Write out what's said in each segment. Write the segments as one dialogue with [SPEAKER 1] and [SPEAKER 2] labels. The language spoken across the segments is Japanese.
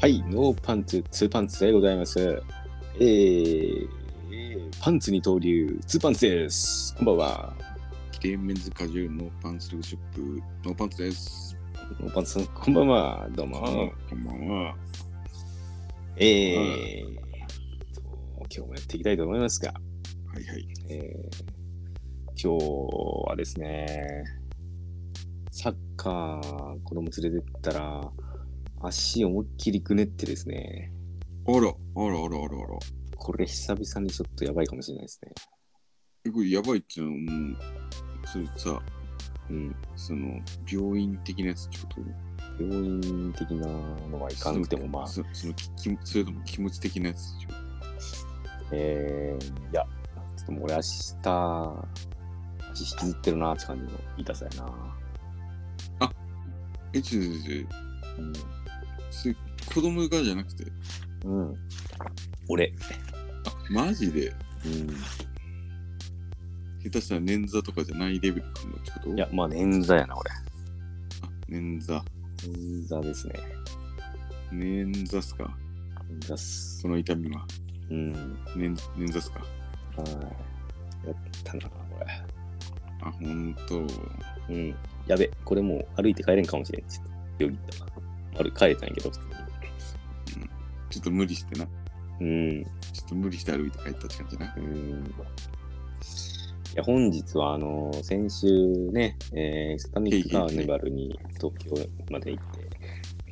[SPEAKER 1] はい、ノーパンツ、ツーパンツでございます。えー、えーパンツに投流、ツーパンツです。こんばんは。
[SPEAKER 2] ゲームメンズカジュアルノーパンツルーショップ、ノーパンツです。
[SPEAKER 1] ノーパンツさん、こんばんは。どうも。
[SPEAKER 2] こんばんはこんばんは。
[SPEAKER 1] えー、と今日もやっていきたいと思いますが、
[SPEAKER 2] はいはい。
[SPEAKER 1] えー、今日はですね、サッカー、子供連れてったら、足思いっきりくねってですね、
[SPEAKER 2] あら、あらあらあらあら。
[SPEAKER 1] これ久々にちょっとやばいかもしれないですね。
[SPEAKER 2] え、これやばいっていうのは、もう、それさ、
[SPEAKER 1] うん、
[SPEAKER 2] その、病院的なやつってこと
[SPEAKER 1] 病院的なのはいかなくても、まあ、
[SPEAKER 2] そそのきき、それとも気持ち的なやつってこ
[SPEAKER 1] えー、いや、ちょっともう俺明日、足引きずってるなって感じの痛さやな。
[SPEAKER 2] とえ、ちょちょちょ、それ子供がじゃなくて、
[SPEAKER 1] うん。うん、俺。
[SPEAKER 2] あ、マジで、
[SPEAKER 1] うん。
[SPEAKER 2] 下手したら捻挫とかじゃないレベルかもってことい
[SPEAKER 1] いや、、まあ、捻挫やな、俺。
[SPEAKER 2] あ、捻挫。
[SPEAKER 1] 捻挫ですね。
[SPEAKER 2] 捻挫っすか。
[SPEAKER 1] 捻挫っす
[SPEAKER 2] そ。の痛みは。
[SPEAKER 1] うん。
[SPEAKER 2] 捻捻挫っすか。
[SPEAKER 1] はい。やったな、こ
[SPEAKER 2] あ、ほんと。
[SPEAKER 1] れ。うん。やべ、これもう歩いて帰れんかもしれん。ちょっと、病気だな。あれ、帰れたんやけど、普通
[SPEAKER 2] ちょっと無理してな。
[SPEAKER 1] に。うん。
[SPEAKER 2] ちょっと無理して歩いて帰ったって感じな
[SPEAKER 1] う。んいや本日はあの先週ね、えースタミックカーニバルに東京まで行って、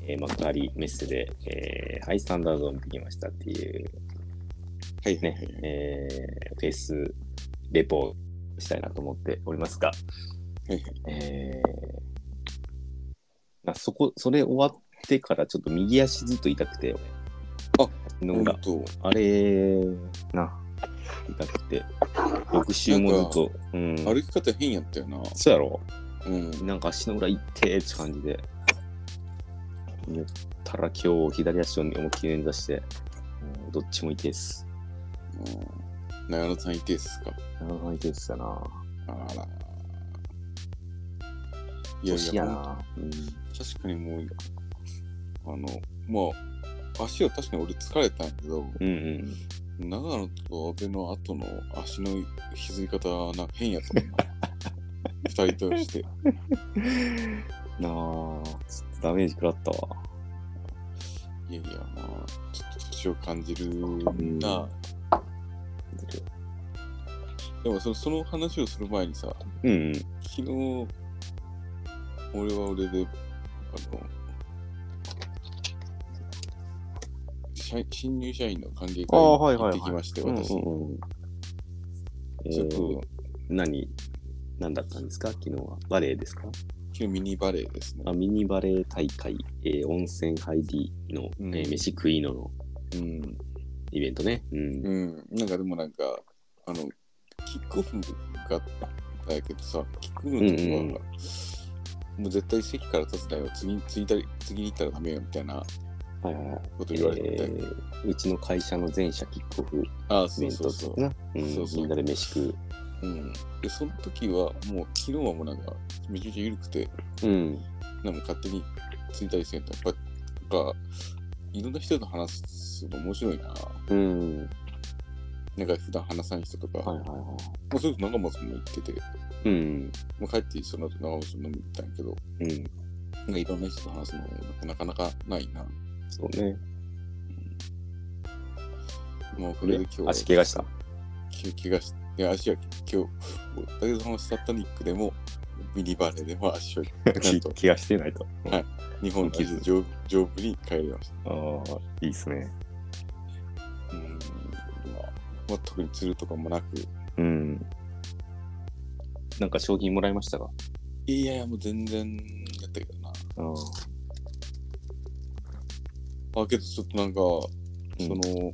[SPEAKER 1] えー幕張メッセで、えーハイスタンダードを見てきましたっていう、
[SPEAKER 2] はいはい
[SPEAKER 1] ね
[SPEAKER 2] はい。
[SPEAKER 1] えーフェスレポをしたいなと思っておりますが、
[SPEAKER 2] はいはい
[SPEAKER 1] えーまあ、そこそれ終わってからちょっと右足ずっと痛くて、
[SPEAKER 2] あ
[SPEAKER 1] の裏
[SPEAKER 2] ほんと
[SPEAKER 1] あれな、痛くて、翌週もずっと、うん、
[SPEAKER 2] 歩き方変やったよな。
[SPEAKER 1] そうやろ
[SPEAKER 2] うん。
[SPEAKER 1] なんか足の裏行ってって感じで。言ったら今日左足を思いっきり捻挫して、もうどっちも痛いっす。
[SPEAKER 2] 長野さんいてっすか。
[SPEAKER 1] 長野痛いっすやな。
[SPEAKER 2] あら。いやい
[SPEAKER 1] 年や
[SPEAKER 2] や、
[SPEAKER 1] な。うん。
[SPEAKER 2] 確かにもう、あの、まあ、足は確かに俺疲れたんやけど、
[SPEAKER 1] うんうん。
[SPEAKER 2] 長野と阿部の後の足のひずり方はなんか変やっ たもんな。二人として。
[SPEAKER 1] なあ、ちょっとダメージ食らったわ。
[SPEAKER 2] いやいや、まあ、ちょっと年を感じる
[SPEAKER 1] ん
[SPEAKER 2] な。でもそ、その話をする前にさ、
[SPEAKER 1] うんうん。
[SPEAKER 2] 昨日、俺は俺で、あの、社新入社員の歓迎
[SPEAKER 1] あ
[SPEAKER 2] 会
[SPEAKER 1] あ、はいは
[SPEAKER 2] 行っ
[SPEAKER 1] い、
[SPEAKER 2] て
[SPEAKER 1] は
[SPEAKER 2] き
[SPEAKER 1] い。
[SPEAKER 2] まして、
[SPEAKER 1] うん
[SPEAKER 2] 私、
[SPEAKER 1] うんうんえ
[SPEAKER 2] ちょっ
[SPEAKER 1] ー
[SPEAKER 2] と、
[SPEAKER 1] 何、何だったんですか昨日は。バレエですか
[SPEAKER 2] 昨日ミニバレーですね
[SPEAKER 1] あ。ミニバレエ大会、えー温泉入りの、
[SPEAKER 2] うん
[SPEAKER 1] えー飯食いのの
[SPEAKER 2] うん。
[SPEAKER 1] イベントね。うん。
[SPEAKER 2] うん。なんかでもなんか、あの、キックオフがあったんやけどさ、キックオフの時は、
[SPEAKER 1] うんうん
[SPEAKER 2] もう絶対席から立つなよ、次次いたり次に行ったらダメよみたいな
[SPEAKER 1] はいはいはい。
[SPEAKER 2] こと言われて、
[SPEAKER 1] えーうちの会社の全社キックオフイ
[SPEAKER 2] ああ、そ
[SPEAKER 1] ベント
[SPEAKER 2] うそう
[SPEAKER 1] と
[SPEAKER 2] そう
[SPEAKER 1] か。な。うん
[SPEAKER 2] そうそう
[SPEAKER 1] みんなで飯食
[SPEAKER 2] うん、でその時はもう昨日はもうなんかめちゃめちゃ緩くて
[SPEAKER 1] う。うん。
[SPEAKER 2] なんか勝手についたりせんとやっぱなんかいろんな人と話すの面白いな
[SPEAKER 1] うん。は
[SPEAKER 2] なんか普段話さない人とか、
[SPEAKER 1] いはいは
[SPEAKER 2] まあ、それこそ長松も行ってて、
[SPEAKER 1] い。うん。
[SPEAKER 2] まあ、帰ってその後長松飲みに行ったんやけど
[SPEAKER 1] うん。
[SPEAKER 2] なんかいろんな人と話すのなんかなかなかないな
[SPEAKER 1] そうね。
[SPEAKER 2] もうこれで今日
[SPEAKER 1] 足怪我した。
[SPEAKER 2] き怪我しで足は今日武田さんのスタッタニックでもミニバレーでも足をなんと
[SPEAKER 1] 怪我してないと。
[SPEAKER 2] はい日本傷丈夫丈夫に帰りました
[SPEAKER 1] ああ、いいっすね。
[SPEAKER 2] うんまあ、まあ、特に釣るとかもなく、
[SPEAKER 1] うん。なんか賞金もらいましたか
[SPEAKER 2] いやいや、もう全然やったけどな。
[SPEAKER 1] ああ。
[SPEAKER 2] あ、けどちょっとなんか、
[SPEAKER 1] うん
[SPEAKER 2] その、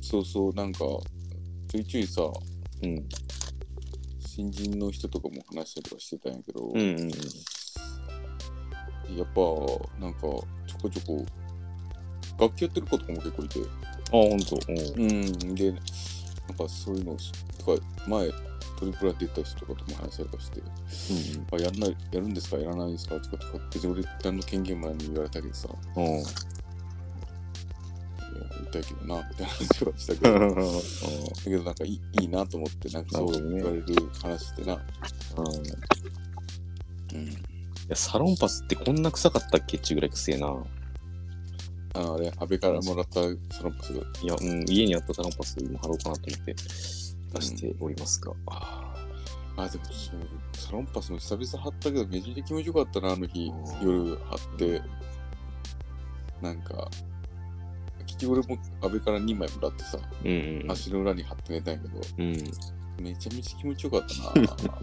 [SPEAKER 2] そうそう、なんか、ちょいちょいさ、
[SPEAKER 1] うん。
[SPEAKER 2] 新人の人とかも話したりとかしてたんやけど、
[SPEAKER 1] うんうんうん。
[SPEAKER 2] やっぱ、なんか、ちょこちょこ、楽器やってる子とかも結構いて、
[SPEAKER 1] ああ、ほんと。うん
[SPEAKER 2] うん、で、なんかそういうのをし、とか、前、トリプルア出た人とかとも話し合いとかして、あやんないやるんですかやらないですかとかとかって俺らの権限前に言われたけどさ
[SPEAKER 1] うんうん。
[SPEAKER 2] いや痛いけどなって話はしたけど だけどなんかいいいいなと思ってなんかそう言われる話ってな
[SPEAKER 1] うんい
[SPEAKER 2] うん
[SPEAKER 1] やサロンパスってこんな臭かったっけっちゅうぐらい臭えな。
[SPEAKER 2] あのあれ安倍からもらったサロンパスが
[SPEAKER 1] いや、うん、家にあったサロンパス今貼ろうかなと思って出しておりますが。
[SPEAKER 2] あでもそうサロンパスも久々貼ったけどめちゃめちゃ気持ちよかったなあの日
[SPEAKER 1] うん
[SPEAKER 2] 夜貼ってなんか結局俺も安倍から2枚もらってさ
[SPEAKER 1] うんうん
[SPEAKER 2] 足の裏に貼って寝たんやけど
[SPEAKER 1] うん。
[SPEAKER 2] めちゃめちゃ気持ちよかったな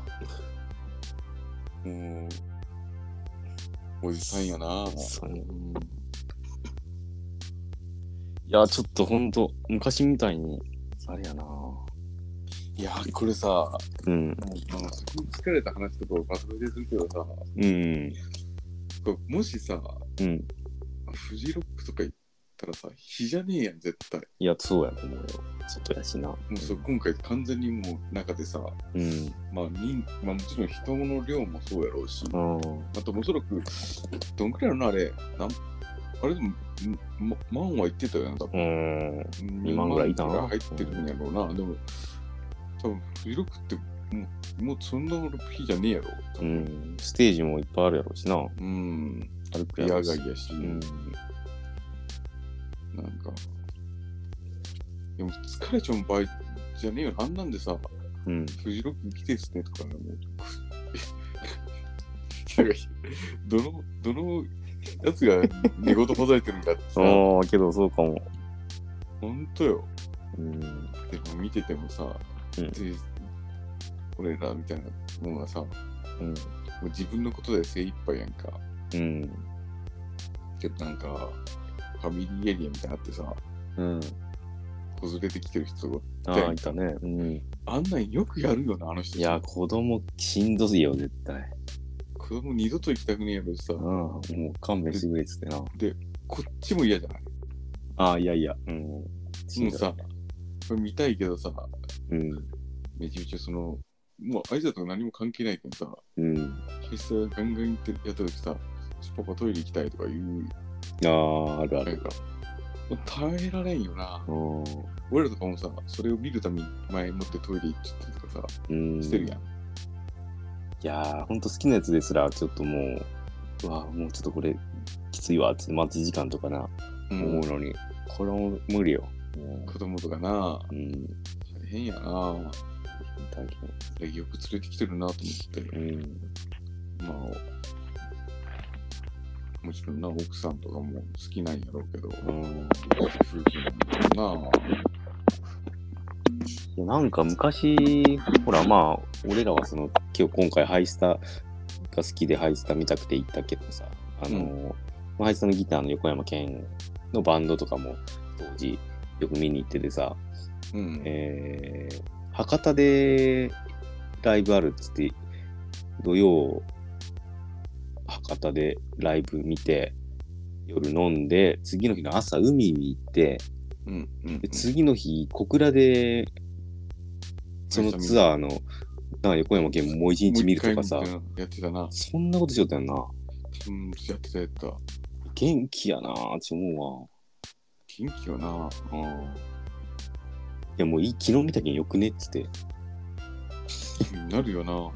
[SPEAKER 2] もうおじさんやな
[SPEAKER 1] そういや、ちょっとほんと、昔みたいに、あれやな。
[SPEAKER 2] いやこれさも
[SPEAKER 1] うん。
[SPEAKER 2] うあの先に疲れた話とかをまとめてするけどさ
[SPEAKER 1] うん。
[SPEAKER 2] これもしさ
[SPEAKER 1] うん。
[SPEAKER 2] フジロックとか行ったらさ日じゃねえやん絶対
[SPEAKER 1] いや、そうやと思うよ。外やしな。も
[SPEAKER 2] もうそれ今回完全にもう中でさ、
[SPEAKER 1] うん。
[SPEAKER 2] まあ、人まあもちろん人の量もそうやろうし、
[SPEAKER 1] うん。
[SPEAKER 2] あとおそらく、どんくらいやろな、あれ、なんあれでも、んま、万は言ってたよね、多分。
[SPEAKER 1] うん。
[SPEAKER 2] 2
[SPEAKER 1] 万ぐらいいたな
[SPEAKER 2] 入ってるんやろうな、でも、多分フジロックってもう、もうそんな日じゃねえやろ。多
[SPEAKER 1] う
[SPEAKER 2] 分
[SPEAKER 1] ん。ステージもいっぱいあるやろうしな。
[SPEAKER 2] うん、
[SPEAKER 1] 歩く
[SPEAKER 2] 野
[SPEAKER 1] やろう
[SPEAKER 2] 外
[SPEAKER 1] し。
[SPEAKER 2] やし、
[SPEAKER 1] うん。
[SPEAKER 2] なんか、でも疲れちゃう場合じゃねえよな、あんなんでさ、
[SPEAKER 1] うん。
[SPEAKER 2] フジロック来てですねとか、もう、なんか、どの、どのやつが寝言ほざいてるんだってさ、ほ
[SPEAKER 1] ああ、けどそうかも。
[SPEAKER 2] んとよ。
[SPEAKER 1] うん。
[SPEAKER 2] でも見ててもさ、
[SPEAKER 1] うん
[SPEAKER 2] で俺らみたいなものはさ、も
[SPEAKER 1] うん。
[SPEAKER 2] う自分のことで精一杯やんか。
[SPEAKER 1] うん。
[SPEAKER 2] けどなんか、ファミリーエリアみたいなのあってさ、
[SPEAKER 1] うん。
[SPEAKER 2] 子連れてきてる人が、
[SPEAKER 1] ああ、いたね。うん。
[SPEAKER 2] あんなんよくやるよな、あの人。
[SPEAKER 1] いや、子供しんどいよ、絶対。
[SPEAKER 2] 子供二度と行きたくねえやろしさ
[SPEAKER 1] うん。、もう勘弁してくれっつってな。
[SPEAKER 2] こっちも嫌じゃない
[SPEAKER 1] ああ、いやいや。うん。も
[SPEAKER 2] もうさ、見たいけどさ、
[SPEAKER 1] うん。
[SPEAKER 2] めちゃめちゃその、もうあいつらとか何も関係ないけどさ、
[SPEAKER 1] うん。
[SPEAKER 2] 決してガンガン行ってやった時さ、パパトイレ行きたいとか言う、
[SPEAKER 1] ああ、あるあ
[SPEAKER 2] なん
[SPEAKER 1] る。
[SPEAKER 2] か、もう耐えられんよな。
[SPEAKER 1] うん。
[SPEAKER 2] 俺らとかもさ、それを見るために前もってトイレ行っちゃったりとかさ、
[SPEAKER 1] うん。
[SPEAKER 2] してるや
[SPEAKER 1] ん。い
[SPEAKER 2] ん。
[SPEAKER 1] やー、ほんと好きなやつですら、ちょっともう、うわーもうちょっとこれ、きついわ、つって待ち時間とかな、
[SPEAKER 2] うん
[SPEAKER 1] 思うのに。これも無理よ。
[SPEAKER 2] 子供とかな、
[SPEAKER 1] うん。
[SPEAKER 2] 大変やな。
[SPEAKER 1] 大
[SPEAKER 2] よく連れてきてるなと思って、
[SPEAKER 1] 変。うん。
[SPEAKER 2] まあ、もちろんな、奥さんとかも好きなんやろうけど、
[SPEAKER 1] うん。
[SPEAKER 2] 夫婦なんだろうな。
[SPEAKER 1] いやなんか昔、ほらまあ、俺らはその、今日今回ハイスタが好きでハイスタ見たくて行ったけどさ、あの、
[SPEAKER 2] う
[SPEAKER 1] まあハイスタのギターの横山健のバンドとかも当時よく見に行っててさ、
[SPEAKER 2] うん。
[SPEAKER 1] えー、博多でライブあるっつって、土曜、博多でライブ見て、夜飲んで、次の日の朝海に行って、
[SPEAKER 2] うん。うん
[SPEAKER 1] で次の日、小倉で、そのツアーの、なんか横山健ももう一日見るとかさ
[SPEAKER 2] もう一、回見てやってたな。
[SPEAKER 1] そんなことしよったよな。
[SPEAKER 2] うん、やってたやってた。
[SPEAKER 1] 元気やなーって思
[SPEAKER 2] 元気よな。
[SPEAKER 1] うわ。うん。いや、もういい昨日見たけんよくねっつって。
[SPEAKER 2] 気になるよな。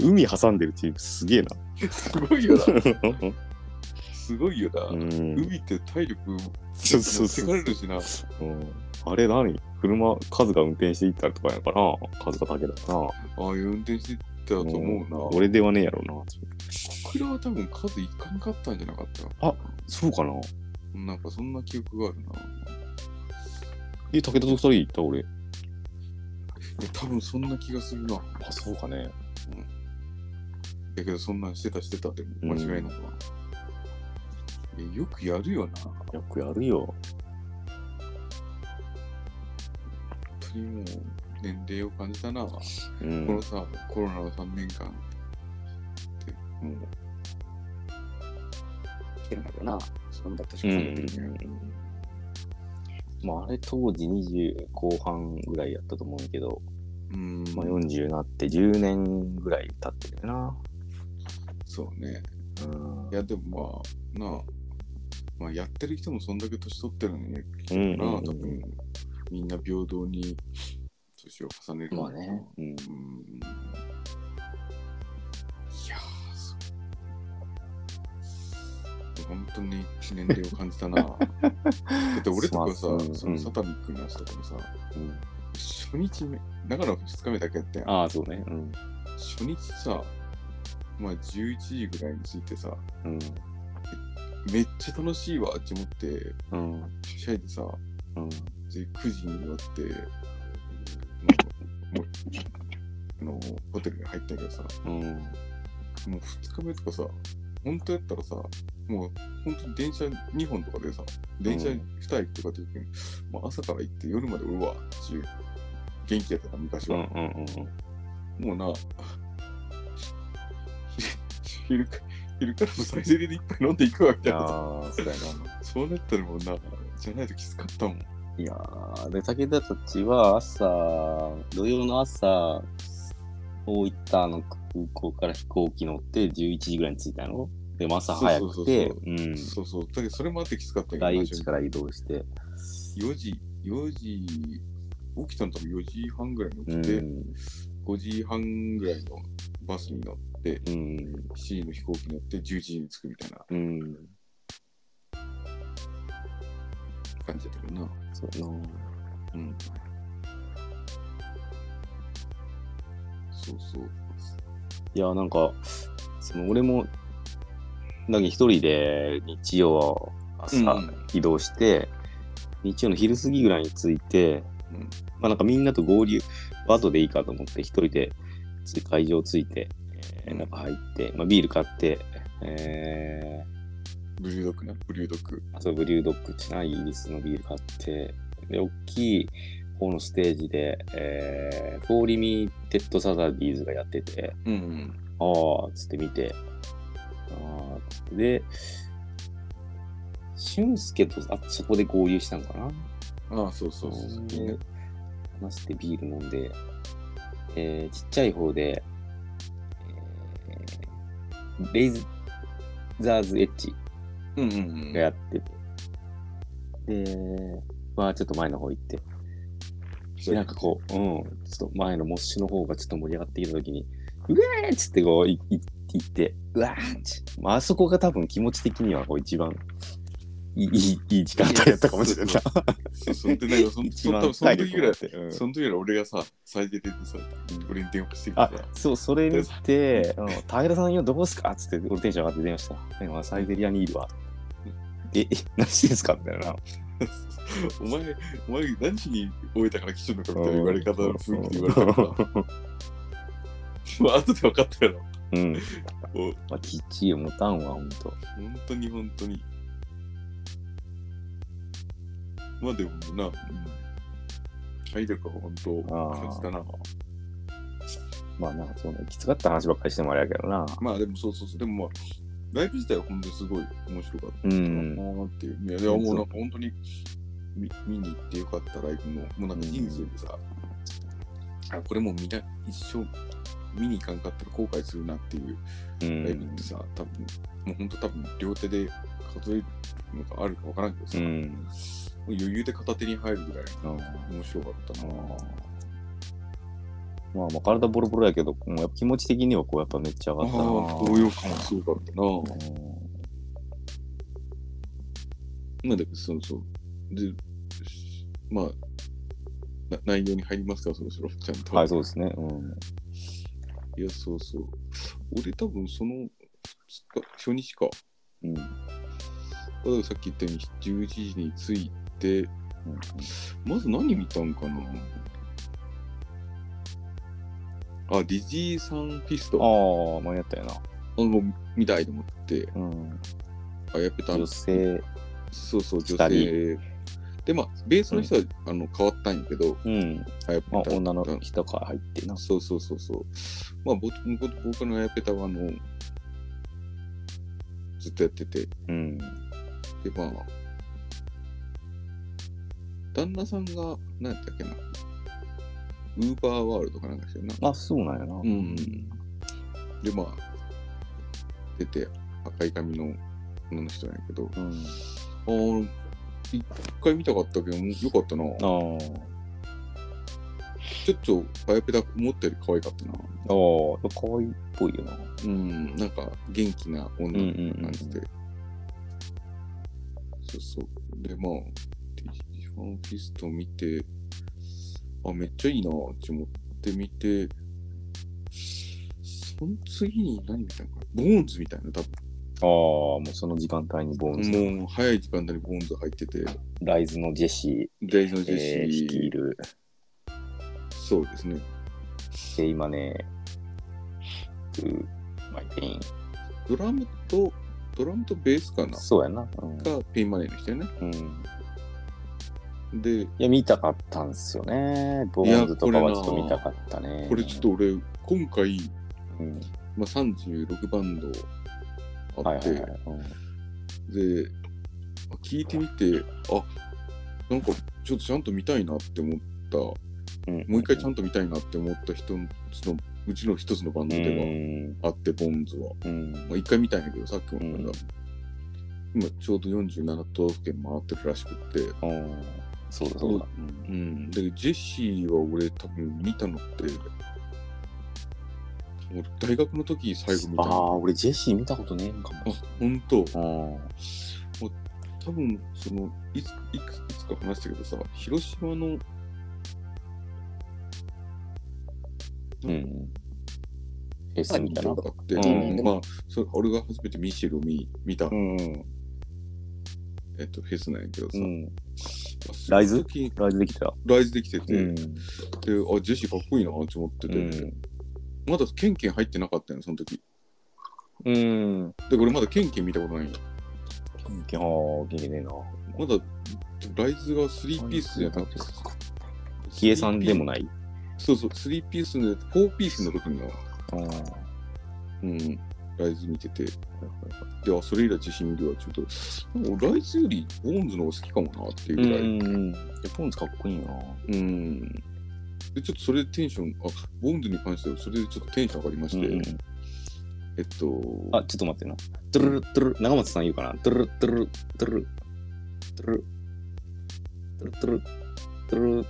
[SPEAKER 1] 海挟んでるチーム すげ えな。
[SPEAKER 2] すごいよな。すごいよ
[SPEAKER 1] う
[SPEAKER 2] な。
[SPEAKER 1] ん。
[SPEAKER 2] 海って体力
[SPEAKER 1] そうそうそ
[SPEAKER 2] 持
[SPEAKER 1] う
[SPEAKER 2] ってかれるしな。
[SPEAKER 1] うんあれ何車、カズが運転していったとかやからな。カズがだけだな。
[SPEAKER 2] ああいう運転してたと思うな。
[SPEAKER 1] ん俺ではねえやろうな。
[SPEAKER 2] 小倉は多分数いかんかったんじゃなかった
[SPEAKER 1] そうかな。
[SPEAKER 2] なんかそんな記憶があるな。
[SPEAKER 1] え、武田と二人行った俺。
[SPEAKER 2] いや多分そんな気がするな。
[SPEAKER 1] あ、そうかね。
[SPEAKER 2] だけどそんなんしてたしてたって間違いなくな。いやよくやるよな。本
[SPEAKER 1] よくやるよ。
[SPEAKER 2] 当にもう年齢を感じたな。こ
[SPEAKER 1] う
[SPEAKER 2] の
[SPEAKER 1] ん。
[SPEAKER 2] さ、コロナの3年間って、もう
[SPEAKER 1] てるんだよな。そんだ
[SPEAKER 2] 確かに
[SPEAKER 1] まあ、あれ当時20後半ぐらいやったと思うんやけど、
[SPEAKER 2] うん、
[SPEAKER 1] まあ、40になって10年ぐらい経ってるな。
[SPEAKER 2] そうね。
[SPEAKER 1] うん
[SPEAKER 2] いや、でもまあ、なあ、まあ、やってる人もそんだけ年取ってるの
[SPEAKER 1] う
[SPEAKER 2] に、
[SPEAKER 1] ん
[SPEAKER 2] なあ、
[SPEAKER 1] う
[SPEAKER 2] 多
[SPEAKER 1] んうん
[SPEAKER 2] 分、みんな平等に年を重ねる
[SPEAKER 1] ま
[SPEAKER 2] の
[SPEAKER 1] あ
[SPEAKER 2] かな
[SPEAKER 1] ね。うん
[SPEAKER 2] うん。いやー、そう。本当に年齢を感じ たな。だって俺とかさ、
[SPEAKER 1] まあうん
[SPEAKER 2] そのサタミックのやつとかもさ、
[SPEAKER 1] うん
[SPEAKER 2] 初日目、だから2日目だけやってん
[SPEAKER 1] ああ、そうね。うん。
[SPEAKER 2] 初日さ、まあ11時ぐらいに着いてさ、
[SPEAKER 1] うん。
[SPEAKER 2] めっちゃ楽しいわって思って、
[SPEAKER 1] うん。
[SPEAKER 2] はしゃいでさ、
[SPEAKER 1] うん。
[SPEAKER 2] で9時に終わって、もう、もうあのホテルに入ったけどさ、
[SPEAKER 1] うん。
[SPEAKER 2] もう2日目とかさ、本当やったらさ、もう本当に電車2本とかでさ、電車
[SPEAKER 1] う
[SPEAKER 2] 2
[SPEAKER 1] ん
[SPEAKER 2] 駅とかで、もう朝から行って夜までおるわっていう元気やったな、昔
[SPEAKER 1] うん。う
[SPEAKER 2] は。
[SPEAKER 1] ん。
[SPEAKER 2] もうな、昼か昼からもサイゼリヤでいっぱい飲んでいくわみ
[SPEAKER 1] い
[SPEAKER 2] たい
[SPEAKER 1] や
[SPEAKER 2] なさ。
[SPEAKER 1] ー、そうだよな。
[SPEAKER 2] そうなったらもうな、じゃないときつかったもん。
[SPEAKER 1] いやーで武田たちは朝土曜の朝大分の空港から飛行機乗って11時ぐらいに着いたのでも朝早くて
[SPEAKER 2] そうそう
[SPEAKER 1] うん
[SPEAKER 2] そうそう。だけどそれもあってきつかったけど、
[SPEAKER 1] 外口
[SPEAKER 2] 4
[SPEAKER 1] から移動して
[SPEAKER 2] 時、4時、起きたの多分4時半ぐらいに
[SPEAKER 1] う
[SPEAKER 2] 起きて、
[SPEAKER 1] ん
[SPEAKER 2] 5時半ぐらいのバスに乗って、
[SPEAKER 1] うん
[SPEAKER 2] 7時の飛行機に乗って11時に着くみたいな
[SPEAKER 1] うん
[SPEAKER 2] 感じだったけどな。
[SPEAKER 1] そうやな
[SPEAKER 2] うん。そうそう。
[SPEAKER 1] いやなんかその俺もなんか一人で日曜朝、移動して日曜の昼過ぎぐらいに着いて、
[SPEAKER 2] うん
[SPEAKER 1] まあなんかみんなと合流後でいいかと思って一人でつ会場着いて、えー
[SPEAKER 2] うん
[SPEAKER 1] 中入って、まあ、ビール買って、え
[SPEAKER 2] ブリュードックな、ブリュードック。
[SPEAKER 1] ー、あとブリュードッグちなイギリスのビール買ってで大きい方のステージで、えー、フォーリミテッドサザビーズがやってて
[SPEAKER 2] うん。
[SPEAKER 1] ああつって見てああつってで俊介とあそこで合流したんかな
[SPEAKER 2] ああ、そうそうそう。みんな
[SPEAKER 1] で話してビール飲んで、えーちっちゃい方で、えーレイザーズエッジ
[SPEAKER 2] うんうんうん
[SPEAKER 1] がやってて、で、まあちょっと前の方行って、でなんかこう、うん、ちょっと前のモッシュの方がちょっと盛り上がってきたときに、うえーっつってこう、いい行って、うわーっち、まああそこが多分気持ち的にはこう一番いいいいいい時間帯だったかもしれない
[SPEAKER 2] そ。そうそうでなんかそ ん
[SPEAKER 1] 一
[SPEAKER 2] そ
[SPEAKER 1] 番
[SPEAKER 2] んその時ぐら
[SPEAKER 1] 体力を持っ
[SPEAKER 2] い、
[SPEAKER 1] てうん
[SPEAKER 2] その時ぐらい俺がさ、サイゼリヤでさ、
[SPEAKER 1] うん
[SPEAKER 2] 俺に電話してきて
[SPEAKER 1] あ
[SPEAKER 2] さ、
[SPEAKER 1] そう、それ見て、うん、平さん今どこですかっつって、俺テンション上がって電話した。今、サイゼリアにいるわ。え、え何してんすかみたいな。
[SPEAKER 2] お前、お前何しに終えたから来てるのかみたいな言われ方の雰囲気で言われたからさ、 まあ後で分かったやろ。
[SPEAKER 1] うん。
[SPEAKER 2] お
[SPEAKER 1] まあ、きっちり持たんわ、ほんと。
[SPEAKER 2] 本当に本当に。まあでもな、うん、体力は本
[SPEAKER 1] あ
[SPEAKER 2] 当
[SPEAKER 1] ー
[SPEAKER 2] 感じたな。
[SPEAKER 1] まあ、なんか、その、きつかった話ばっかりしてもあれやけどな。
[SPEAKER 2] まあでもそうそうそう、でもまあ、ライブ自体は本当にすごい面白かった。
[SPEAKER 1] う。
[SPEAKER 2] うんっていう。いや、でももうなんか本当に見見に行ってよかったライブも、もうなんか人生でさ、あこれもうみんな一生見に行かんかったら後悔するなっていう
[SPEAKER 1] う
[SPEAKER 2] ライブっ
[SPEAKER 1] ん
[SPEAKER 2] て。さ、多分もう本当多分両手で数えるのがあるかわからんけど
[SPEAKER 1] う。
[SPEAKER 2] さ、もうん余裕で片手に入るぐらい
[SPEAKER 1] うん
[SPEAKER 2] 面白かったな。
[SPEAKER 1] まあ、まあ、体ボロボロやけど、もうやっぱ気持ち的には、こう、やっぱめっちゃ上
[SPEAKER 2] あ
[SPEAKER 1] がったな。
[SPEAKER 2] あ、高揚感もすごかったな。
[SPEAKER 1] う
[SPEAKER 2] まあだけど、そうそう。で、まあ、な内容に入りますから、そろそろ、ちゃんと。
[SPEAKER 1] んはい、そうですね。うん。
[SPEAKER 2] いや、そうそう。俺多分その2日、初日か。
[SPEAKER 1] うん。
[SPEAKER 2] だからさっき言ったように11時に着いて、
[SPEAKER 1] うん
[SPEAKER 2] まず何見たんかなあ、ディジーさんピスト。あ
[SPEAKER 1] ああ、間に合ったよな。
[SPEAKER 2] もう見たいと思って、
[SPEAKER 1] うん。
[SPEAKER 2] あ、やっぱた
[SPEAKER 1] 女性。
[SPEAKER 2] そうそう、女
[SPEAKER 1] 二
[SPEAKER 2] 性。で、まあ、ベースの人は、あの変わったんやけど、
[SPEAKER 1] うん。
[SPEAKER 2] あやっ
[SPEAKER 1] まあ
[SPEAKER 2] ぱ、た
[SPEAKER 1] 女の人から入ってな。
[SPEAKER 2] そうそうそうそう。まあ、ボボボーカルのあやペタは、あの、ずっとやってて、
[SPEAKER 1] うん。
[SPEAKER 2] で、まあ、旦那さんが、何やったっけな。ウーバーワールドかなんかしてんな。
[SPEAKER 1] あ、そうなんやな。
[SPEAKER 2] うんうん。で、まあ、出て、赤い髪の女の人なんやけど、
[SPEAKER 1] うん。
[SPEAKER 2] あー一回見たかったけど、よかったな。
[SPEAKER 1] あー
[SPEAKER 2] ちょっと、パヤペダ思ったより可愛かったな。
[SPEAKER 1] あー。かわいいっぽいよな。
[SPEAKER 2] うん、なんか元気な
[SPEAKER 1] うん
[SPEAKER 2] 女
[SPEAKER 1] う
[SPEAKER 2] の子
[SPEAKER 1] ん
[SPEAKER 2] 感じで。そうそう。で、まあ、ティファンフィスト見て、あ、めっちゃいいなって思ってみて、その次に何見たのかなボーンズみたいな、多
[SPEAKER 1] ああ、もうその時間帯にボーンズ、
[SPEAKER 2] 分。もう早い時間帯にボーンズ入ってて、
[SPEAKER 1] ライズのジェシ
[SPEAKER 2] 大事な
[SPEAKER 1] ー、
[SPEAKER 2] ジェシ
[SPEAKER 1] えー、率い
[SPEAKER 2] ー、
[SPEAKER 1] る
[SPEAKER 2] そうですね。
[SPEAKER 1] セイマネー、トゥマイペイン。
[SPEAKER 2] ドラムと、ドラムとベースかな
[SPEAKER 1] そうやな。うん
[SPEAKER 2] がペインマネーの人よね。
[SPEAKER 1] うん
[SPEAKER 2] で、
[SPEAKER 1] いや、見たかったんすよね。ボーンズとかはちょっと見たかったね。
[SPEAKER 2] これちょっと俺、今回、
[SPEAKER 1] うん、
[SPEAKER 2] まあ、36バンド
[SPEAKER 1] は
[SPEAKER 2] あ
[SPEAKER 1] い
[SPEAKER 2] っ
[SPEAKER 1] は
[SPEAKER 2] て、
[SPEAKER 1] いはい。うん
[SPEAKER 2] であ聞いてみてあなんかちょっとちゃんと見たいなって思ったも
[SPEAKER 1] うん
[SPEAKER 2] う一回ちゃんと見たいなって思った人のうちの一つのバンドではあって、ボンズは、
[SPEAKER 1] うん
[SPEAKER 2] まあ、一回見たんやけどさっきも言っ
[SPEAKER 1] う
[SPEAKER 2] た
[SPEAKER 1] ん
[SPEAKER 2] 今ちょうど47都道府県回ってるらしくって、
[SPEAKER 1] うんうんそうだそうだ。うん
[SPEAKER 2] うん、でジェシーは俺多分見たのって俺大学の時最後見た
[SPEAKER 1] あ
[SPEAKER 2] の
[SPEAKER 1] あ、俺ジェシー見たことねえんか
[SPEAKER 2] あ本当
[SPEAKER 1] も。
[SPEAKER 2] 多分そのいついくいつか話したけどさ広島の
[SPEAKER 1] うん。うん。フェスみたいな
[SPEAKER 2] と。かって、
[SPEAKER 1] うん
[SPEAKER 2] まあそれ俺が初めてミシェルを見見た、
[SPEAKER 1] うん。
[SPEAKER 2] えっと、フェスなんやけどさ、
[SPEAKER 1] うん。
[SPEAKER 2] その
[SPEAKER 1] ライズ
[SPEAKER 2] 時
[SPEAKER 1] ライズできた。
[SPEAKER 2] ライズできてて、
[SPEAKER 1] うん
[SPEAKER 2] で。あジェシーかっこいいなって思ってて、
[SPEAKER 1] うん
[SPEAKER 2] まだケンケン入ってなかったよその時
[SPEAKER 1] うん。
[SPEAKER 2] で俺まだケンケン見たことないんよ
[SPEAKER 1] 基本、元気ねえな。
[SPEAKER 2] まだライズが3ピースじゃなくて
[SPEAKER 1] キエさんでも
[SPEAKER 2] ない
[SPEAKER 1] ない。
[SPEAKER 2] そうそう3ピースの4ピースの時には
[SPEAKER 1] うん。
[SPEAKER 2] うんライズ見ててではそれ以来自信見るはちょっとなんか俺ライズよりボーンズの方が好きかもなっていう
[SPEAKER 1] うん
[SPEAKER 2] ぐらい、
[SPEAKER 1] うん。えポンズかっこいいな。
[SPEAKER 2] うんでちょっとそれでテンションあボーンズに関してはそれでちょっとテンション上がりまして、
[SPEAKER 1] うん
[SPEAKER 2] えっと
[SPEAKER 1] あ、ちょっと待ってな。ドゥルルドゥルル、長松さん言うかな。ドゥルルドゥルルドゥルルドゥルルドゥルルドゥルル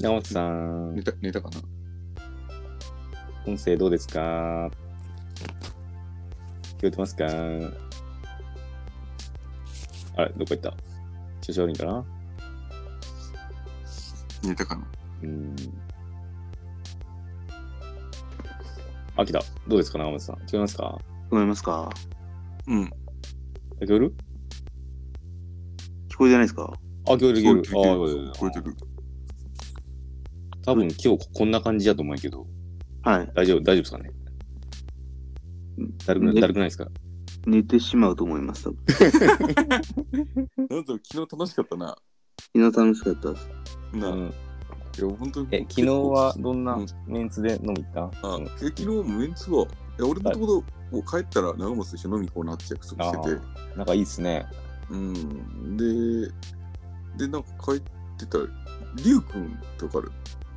[SPEAKER 1] 長松さん
[SPEAKER 2] ネ、タネタかな
[SPEAKER 1] 音声どうですか聞こえてますかあれ、どこ行った調子悪いんかな
[SPEAKER 2] ネタかな
[SPEAKER 1] うん。あ、来た。どうですか、長松さん。聞こえますか
[SPEAKER 3] 思いますか
[SPEAKER 2] うん
[SPEAKER 1] 聞こえる
[SPEAKER 3] 聞こえてないですか
[SPEAKER 1] あ、聞こえる、聞
[SPEAKER 2] 聞
[SPEAKER 1] こえる。あ
[SPEAKER 2] こ
[SPEAKER 1] 聞こえ
[SPEAKER 2] えてる聞こえ
[SPEAKER 1] て
[SPEAKER 2] て
[SPEAKER 1] る
[SPEAKER 2] る
[SPEAKER 1] 多分今日こんな感じだと思うんやけど、
[SPEAKER 3] はい。
[SPEAKER 1] 大丈夫、大丈夫ですかね
[SPEAKER 3] うん
[SPEAKER 1] だるくな
[SPEAKER 3] ね
[SPEAKER 1] だるくないですか
[SPEAKER 3] 寝てしまうと思います、多分。
[SPEAKER 2] なんだろう昨日楽しかったな
[SPEAKER 3] 昨日楽しかったです。
[SPEAKER 2] な、
[SPEAKER 1] う
[SPEAKER 2] い
[SPEAKER 1] ん
[SPEAKER 2] や本当に
[SPEAKER 1] え、昨日はどんな
[SPEAKER 2] うん
[SPEAKER 1] メンツで飲み行った
[SPEAKER 2] あ
[SPEAKER 1] うん
[SPEAKER 2] え昨日もメンツはいや俺もともと帰ったら長松と一緒に飲み行こうなって約束
[SPEAKER 1] あ
[SPEAKER 2] してて
[SPEAKER 1] ーなんかいいっすね。
[SPEAKER 2] うんででなんか帰ってたりゅうくんとかある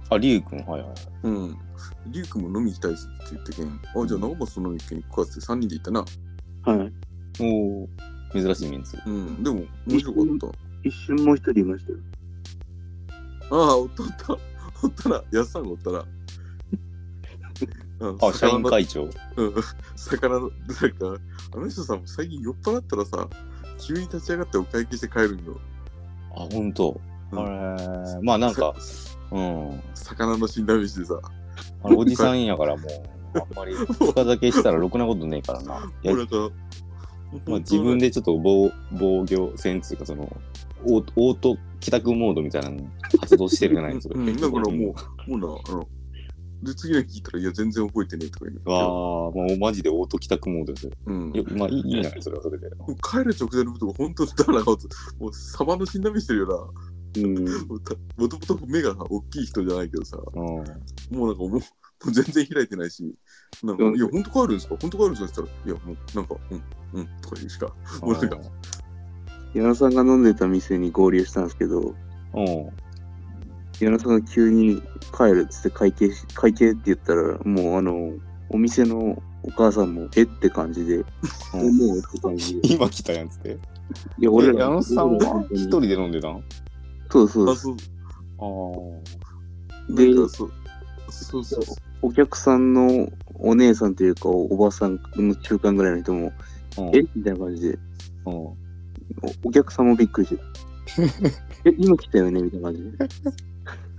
[SPEAKER 1] あ、りゅうくん、はいはい。
[SPEAKER 2] うん。リュウ君も飲み行きたいっすって言ってけん。あ、じゃあ長松と飲み行けん行くかって3人で行ったな。
[SPEAKER 3] はい。
[SPEAKER 1] おお珍しいメンツ。
[SPEAKER 2] うん。でも、面白かっ
[SPEAKER 3] 一瞬もう一人いましたよ。
[SPEAKER 2] た。ああ、おったおった。 おったら、やっさんがおった ら。うん
[SPEAKER 1] あ、社員。
[SPEAKER 2] 魚の
[SPEAKER 1] 会長。
[SPEAKER 2] うん。魚の、なんか、あの人さ、最近酔っ払ったらさ、急に立ち上がってお会計して帰るんよ。
[SPEAKER 1] あ、ほんと。あ
[SPEAKER 2] うん
[SPEAKER 1] れー、まあなんか、
[SPEAKER 2] さ
[SPEAKER 1] うん。
[SPEAKER 2] 魚の死んだ飯でさ、
[SPEAKER 1] あのおじさんやからもう、あん まり深酒したらろくなことねえからな。いや
[SPEAKER 2] 俺と、
[SPEAKER 1] まあ、自分
[SPEAKER 2] で。
[SPEAKER 1] でちょっと防防御戦っていうかそのオーオート帰宅モードみたいなの発動してるじゃないですか。
[SPEAKER 2] うん、だからもう、もうな、あの、で、次の日聞いたら、いや、全然覚えてねえとか言う
[SPEAKER 1] う
[SPEAKER 2] の
[SPEAKER 1] わあ、もうマジでオート帰宅モードですよ。
[SPEAKER 2] うん。
[SPEAKER 1] よまあいいいいじゃない、それはそれで。
[SPEAKER 2] もう帰る直前のことが本当にだからもうサバの死んだ目してるよ
[SPEAKER 1] うん。
[SPEAKER 2] なもうたもともと目が大きい人じゃないけどさも
[SPEAKER 1] うん、
[SPEAKER 2] うなんかもうもう全然開いてないしなんか「
[SPEAKER 3] うん
[SPEAKER 2] いや本当帰るんですか本当帰るんですか?」って言ったら「いやもうなんかうんうん」とか言うしかもうなんか
[SPEAKER 3] 矢野さんが飲んでた店に合流したんですけど、
[SPEAKER 1] うん。
[SPEAKER 3] 矢野さんが急に帰るっつって会計し、会計って言ったら、もうあの、お店のお母さんも、えって感じで、
[SPEAKER 1] うん
[SPEAKER 3] 思うって感じで。い
[SPEAKER 1] 今来たやんつって。
[SPEAKER 3] や、
[SPEAKER 1] 俺
[SPEAKER 3] 俺
[SPEAKER 1] 矢
[SPEAKER 3] ら
[SPEAKER 1] 野さんは一人
[SPEAKER 3] で。
[SPEAKER 1] で飲んでたん
[SPEAKER 3] そうそう
[SPEAKER 2] あ、
[SPEAKER 3] です
[SPEAKER 2] そう。
[SPEAKER 1] あー
[SPEAKER 3] で
[SPEAKER 2] なんかそうそうそうそう。
[SPEAKER 3] お客さんのお姉さんというかおばさんの中間ぐらいの人も、
[SPEAKER 1] うん
[SPEAKER 3] えみたいな感じで
[SPEAKER 1] うん
[SPEAKER 3] お、お客さんもびっくり してた。え、今来たよねみたいな感じで。
[SPEAKER 1] い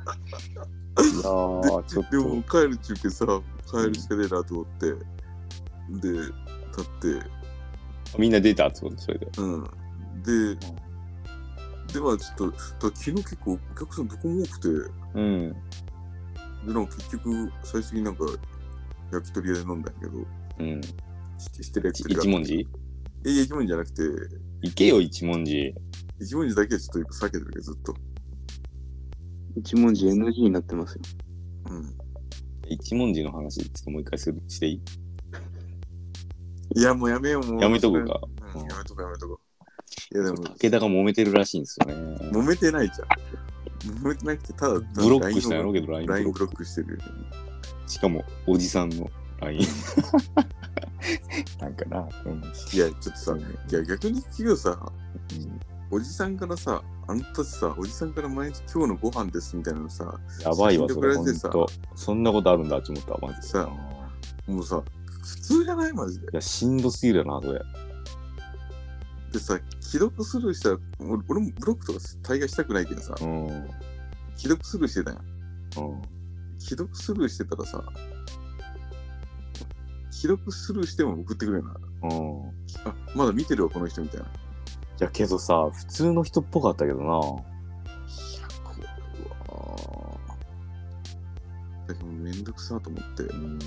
[SPEAKER 1] やー、ちょっ
[SPEAKER 2] で
[SPEAKER 1] と。
[SPEAKER 2] も帰る中継さ、帰るしかねえなと思って、で、立って、
[SPEAKER 1] みんな出たってことそれで。
[SPEAKER 2] うん。で、ではちょっと、だ昨日結構お客さんどこも多くて、
[SPEAKER 1] うん。
[SPEAKER 2] で、なんか結局、最終的になんか、焼き鳥屋で飲んだんやけど、
[SPEAKER 1] うん。
[SPEAKER 2] ししてる
[SPEAKER 1] ち
[SPEAKER 2] 焼き
[SPEAKER 1] 一
[SPEAKER 2] 鳥が。
[SPEAKER 1] 文字
[SPEAKER 2] え、一文字じゃなくて、
[SPEAKER 1] 行けよ、一文字。
[SPEAKER 2] 一文字だけはちょっと避けてるけど、ずっと。
[SPEAKER 3] 一文字 NG になってますよ。
[SPEAKER 2] うん。
[SPEAKER 1] 一文字の話、ちょっともう一回するしていい
[SPEAKER 2] いや、もうやめよう、もう。
[SPEAKER 1] やめとくか。
[SPEAKER 2] うん。
[SPEAKER 1] うん
[SPEAKER 2] やめとこうやめとこう。いや、でも、
[SPEAKER 1] 武田が揉めてるらしいんですよね。
[SPEAKER 2] 揉めてないじゃん。揉めてなくて、ただ、
[SPEAKER 1] ブロックしたんやろうけど、
[SPEAKER 2] ライ
[SPEAKER 1] LINE
[SPEAKER 2] ンを
[SPEAKER 1] ブ
[SPEAKER 2] ラ
[SPEAKER 1] ロッ
[SPEAKER 2] インブロックしてるよ。
[SPEAKER 1] ク。しかも、おじさんの LINE。なんかな。うん。
[SPEAKER 2] いや、ちょっとさ、いや、逆に聞くよさ、おじさんからさ、あの時さ、おじさんから毎日今日のご飯ですみたいなのさ、
[SPEAKER 1] やばいわ、そ
[SPEAKER 2] 写真送ら
[SPEAKER 1] れ、
[SPEAKER 2] れ
[SPEAKER 1] ほん
[SPEAKER 2] てさ
[SPEAKER 1] と。そんなことあるんだって思ったわ、マジで。
[SPEAKER 2] さもうさ、普通じゃないマジで。
[SPEAKER 1] いや、しんどすぎるよな、それ。
[SPEAKER 2] でさ、既読スルーしたら、俺俺もブロックとか大概したくないけどさ、
[SPEAKER 1] うん。う
[SPEAKER 2] 既読スルーしてたやん。
[SPEAKER 1] ん。
[SPEAKER 2] 既読スルーしてたらさ、既読スルーしても送ってくれるな。
[SPEAKER 1] うん。
[SPEAKER 2] あ、まだ見てるわ、この人みたいな。い
[SPEAKER 1] いや、けどさ、普通の人っぽかったけどな。
[SPEAKER 2] や、これは。だけどめんどくさと思って。
[SPEAKER 1] うん。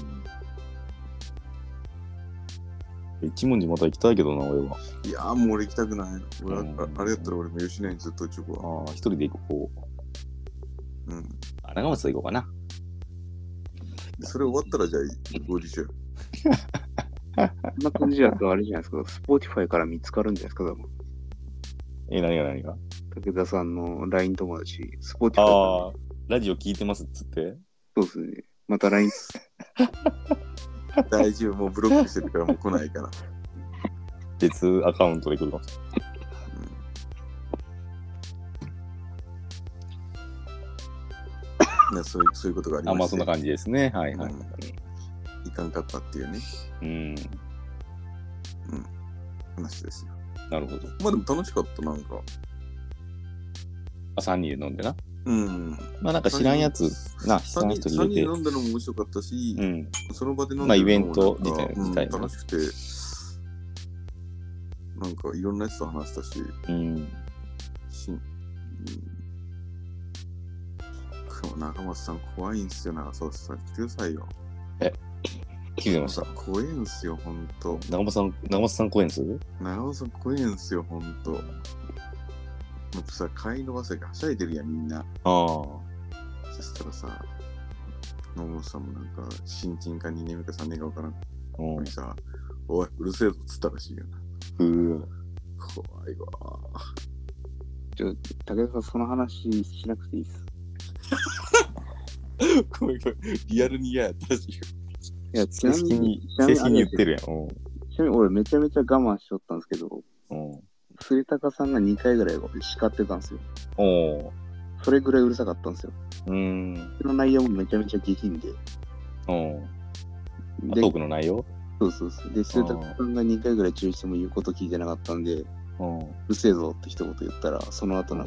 [SPEAKER 1] 一文字また行きたいけどな、俺は。
[SPEAKER 2] いやーもう俺行きたくない。俺は
[SPEAKER 1] うん
[SPEAKER 2] ああれやったら俺も吉野家にずっと一応は。
[SPEAKER 1] ああ、一人で行こう。
[SPEAKER 2] うん。
[SPEAKER 1] あ、長松と行こうかな。
[SPEAKER 2] それ終わったらじゃあ合理しよう。
[SPEAKER 3] こんな感じだとあれじゃないですか、スポーティファイから見つかるんじゃないですか、多分
[SPEAKER 1] え、何が何が
[SPEAKER 3] 武田さんの LINE 友達、スポーティファイから
[SPEAKER 1] ああ、ラジオ聞いてますっつって。
[SPEAKER 3] そうですね。また LINE、
[SPEAKER 2] 大丈夫、もうブロックしてるからもう来ないから。
[SPEAKER 1] 別アカウントで来るかもし
[SPEAKER 2] いやそういうそういうことがあり
[SPEAKER 1] れない。あ、ま
[SPEAKER 2] ま
[SPEAKER 1] あ
[SPEAKER 2] す
[SPEAKER 1] そんな感じですね。はいはい。
[SPEAKER 2] いかんかったっていうね、
[SPEAKER 1] うん。
[SPEAKER 2] 話ですよ。
[SPEAKER 1] なるほど。
[SPEAKER 2] まあでも楽しかった、なんか。
[SPEAKER 1] あ、3人で飲んでな。
[SPEAKER 2] うん。
[SPEAKER 1] まあなんか知らんやつ、な、知らん
[SPEAKER 2] 3
[SPEAKER 1] 人入
[SPEAKER 2] 人三
[SPEAKER 1] れて。
[SPEAKER 2] 人飲んだのも面白かったし、
[SPEAKER 1] うん。
[SPEAKER 2] その場で飲ん
[SPEAKER 1] まあ
[SPEAKER 2] だ
[SPEAKER 1] イベント
[SPEAKER 2] みたい
[SPEAKER 1] 自
[SPEAKER 2] な
[SPEAKER 1] 体
[SPEAKER 2] うん楽しくて、なんかいろんなやつと話したし、
[SPEAKER 1] うん。
[SPEAKER 2] しうん、でも中松さん怖いんすよ、長澤さん。来てくださいよ。
[SPEAKER 1] 聞いてました。
[SPEAKER 2] 怖いんすよ、ほんと。
[SPEAKER 1] 長松さん、長松さん公演する
[SPEAKER 2] 長尾さん怖いんすよ、ほんと。もうさ、帰りのバスではしゃいでるやん、みんな。
[SPEAKER 1] ああ。
[SPEAKER 2] そしたらさ、野本さんもなんか、新人か2年目か3年か分からん
[SPEAKER 1] うん
[SPEAKER 2] のに。さ、おい、うるせえぞっつったらしいよな。
[SPEAKER 1] うー
[SPEAKER 2] 怖いわ。
[SPEAKER 3] 武田さんその話しなくていいです。
[SPEAKER 2] ごめんごめん、リアルに嫌やったらしいよ。
[SPEAKER 3] いや、ち
[SPEAKER 1] 正
[SPEAKER 3] な
[SPEAKER 1] 式
[SPEAKER 3] みに、
[SPEAKER 1] に、
[SPEAKER 3] ちな
[SPEAKER 1] 正
[SPEAKER 3] みに
[SPEAKER 1] 式に言ってるやん。
[SPEAKER 3] ちなみに俺めちゃめちゃ我慢しとったんですけど、
[SPEAKER 1] うん。うん。
[SPEAKER 3] すれたかさんが2回ぐらい俺叱ってたんですよ。
[SPEAKER 1] おー
[SPEAKER 3] それぐらいうるさかったんですよ。
[SPEAKER 1] うーん。
[SPEAKER 3] その内容もめちゃめちゃ下品で。
[SPEAKER 1] うん。あ
[SPEAKER 3] で
[SPEAKER 1] トー、クの内容
[SPEAKER 3] そうそうそう。で、すれたかさんが2回ぐらい注意しても言うこと聞いてなかったんで、う
[SPEAKER 1] うん。
[SPEAKER 3] るせえぞって一言言ったら、その後な、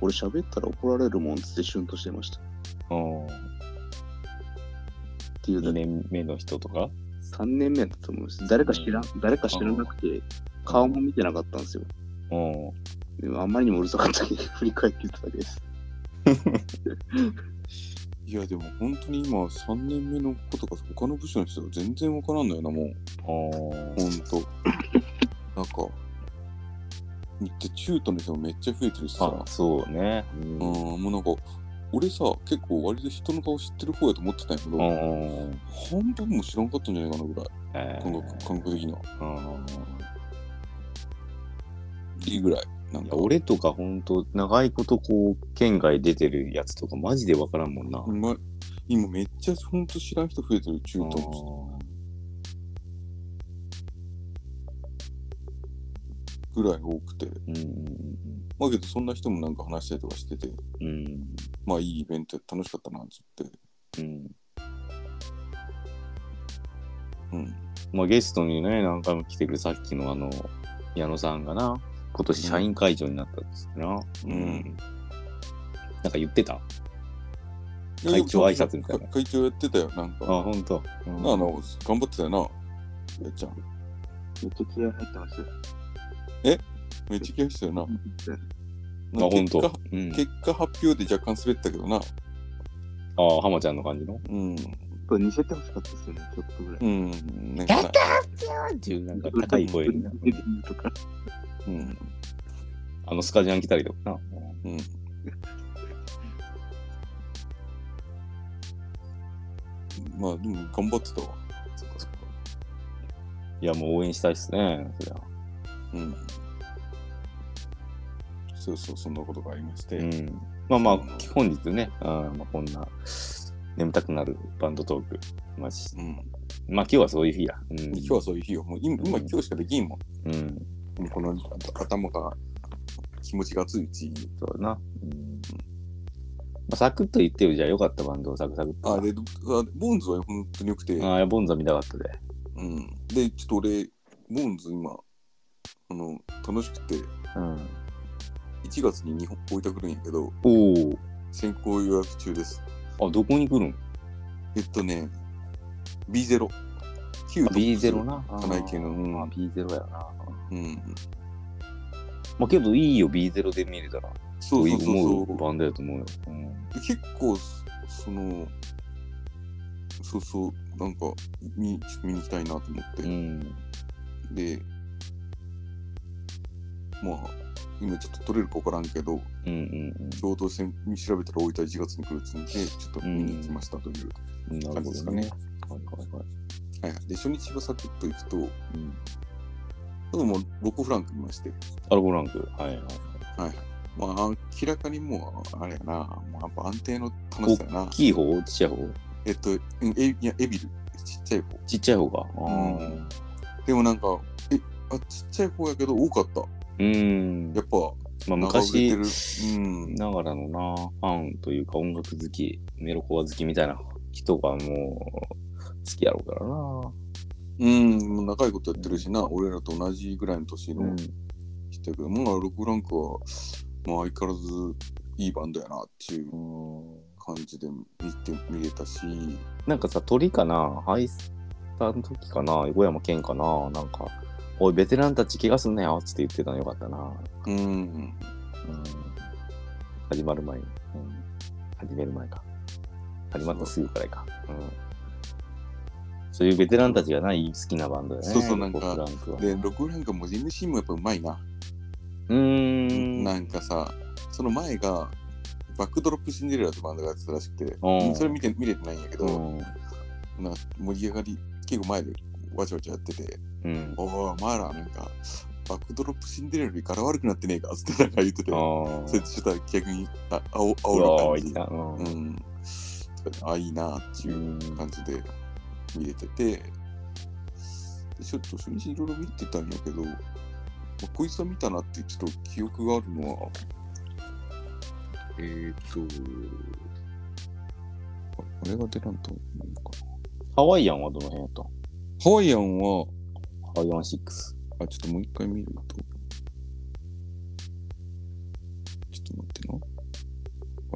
[SPEAKER 3] 俺喋ったら怒られるもんっつってシュンとしてました。っ
[SPEAKER 1] うん。
[SPEAKER 3] ていうだ
[SPEAKER 1] 2
[SPEAKER 3] け。
[SPEAKER 1] 年目の人とか
[SPEAKER 3] 3年目だったと思うんです。誰か知らん、誰か知らなくて、顔も見てなかったんですよ。
[SPEAKER 1] うん。
[SPEAKER 3] でもあんまりにもうるさかったんで、 振り返って言っただけです。
[SPEAKER 2] いや、でも本当に今、3年目の子とかさ、他の部署の人が全然分からんのよな、もう。
[SPEAKER 1] うん
[SPEAKER 2] ほん と。なんか、で、中途の人もめっちゃ増えてるしさ
[SPEAKER 1] あ、。そうね。う
[SPEAKER 2] うんん、もうなんか、俺さ、結構割と人の顔知ってる方やと思ってたんやけど、
[SPEAKER 1] うん。
[SPEAKER 2] 半分も知らんかったんじゃないかなぐらい、
[SPEAKER 1] えー
[SPEAKER 2] 感覚感覚的な。っ
[SPEAKER 1] うん
[SPEAKER 2] ていうぐらい。なん
[SPEAKER 1] い
[SPEAKER 2] か
[SPEAKER 1] や俺とかほんと長いことこう県外出てるやつとかマジで分からんもんな、
[SPEAKER 2] うまい今めっちゃほんと知らん人増えてる中東の人ぐらい多くて
[SPEAKER 1] うんうん
[SPEAKER 2] まあけどそんな人もなんか話したりとかしてて
[SPEAKER 1] うんうん
[SPEAKER 2] まあいいイベントや楽しかったなっつって
[SPEAKER 1] うん
[SPEAKER 2] うん
[SPEAKER 1] まあ、ゲストにね、何回も来てくるさっきのあの、矢野さんがな、今年社員会長になったんですよな。
[SPEAKER 2] うん
[SPEAKER 1] なんか言ってた会長挨拶みたいな
[SPEAKER 2] か会長やってたよなんか
[SPEAKER 1] あ、ほんと。う
[SPEAKER 2] あ
[SPEAKER 1] ん
[SPEAKER 2] の頑張ってたよなやっちゃん
[SPEAKER 3] っと気合入ってましたよ。
[SPEAKER 2] めっちゃ気合してたよな
[SPEAKER 1] まあ、ほん
[SPEAKER 2] 結
[SPEAKER 1] と
[SPEAKER 2] 果。
[SPEAKER 1] うん、
[SPEAKER 2] 結果発表で若干滑ったけどな
[SPEAKER 1] ああ、浜ちゃんの感じの。
[SPEAKER 2] うん
[SPEAKER 3] これ似せてほしかったですよね、ちょっとぐらい。
[SPEAKER 2] うんなんかな
[SPEAKER 1] っていう、なんか高い声で な。
[SPEAKER 3] とか。
[SPEAKER 2] うん
[SPEAKER 1] あの、スカジャン来たりとかな。
[SPEAKER 2] うんまあでも頑張ってたわ
[SPEAKER 1] そっかそっか。いや、もう応援したいっすね、そりゃ。
[SPEAKER 2] うんそうそうそんなことがありまして、
[SPEAKER 1] うん。まあまあ、本日ね、あーまあ、こんな、眠たくなるバンドトーク。まあ、し
[SPEAKER 2] うん
[SPEAKER 1] まあ今日はそういう日や。うん、
[SPEAKER 2] 今日はそういう日よ。もう今今
[SPEAKER 1] うん
[SPEAKER 2] 今日しかできんも
[SPEAKER 1] う
[SPEAKER 2] ん。
[SPEAKER 1] ん。
[SPEAKER 2] もうこの頭が気持ちが熱いうちに。
[SPEAKER 1] そうだな。うんまあ、サクッと言ってよ、じゃあよかったバンドをサクサクっと。
[SPEAKER 2] あで、あボーンズは本当に良くて、
[SPEAKER 1] あーボンザ見たかったで。
[SPEAKER 2] うん、で、ちょっと俺、ボーンズ今、あの、楽しくて、
[SPEAKER 1] うん。
[SPEAKER 2] 1月に日本置いてくるんやけど、
[SPEAKER 1] お
[SPEAKER 2] 先行予約中です。
[SPEAKER 1] お。あ、どこに来るん
[SPEAKER 2] えっとね、B0。旧
[SPEAKER 1] あ ?B0 な。
[SPEAKER 2] 都内系の。うん
[SPEAKER 1] まあ、B0 やな。
[SPEAKER 2] うん。
[SPEAKER 1] まあ、けどいいよ、B0 で見れたら。
[SPEAKER 2] そうそう
[SPEAKER 1] 思
[SPEAKER 2] そううそ
[SPEAKER 1] バンドやと思うよ。うん。
[SPEAKER 2] う。結構、そその、そうそう、なんか、見見に行きたいなと思って。
[SPEAKER 1] うん。
[SPEAKER 2] で、まあ、今ちょっと取れるか分からんけど、
[SPEAKER 1] うんうん
[SPEAKER 2] ちょうど先調べたら大分1月に来るっつうんで、ちょっと見に行きましたという。
[SPEAKER 1] うん。なるほどね。はいはいはい。
[SPEAKER 2] はいはい。で、初日はサクッと行くと、
[SPEAKER 1] うん。
[SPEAKER 2] あともうロコ・フランク見まして、
[SPEAKER 1] アルゴランク。はいはい。
[SPEAKER 2] はいはい。まあ、明らかにもう、あれやな、もうやっぱ安定の楽し
[SPEAKER 1] 大
[SPEAKER 2] さやな。
[SPEAKER 1] きい方ちっちゃい方
[SPEAKER 2] えっと、うんえいや、エビル、ちっちゃい方。
[SPEAKER 1] ちっちゃい方か。あ
[SPEAKER 2] でもなんか、え、あ、ちっちゃい方やけど多かった。
[SPEAKER 1] ーうん。
[SPEAKER 2] やっぱ、
[SPEAKER 1] まあ、
[SPEAKER 2] 長売れ
[SPEAKER 1] 昔
[SPEAKER 2] てる。うん。
[SPEAKER 1] ながらのな、ファンというか音楽好き、メロコア好きみたいな人がもう好きやろうからな。
[SPEAKER 2] うん、もう長いことやってるしな、俺らと同じぐらいの年の人やけど、もうロックランクは、まあ、相変わらずいいバンドやなっていう感じで見て見れたし、
[SPEAKER 1] なんかさ、鳥かな、ハイスタの時かな、横山健かな、なんか、おい、ベテランたち怪我すんなよっつって言ってたのよかったな。
[SPEAKER 2] うん、
[SPEAKER 1] うん、始まる前に、うん始める前か。始まったすぐくらいか。うんそういうベテランたちがない好きなバンドだよね。
[SPEAKER 2] そうそうなんか
[SPEAKER 1] ポップランクは
[SPEAKER 2] でロックランクも MC もやっぱうまいな、
[SPEAKER 1] うーん。
[SPEAKER 2] なんかさその前がバックドロップシンデレラってバンドがやってたらしくて、
[SPEAKER 1] うん
[SPEAKER 2] それ見て見れてないんやけど、
[SPEAKER 1] うん
[SPEAKER 2] なんか盛り上がり結構前でわちゃわちゃやってて
[SPEAKER 1] うん
[SPEAKER 2] 「おおお前らなんかバックドロップシンデレラより柄悪くなってねえか」つってなんか言ってて
[SPEAKER 1] あー
[SPEAKER 2] それちょっと逆にあ青
[SPEAKER 1] うわ
[SPEAKER 2] 青
[SPEAKER 1] ー
[SPEAKER 2] い
[SPEAKER 1] いっ
[SPEAKER 2] 感じ
[SPEAKER 1] たうん
[SPEAKER 2] うんあいいなっていう感じで見れててでちょっと初日いろいろ見てたんやけど、まあこいつは見たなってちょっと記憶があるのはえー、っとああれが出らんと思うのか
[SPEAKER 1] ハワイアンはどの辺やったの
[SPEAKER 2] なハワイアンは
[SPEAKER 1] ハワイアン6。
[SPEAKER 2] あちょっともう一回見るとちょっと待ってな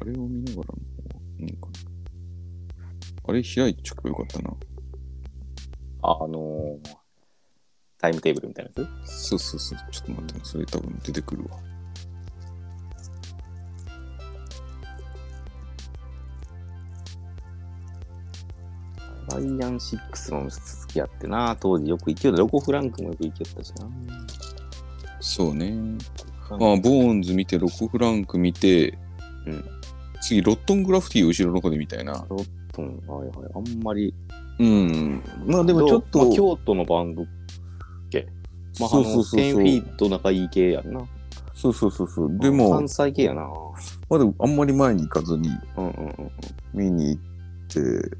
[SPEAKER 2] あれを見ながらの方がいいのかなあれ開いちゃえばよかったな
[SPEAKER 1] あ、あのー、タイムテーブルみたいなや
[SPEAKER 2] そうそうそう、ちょっと待ってな、それ多分出てくるわ。
[SPEAKER 1] つハワイアン6の好きやってな、当時よく行きよった。ロコ・フランクもよく行きよったしな。
[SPEAKER 2] そうね。まあ、ボーンズ見て、ロコ・フランク見て、
[SPEAKER 1] うん
[SPEAKER 2] 次、ロットン・グラフィティを後ろの方でみたいな。
[SPEAKER 1] うんはいはい。あんまり。
[SPEAKER 2] うん。まあ、でもちょっ
[SPEAKER 1] どうまあ
[SPEAKER 2] と、
[SPEAKER 1] 京都のバンドっけ。まあ、
[SPEAKER 2] そうそうそう
[SPEAKER 1] あの10
[SPEAKER 2] そう
[SPEAKER 1] フィート仲いい系やんな。
[SPEAKER 2] そうそうそうそう。でも
[SPEAKER 1] 関、西系やな。
[SPEAKER 2] まだあんまり前に行かずに
[SPEAKER 1] うんうんうん。
[SPEAKER 2] 見に行って、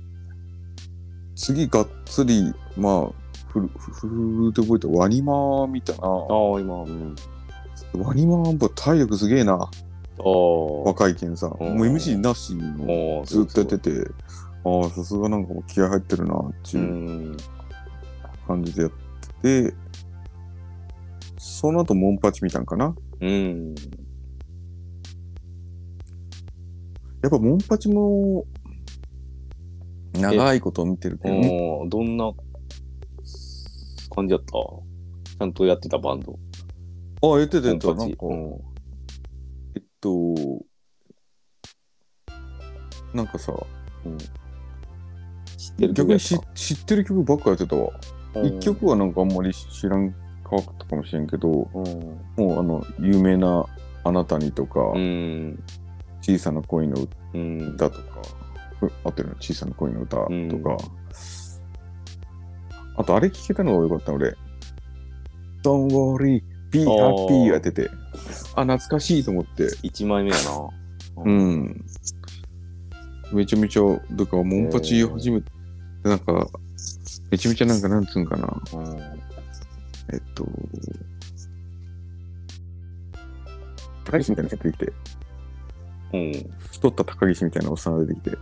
[SPEAKER 2] 次がっつり、まあ、ふる、ふふるって覚えたワニマー見たな。
[SPEAKER 1] ああ、今、うん。
[SPEAKER 2] ワニマーやっぱ体力すげえな。
[SPEAKER 1] ああ。
[SPEAKER 2] 若い健さん。も
[SPEAKER 1] うん
[SPEAKER 2] う MC なしの
[SPEAKER 1] もう、
[SPEAKER 2] ずっとやってて、ああ、さすがなんかもう気合入ってるな、って
[SPEAKER 1] う。
[SPEAKER 2] いうん感じでやってて、その後モンパチ見たんかな。
[SPEAKER 1] うん。
[SPEAKER 2] やっぱモンパチも、長いこと見てるけど、
[SPEAKER 1] おーどんな感じやったちゃんとやってたバンド。
[SPEAKER 2] あ、言ってた言って
[SPEAKER 1] モ
[SPEAKER 2] た。
[SPEAKER 1] ンパ
[SPEAKER 2] なん
[SPEAKER 1] チ
[SPEAKER 2] か、えっと、なんかさ、
[SPEAKER 1] 知ってる曲
[SPEAKER 2] 逆
[SPEAKER 1] やっ
[SPEAKER 2] に
[SPEAKER 1] た
[SPEAKER 2] し知ってる曲ばっかやってたわ。
[SPEAKER 1] うん
[SPEAKER 2] 一曲はなんかあんまり知らんかったかもしれんけど、も
[SPEAKER 1] うん。
[SPEAKER 2] うあの、有名なあなたにとか、
[SPEAKER 1] うん。
[SPEAKER 2] 小さな恋の
[SPEAKER 1] うん。
[SPEAKER 2] 歌とか、うん合ってるの小さな恋の歌とか、
[SPEAKER 1] うん
[SPEAKER 2] あとあれ聞けたのが良かった俺。Don't worry, be happy やってて、あ、懐かしいと思って。
[SPEAKER 1] 一枚目やな。
[SPEAKER 2] うん。めちゃめちゃ、だから、モンパチ始めて、なんか、めちゃめちゃなんか、なんつうんかな、
[SPEAKER 1] うん。
[SPEAKER 2] えっと、高岸みたいなの出てきて、
[SPEAKER 1] うん。
[SPEAKER 2] 太った高岸みたいなおっさんが出てき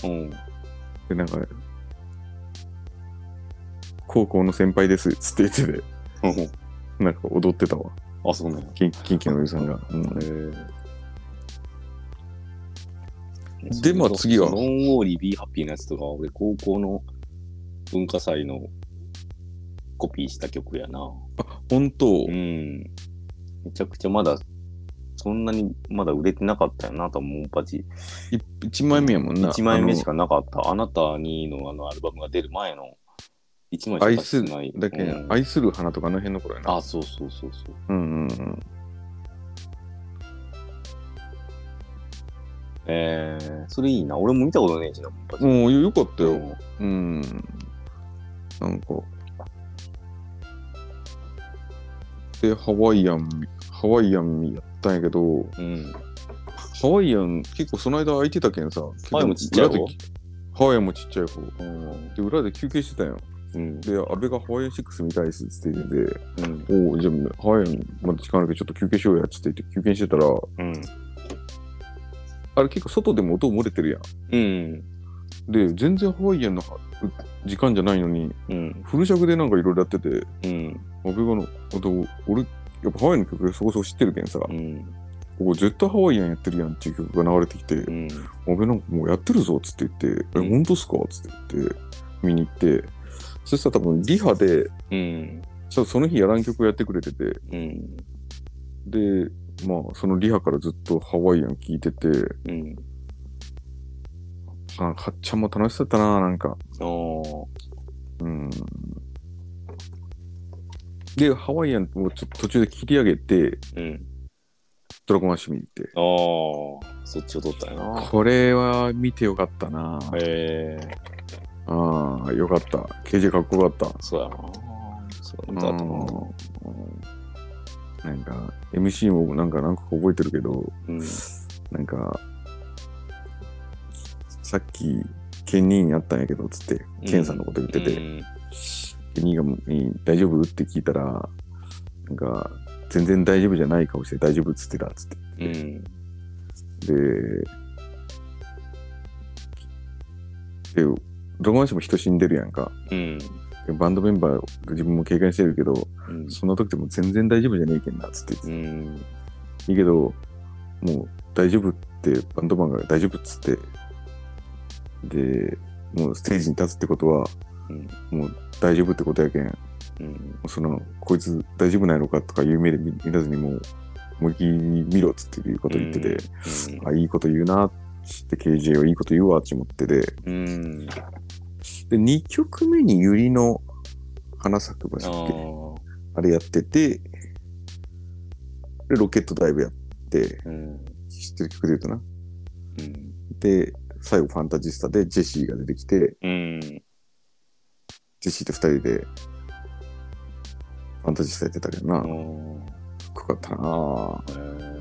[SPEAKER 2] て、
[SPEAKER 1] うん。
[SPEAKER 2] で、なんか、高校の先輩です、つって言ってて、なんか踊ってたわ、
[SPEAKER 1] あ、そうね。
[SPEAKER 2] キンキンキのおじさんが。うんでまあ次は
[SPEAKER 1] ノンウォーリービーハッピーのやつとか、俺、高校の文化祭のコピーした曲やな。
[SPEAKER 2] 本当
[SPEAKER 1] うん。めちゃくちゃまだ、そんなにまだ売れてなかったよな、多分モンパチ。
[SPEAKER 2] い一枚目やもんな。
[SPEAKER 1] 1枚目しかなかった。あなたにのあのアルバムが出る前の1枚
[SPEAKER 2] あ
[SPEAKER 1] し
[SPEAKER 2] の。愛
[SPEAKER 1] か
[SPEAKER 2] す
[SPEAKER 1] し
[SPEAKER 2] る
[SPEAKER 1] ない。、
[SPEAKER 2] だけ、
[SPEAKER 1] うん
[SPEAKER 2] 愛する花とかあの辺の頃やな。
[SPEAKER 1] あ、そうそうそうそう。
[SPEAKER 2] うんうんうん。
[SPEAKER 1] えー、それいいな。俺も見たことねえしな、モンパチ。
[SPEAKER 2] もうよよかった
[SPEAKER 1] う
[SPEAKER 2] よ。
[SPEAKER 1] ん
[SPEAKER 2] うん。なんか。で、ハワイアン、ハワイアンやったんやけど、
[SPEAKER 1] うん。
[SPEAKER 2] ハワイアン結構その間空いてたけんさ。
[SPEAKER 1] ワイアンもちっちゃい方
[SPEAKER 2] 裏でハワイアンもちっちゃい方。
[SPEAKER 1] うん。
[SPEAKER 2] で、裏で休憩してたんよ。
[SPEAKER 1] うん。
[SPEAKER 2] で、安倍がハワイアン6見たいっすって言ってて、
[SPEAKER 1] うん。
[SPEAKER 2] おお、じゃあハワイアンまだ時間あるけどちょっと休憩しようやっつって言って休憩してたら、
[SPEAKER 1] うん。
[SPEAKER 2] あれ結構外でも音漏れてるやん。
[SPEAKER 1] うん。
[SPEAKER 2] で、全然ハワイアンのは時間じゃないのに、
[SPEAKER 1] うん。
[SPEAKER 2] フル尺でなんかいろいろやってて、
[SPEAKER 1] うん。
[SPEAKER 2] アベガの、あと、俺、やっぱハワイの曲そこそこ知ってるけんさ、
[SPEAKER 1] うん。
[SPEAKER 2] ここ絶対ハワイアンやってるやんっていう曲が流れてきて、
[SPEAKER 1] うん。
[SPEAKER 2] アベなんかもうやってるぞっつって言って、
[SPEAKER 1] うん
[SPEAKER 2] え、本当っすかっつって言って、見に行って、そしたら多分リハで、
[SPEAKER 1] うん。
[SPEAKER 2] そその日やらん曲をやってくれてて、
[SPEAKER 1] うん。
[SPEAKER 2] で、まあ、そのリハからずっとハワイアン聴いてて、
[SPEAKER 1] うん。
[SPEAKER 2] あかっちゃんも楽しそうだったな、なんか。
[SPEAKER 1] お
[SPEAKER 2] うん。で、ハワイアンをちょっと途中で切り上げて、
[SPEAKER 1] ーうん。
[SPEAKER 2] ドラゴンアッシュ見に行って。
[SPEAKER 1] ああ、そっちを取ったよな。
[SPEAKER 2] これは見てよかったな。
[SPEAKER 1] へえー、
[SPEAKER 2] ああ、よかった。KJ かっこよかった。
[SPEAKER 1] そうやな。そう
[SPEAKER 2] うん
[SPEAKER 1] だと思
[SPEAKER 2] なんか、MC もなんか、なんか覚えてるけど、
[SPEAKER 1] う。うん。
[SPEAKER 2] なんか、さっき、ケニーに会ったんやけど、つって、ケンさんのこと言ってて、
[SPEAKER 1] うん
[SPEAKER 2] ケニーがに大丈夫って聞いたら、なんか、全然大丈夫じゃない顔して大丈夫っつってた、つって。
[SPEAKER 1] うん。
[SPEAKER 2] で、で、ドラゴンアッシュも人死んでるやんか。
[SPEAKER 1] うん。
[SPEAKER 2] でバンドメンバー自分も警戒してるけど、
[SPEAKER 1] うん
[SPEAKER 2] そんな時でも全然大丈夫じゃねえけんなっつって言って、
[SPEAKER 1] うん。
[SPEAKER 2] いいけどもう大丈夫ってバンドマンが大丈夫っつってでもうステージに立つってことは
[SPEAKER 1] うん。
[SPEAKER 2] もう大丈夫ってことやけん
[SPEAKER 1] うん。
[SPEAKER 2] そのこいつ大丈夫ないのかとかいう目で見見らずにもう思いっきり見ろっつっていうこと言ってて、あいいこと言うなっつって KJ はいいこと言うわって思っててで
[SPEAKER 1] うん。
[SPEAKER 2] 2曲目にユリの花咲く場
[SPEAKER 1] あ
[SPEAKER 2] 所っけ
[SPEAKER 1] ー
[SPEAKER 2] あれやってて、で、ロケットダイブやって、
[SPEAKER 1] うん。
[SPEAKER 2] 知ってる曲で言うとな。
[SPEAKER 1] うん。
[SPEAKER 2] で、最後ファンタジスタでジェシーが出てきて、
[SPEAKER 1] うん。
[SPEAKER 2] ジェシーと二人で、ファンタジスタやってたけどな。
[SPEAKER 1] あー
[SPEAKER 2] こかったな
[SPEAKER 1] えー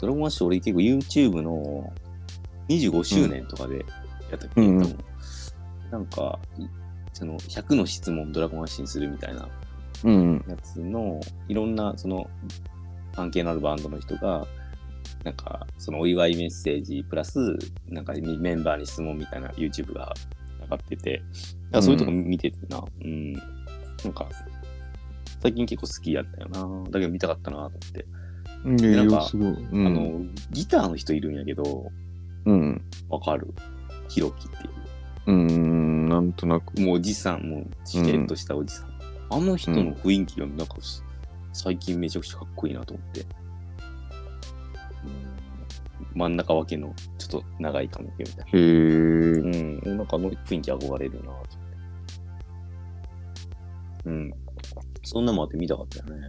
[SPEAKER 1] ドラゴンアッシュ、俺結構 YouTube の25周年とかでやったっけ、
[SPEAKER 2] うん
[SPEAKER 1] 多分なんか、いその100の質問ドラゴンアッシュにするみたいな
[SPEAKER 2] うん。
[SPEAKER 1] やつの、いろんなその関係のあるバンドの人が、なんかそのお祝いメッセージプラス、なんかみメンバーに質問みたいな YouTube が上がってて、だからそういうとこ見ててな、うん、なんか、最近結構好きやったよな。だけど見たかったなと思って。
[SPEAKER 2] い
[SPEAKER 1] な
[SPEAKER 2] や
[SPEAKER 1] ん
[SPEAKER 2] い
[SPEAKER 1] か
[SPEAKER 2] や、すごい。うん
[SPEAKER 1] あ、の、ギターの人いるんやけど、
[SPEAKER 2] うん。
[SPEAKER 1] わかる。ひろきってい
[SPEAKER 2] うん、なんとなく。
[SPEAKER 1] う。もうおじさん、もうしれっとしたおじさん。あの人の雰囲気がなんかす、最近めちゃくちゃかっこいいなと思って。真ん中分けの、ちょっと長い髪の毛みたい
[SPEAKER 2] へえ。
[SPEAKER 1] な。うん。なんかあの雰囲気憧れるなと思って。うん。そんなもんあって見たかったよね。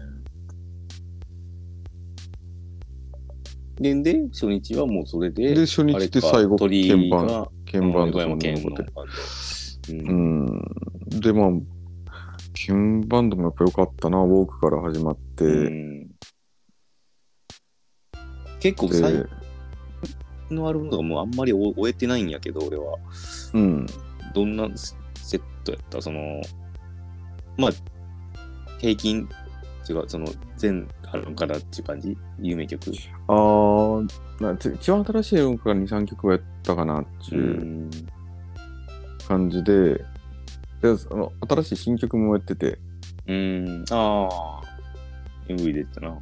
[SPEAKER 1] で、で、初日はもうそれで、
[SPEAKER 2] で、初日って最後、
[SPEAKER 1] 鳥
[SPEAKER 2] 鍵盤。
[SPEAKER 1] が
[SPEAKER 2] 鍵盤と
[SPEAKER 1] 横
[SPEAKER 2] その
[SPEAKER 1] 山剣
[SPEAKER 2] こ
[SPEAKER 1] の
[SPEAKER 2] と。
[SPEAKER 1] バンド。うん
[SPEAKER 2] うん。で、まあ、鍵盤でもやっぱ良かったな、ウォークから始まって。
[SPEAKER 1] うん結構
[SPEAKER 2] で
[SPEAKER 1] 最近のアルバムとかもうあんまり終終えてないんやけど俺は
[SPEAKER 2] うん。
[SPEAKER 1] どんなセセットやったそのまあ平均違うその全アルバムからっていう感じ有名曲
[SPEAKER 2] あー、なち一番新しい音楽が2、3曲はやったかなっていう感じで、でその新しい新曲もやってて、
[SPEAKER 1] うんああ MV 出てたな、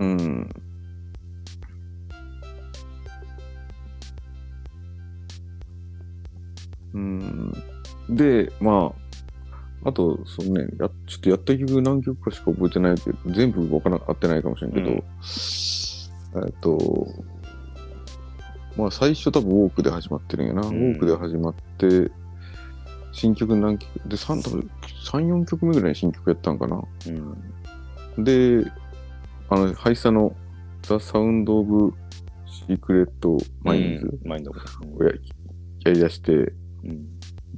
[SPEAKER 1] うん
[SPEAKER 2] うん。うん、で、まあ、あと、そのね、やちょっとやった曲何曲かしか覚えてないけど、全部分からな合ってないかもしれんけど、
[SPEAKER 1] うん
[SPEAKER 2] えっと、まあ最初多分ウォークで始まってるんやな。
[SPEAKER 1] ん
[SPEAKER 2] ウォークで始まって、新曲何曲、で、3、多分3、4曲目ぐらいに新曲やったんかな。
[SPEAKER 1] うん
[SPEAKER 2] で、あの、ハイサの The Sound of Secret Minds
[SPEAKER 1] うんマインド
[SPEAKER 2] をや,、やりだして、
[SPEAKER 1] うん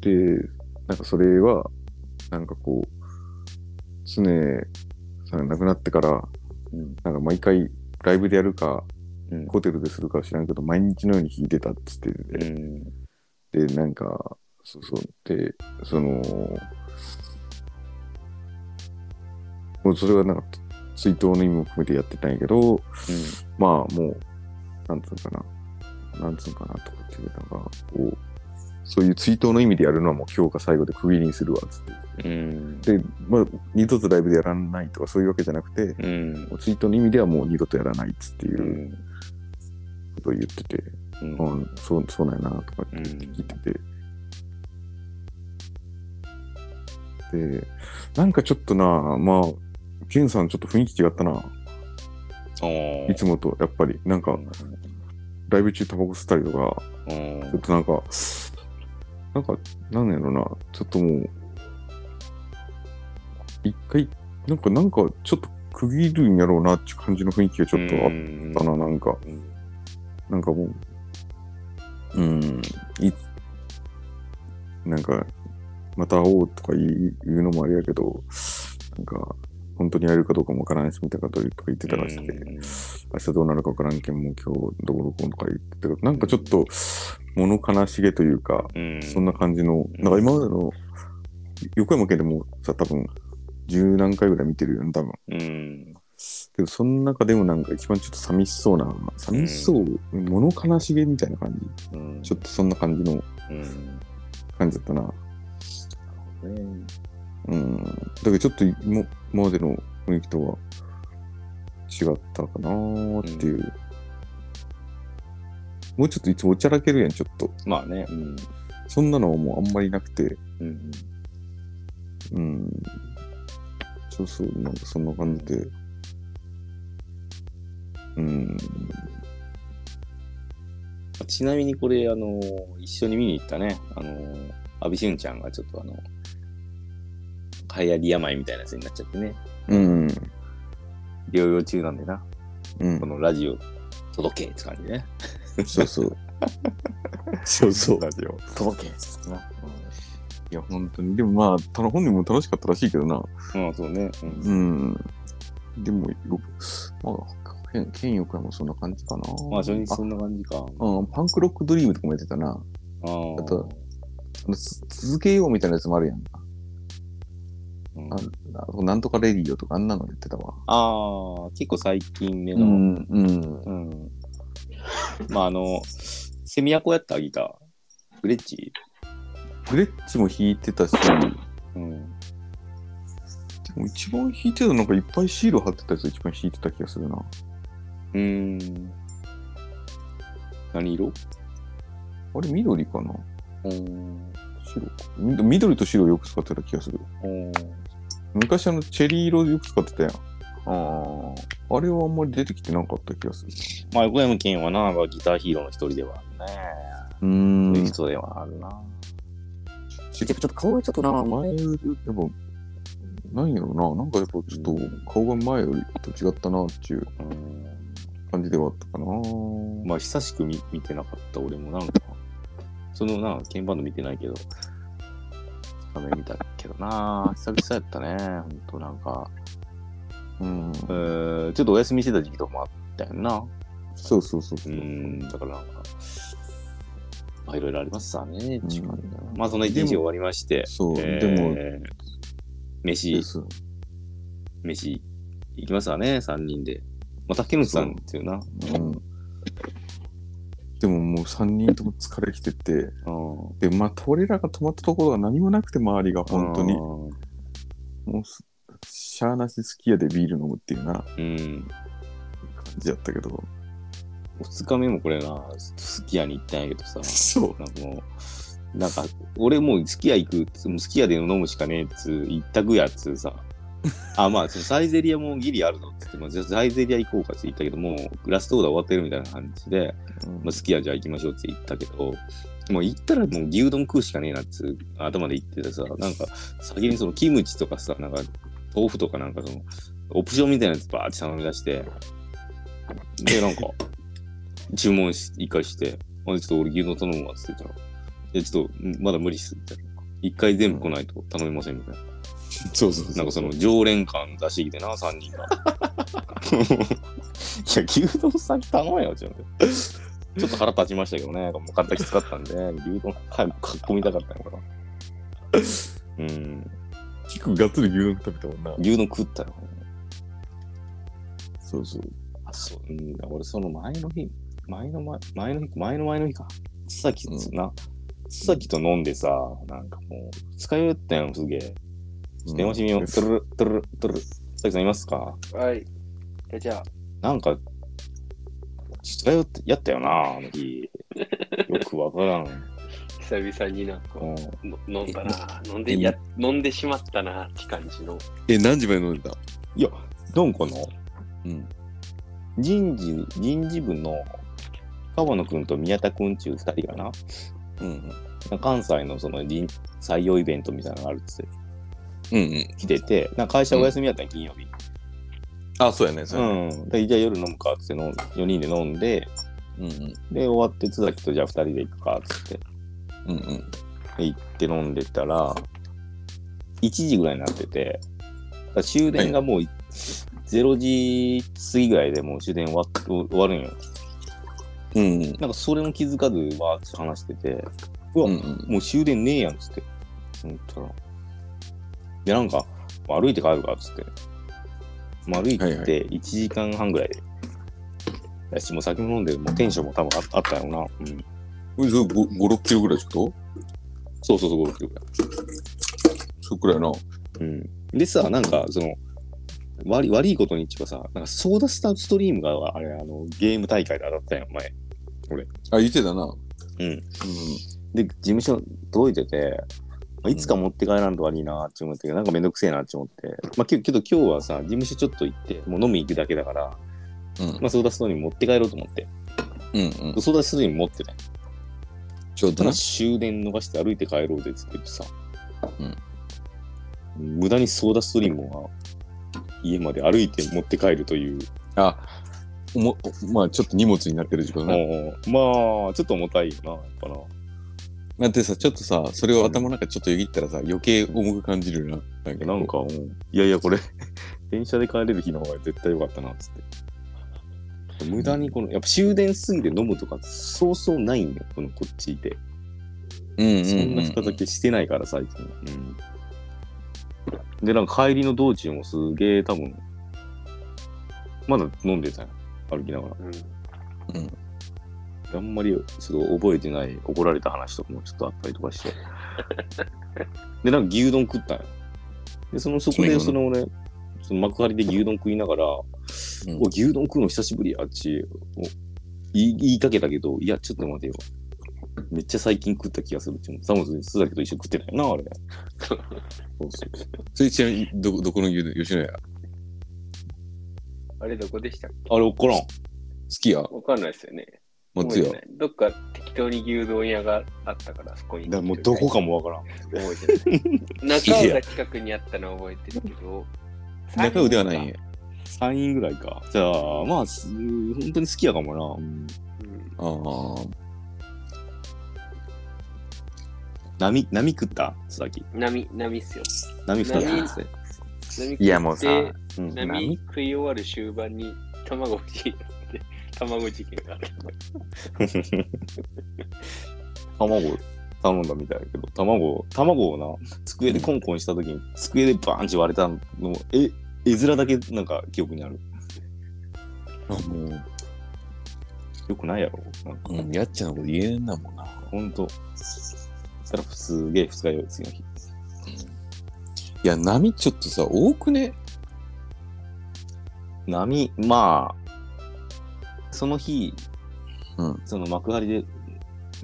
[SPEAKER 2] で、なんかそれは、なんかこう、常さんが亡くなってから、
[SPEAKER 1] うん
[SPEAKER 2] なんか毎回ライブでやるか、
[SPEAKER 1] うん
[SPEAKER 2] ホテルでするか知らんけど、毎日のように弾いてたっつって
[SPEAKER 1] う
[SPEAKER 2] て、
[SPEAKER 1] ん
[SPEAKER 2] で、なんか、そうそう、で、その、もうそれはなんか、追悼の意味も含めてやってたんやけど、まあもう、なんつうのかな、なんつうのかなとかっていうのが、こう、そういう追悼の意味でやるのはもう今日が最後で区切りにするわ、つっ
[SPEAKER 1] うん
[SPEAKER 2] て。で、まあ、二度とライブでやらないとかそういうわけじゃなくて、
[SPEAKER 1] うん
[SPEAKER 2] もう追悼の意味ではもう二度とやらないっつっていううんことを言ってて、
[SPEAKER 1] うん
[SPEAKER 2] うん、そう、そうなんやな、とかって
[SPEAKER 1] うん
[SPEAKER 2] 聞いてて。で、なんかちょっとな、まあ、ケンさんちょっと雰囲気違ったな。
[SPEAKER 1] あー
[SPEAKER 2] いつもと、やっぱり。なんか、ライブ中タバコ吸ったりとか、
[SPEAKER 1] うん
[SPEAKER 2] ちょっとなんか、なんか、なんやろな、ちょっともう、一回、なんか、なんか、ちょっと区切るんやろうなっていう感じの雰囲気がちょっとあったな、なんか、
[SPEAKER 1] うん
[SPEAKER 2] なんかもう、うん、いなんか、また会おうとか言う言うのもあれやけど、なんか、本当に会えるかどうかもわからんし、みたいなこととか言ってたらして、
[SPEAKER 1] うん
[SPEAKER 2] 明日どうなるか分からんけん、もう今日どうのこうのとか言ってたけど、なんかちょっと物悲しげというか、
[SPEAKER 1] うん
[SPEAKER 2] そんな感じの、
[SPEAKER 1] ん
[SPEAKER 2] なんか今までの横山県でもさ、多分十何回ぐらい見てるよね、多分。
[SPEAKER 1] うん。
[SPEAKER 2] けど、その中でもなんか一番ちょっと寂しそうな、寂しそう、物悲しげみたいな感じ。
[SPEAKER 1] うん
[SPEAKER 2] ちょっとそんな感じの
[SPEAKER 1] うん。
[SPEAKER 2] 感じだったな。
[SPEAKER 1] ね
[SPEAKER 2] うん。だけどちょっと今今までの雰囲気とは違ったかなーっていう。もうちょっといつもおちゃらけるやん、ちょっと。
[SPEAKER 1] まあね。うん。
[SPEAKER 2] そんなのはもうあんまりなくて。
[SPEAKER 1] うん。
[SPEAKER 2] うん。そうそう、なんかそんな感じで。うん。
[SPEAKER 1] ちなみにこれ、あの、一緒に見に行ったね、あの、阿部俊ちゃんがちょっとあの、流行り病みたいなやつになっちゃってね、
[SPEAKER 2] うん。
[SPEAKER 1] 療養中なんでな、
[SPEAKER 2] うん
[SPEAKER 1] こ。のラジオ届けって感じね。
[SPEAKER 2] そ うそう。そうそう。
[SPEAKER 1] ラジオ届けっつってな。
[SPEAKER 2] いや、本当に。でもまあ、ただ本人も楽しかったらしいけどな。
[SPEAKER 1] うん、そうね。うん
[SPEAKER 2] うん。
[SPEAKER 4] でも、ロまあ、ケンケンヨクヤもそんな感じかな。
[SPEAKER 1] まあ、初日そんな感じか。
[SPEAKER 4] あうんパンクロックドリームとかもやってたな。
[SPEAKER 1] あ
[SPEAKER 4] あと、あのつ続けようみたいなやつもあるやんか。
[SPEAKER 1] うん
[SPEAKER 4] ああなんとかレディオとかあんなのやってたわ。
[SPEAKER 1] ああ、結構最近目
[SPEAKER 4] う
[SPEAKER 1] の。うん。
[SPEAKER 4] ん、うん。
[SPEAKER 1] まあ、あの、セミアコやったギター。グレッチ。
[SPEAKER 4] グレッチも弾いてたし、で
[SPEAKER 1] うん。
[SPEAKER 4] も一番弾いてたのなんかいっぱいシール貼ってたやつ一番弾いてた気がするな。
[SPEAKER 1] うーん。何色
[SPEAKER 4] あれ緑かな
[SPEAKER 1] うん。
[SPEAKER 4] 白かみ緑と白をよく使ってた気がする。
[SPEAKER 1] うん
[SPEAKER 4] 昔あのチェリー色よく使ってたやん。ああ。あれはあんまり出てきてなかった気がする。
[SPEAKER 1] まあ、横山健はな、なんかギターヒーローの一人ではあるね。
[SPEAKER 4] う
[SPEAKER 1] そ
[SPEAKER 4] ん
[SPEAKER 1] ういう人ではあるな。
[SPEAKER 4] ちょっと顔がちょっとな、前より、やっぱ、なんやろうな、なんかやっぱちょっと顔が前よりと違ったなっていう
[SPEAKER 1] うん。
[SPEAKER 4] 感じではあったかな。
[SPEAKER 1] まあ、久しく見見てなかった俺もなんか、そのな、鍵盤の見てないけど、画面見たけどな、久々やったね、ほんとなんか、
[SPEAKER 4] うん。
[SPEAKER 1] えー、ちょっとお休みしてた時期とかもあったよな。
[SPEAKER 4] そうそうそう
[SPEAKER 1] う
[SPEAKER 4] そう。
[SPEAKER 1] ん、だからなんか、まあ、いろいろありますさね、時間
[SPEAKER 4] うん
[SPEAKER 1] まあ、そんな一日終わりまして、
[SPEAKER 4] そう、
[SPEAKER 1] え
[SPEAKER 4] でも、
[SPEAKER 1] ー、飯
[SPEAKER 4] で、す
[SPEAKER 1] 飯、行きますわね、3人で。まあ、竹内さんっていうな。
[SPEAKER 4] うん。でももう3人とも疲れきてて、
[SPEAKER 1] うん。
[SPEAKER 4] で、まあ、トレーラーが止まったところは何もなくて、周りが本当に、もうす、しゃーなし好きやでビール飲むっていうな感
[SPEAKER 1] うん。
[SPEAKER 4] じやったけど、
[SPEAKER 1] 2日目もこれな、すき家に行ったんやけどさ、
[SPEAKER 4] そう。
[SPEAKER 1] なんかもう、なんか、俺もうすき家行くっつ、もうすき家で飲むしかねえっつう、一択やっつうさ、あ、まあ、そのサイゼリアもギリあるのっつって、まあ、じゃあサイゼリア行こうかって言ったけど、もうラストオーダー終わってるみたいな感じで、
[SPEAKER 4] うん
[SPEAKER 1] まあ、すき家じゃあ行きましょうって言ったけど、もう行ったらもう牛丼食うしかねえなっつう頭で言っててさ、なんか先にそのキムチとかさ、なんか豆腐とかなんかそのオプションみたいなやつバーって頼み出して、で、なんか注文し一回して、あちょっと俺牛丼頼むわっつって言ったら、でちょっとんまだ無理っすみたいな。一回全部来ないと頼めませんみたいな。
[SPEAKER 4] そうそうそう
[SPEAKER 1] なんかその常連感出してきてな、3人が。 いや、牛丼先頼めよ、ちょっと。ちょっと腹立ちましたけどね、もう体きつかったんで、牛丼早くかっこみたかったのかな。うん、
[SPEAKER 4] 結構がっつり牛丼食べたもんな。
[SPEAKER 1] 牛丼食ったよ。
[SPEAKER 4] そうそう。
[SPEAKER 1] あ、そう、うん、俺その前の日、前の前、前の日、前の前の日か。須崎とな、須崎と飲んでさ、なんかもう、二日酔いだったよ、すげえ。電話してみよう。トゥルルトゥルルトゥルル。須崎さんいますか
[SPEAKER 5] はい。えじゃあ、
[SPEAKER 1] なんか、二日酔いやったよな、あの 日。よくわからん。
[SPEAKER 5] 久々になんか
[SPEAKER 1] うん
[SPEAKER 5] の飲んだな。飲んで、いや、飲んでしまったなって感じの。
[SPEAKER 2] え、何時まで飲んでた
[SPEAKER 1] いや、なんかな、
[SPEAKER 2] うん
[SPEAKER 1] 人事、人事部の川野くんと宮田くんちゅう二人がな、
[SPEAKER 2] うん
[SPEAKER 1] 関西のその人採用イベントみたいなのがあるっつって
[SPEAKER 2] うん。うんうん。
[SPEAKER 1] 来てて、なんか会社お休みやったん、金曜日。
[SPEAKER 2] あ、そうやね、そうやね。
[SPEAKER 1] うん。でじゃあ夜飲むかっつっての4人で飲んで、
[SPEAKER 2] うんうん。
[SPEAKER 1] で、終わって津崎とじゃあ2人で行くかっつって、
[SPEAKER 2] うんうん。
[SPEAKER 1] で行って飲んでたら、1時ぐらいになってて、だから終電がもう0時過ぎぐらいでもう終電終わっ終わるんよ。
[SPEAKER 2] うんうん。
[SPEAKER 1] なんかそれも気づかずわーって話してて、うわ、
[SPEAKER 2] うんうん。
[SPEAKER 1] もう終電ねえやんっつって、思ったら。で、なんか、歩いて帰るかっつって。まあ歩いて
[SPEAKER 2] はいはい
[SPEAKER 1] 1時間半ぐらいで。だし、もう酒も飲んで、もうテンションも多分ああったよな。うん。
[SPEAKER 2] これ5、6キロぐらいちょっと
[SPEAKER 1] そうそうそう、5、6キロぐらい。
[SPEAKER 2] そっくらいな。
[SPEAKER 1] うん。でさ、なんか、その、悪い悪いことに一応さ、なんかソーダスターストリームがあれ、あの、ゲーム大会で当たったやん、前。
[SPEAKER 2] あ、言ってたな。
[SPEAKER 1] うん
[SPEAKER 2] うん。
[SPEAKER 1] で、事務所届いてて、まあいつか持って帰らんと悪いなって思ったけど、なんかめんどくせえなって思って。まあ、けどけど今日はさ、事務所ちょっと行って、もう飲み行くだけだから、
[SPEAKER 2] うん
[SPEAKER 1] まあ、ソーダストリーム持って帰ろうと思って。
[SPEAKER 2] うんうん。
[SPEAKER 1] ソーダストリーム持ってね。
[SPEAKER 2] ちょうど
[SPEAKER 1] た
[SPEAKER 2] な
[SPEAKER 1] だ。終電逃して歩いて帰ろうぜっつって言ってさ、
[SPEAKER 2] うん
[SPEAKER 1] 無駄にソーダストリームは家まで歩いて持って帰るという、
[SPEAKER 2] あ、おもまあちょっと荷物になってる時間な。
[SPEAKER 1] もうまあ、ちょっと重たいよな、やっぱな。
[SPEAKER 2] だってさ、ちょっとさ、それを頭の中ちょっとよぎったらさ、余計重く感じるよな。
[SPEAKER 1] なんかもう、いやいや、これ、 電車で帰れる日の方が絶対良かったなっつって無駄にこのやっぱ終電過ぎて飲むとかそうそうないんよこのこっちで
[SPEAKER 2] うん
[SPEAKER 1] そんな深酒してないから最近、でなんか帰りの道中もすげえ多分まだ飲んでたよ歩きながら
[SPEAKER 5] うん。
[SPEAKER 1] あんまりちょっと覚えてない怒られた話とかもちょっとあったりとかして でなんか牛丼食ったんよでそのそこで
[SPEAKER 2] 牛丼
[SPEAKER 1] その俺その幕張で牛丼食いながら、うわ牛丼食うの久しぶりやっちお言い言いかけたけどいやちょっと待てよめっちゃ最近食った気がするってサモス須崎と一緒に食ってないよなあれそうそう
[SPEAKER 2] それちなみにどどこの牛丼吉野家好
[SPEAKER 5] あれどこでしたっ
[SPEAKER 1] あれ怒らん
[SPEAKER 2] きや
[SPEAKER 5] けわかんないですよね。
[SPEAKER 2] 松屋
[SPEAKER 5] 覚えてないどっか適当に牛丼屋があったから、そこに。
[SPEAKER 1] だからもうどこかもわからん
[SPEAKER 5] 覚えてない。中尾が近くにあったのは覚えてるけど。
[SPEAKER 2] 中尾ではないんや
[SPEAKER 1] 3人ぐらいかじゃあまあす本当に好きやかもな、
[SPEAKER 5] うん
[SPEAKER 2] ああ
[SPEAKER 1] 波波食った須崎
[SPEAKER 5] 波、波っすよ。
[SPEAKER 1] 波二つですね
[SPEAKER 5] 波食って
[SPEAKER 4] いやもうさ、
[SPEAKER 1] うん
[SPEAKER 5] 波食い終わる終盤に卵打ちって 卵事件があった。
[SPEAKER 1] 卵頼んだみたいだけど卵卵をな机でコンコンした時に机でバーンって割れたのもえ絵面だけなんか記憶にある
[SPEAKER 2] あもう、
[SPEAKER 1] よくないやろなんか
[SPEAKER 2] うん、やっちゃんのこと言えんだもんな
[SPEAKER 1] ほんとそしたらすげえ二日酔い次の日
[SPEAKER 2] いや波ちょっとさ多くね
[SPEAKER 1] 波まあその日、
[SPEAKER 2] うん
[SPEAKER 1] その幕張で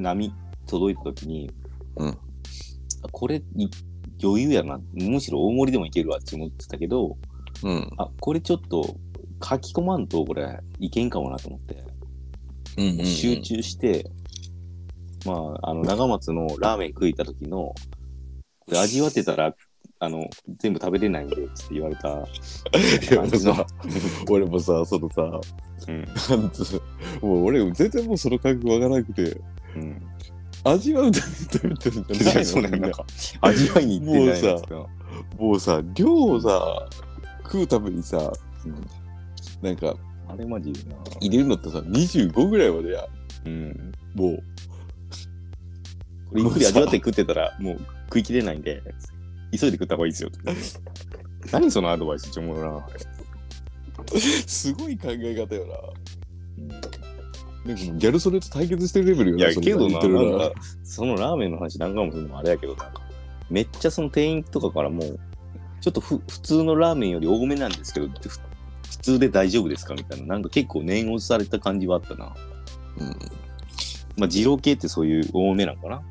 [SPEAKER 1] 波届いた時に、
[SPEAKER 2] うん
[SPEAKER 1] あこれい余裕やなむしろ大盛りでもいけるわって思ってたけど
[SPEAKER 2] うん
[SPEAKER 1] あこれちょっと書き込まんとこれいけんかもなと思って、
[SPEAKER 2] うんうんうん
[SPEAKER 1] 集中してまああの長松のラーメン食いた時のこれ味わってたらあの全部食べれないんでつって言われた
[SPEAKER 2] いやもうさ俺もさそのさ
[SPEAKER 1] うん
[SPEAKER 2] なんつうもう俺全然もうその感覚わからなくて
[SPEAKER 1] うん
[SPEAKER 2] 味わうために食べてるんじゃないの
[SPEAKER 1] そうなんだ
[SPEAKER 2] みん
[SPEAKER 1] なんか味わいに行ってないやつが
[SPEAKER 2] もうさ量をさ食うためにさ、なんか
[SPEAKER 1] あれマジでな。
[SPEAKER 2] 入れるのってさ25ぐらいまでや
[SPEAKER 1] うん。
[SPEAKER 2] もう
[SPEAKER 1] これゆっくり味わって食ってたら、もう食い切れないんで、急いで食った方がいい ですよ。何そのアドバイスって思うな。
[SPEAKER 2] すごい考え方よな。なんかもうギャルソレと対決してるレベルよ
[SPEAKER 1] い
[SPEAKER 2] な。
[SPEAKER 1] や、
[SPEAKER 2] それ
[SPEAKER 1] けど
[SPEAKER 2] 言
[SPEAKER 1] な、
[SPEAKER 2] ってる
[SPEAKER 1] なんか、そのラーメンの話何回もするのもあれやけど、なんか、めっちゃその店員とかからもう、ちょっとふ普通のラーメンより多めなんですけどって、ふ普通で大丈夫ですかみたいな、なんか結構念押しされた感じはあったな。
[SPEAKER 2] うん
[SPEAKER 1] まあ、二郎系ってそういう多めなんかな。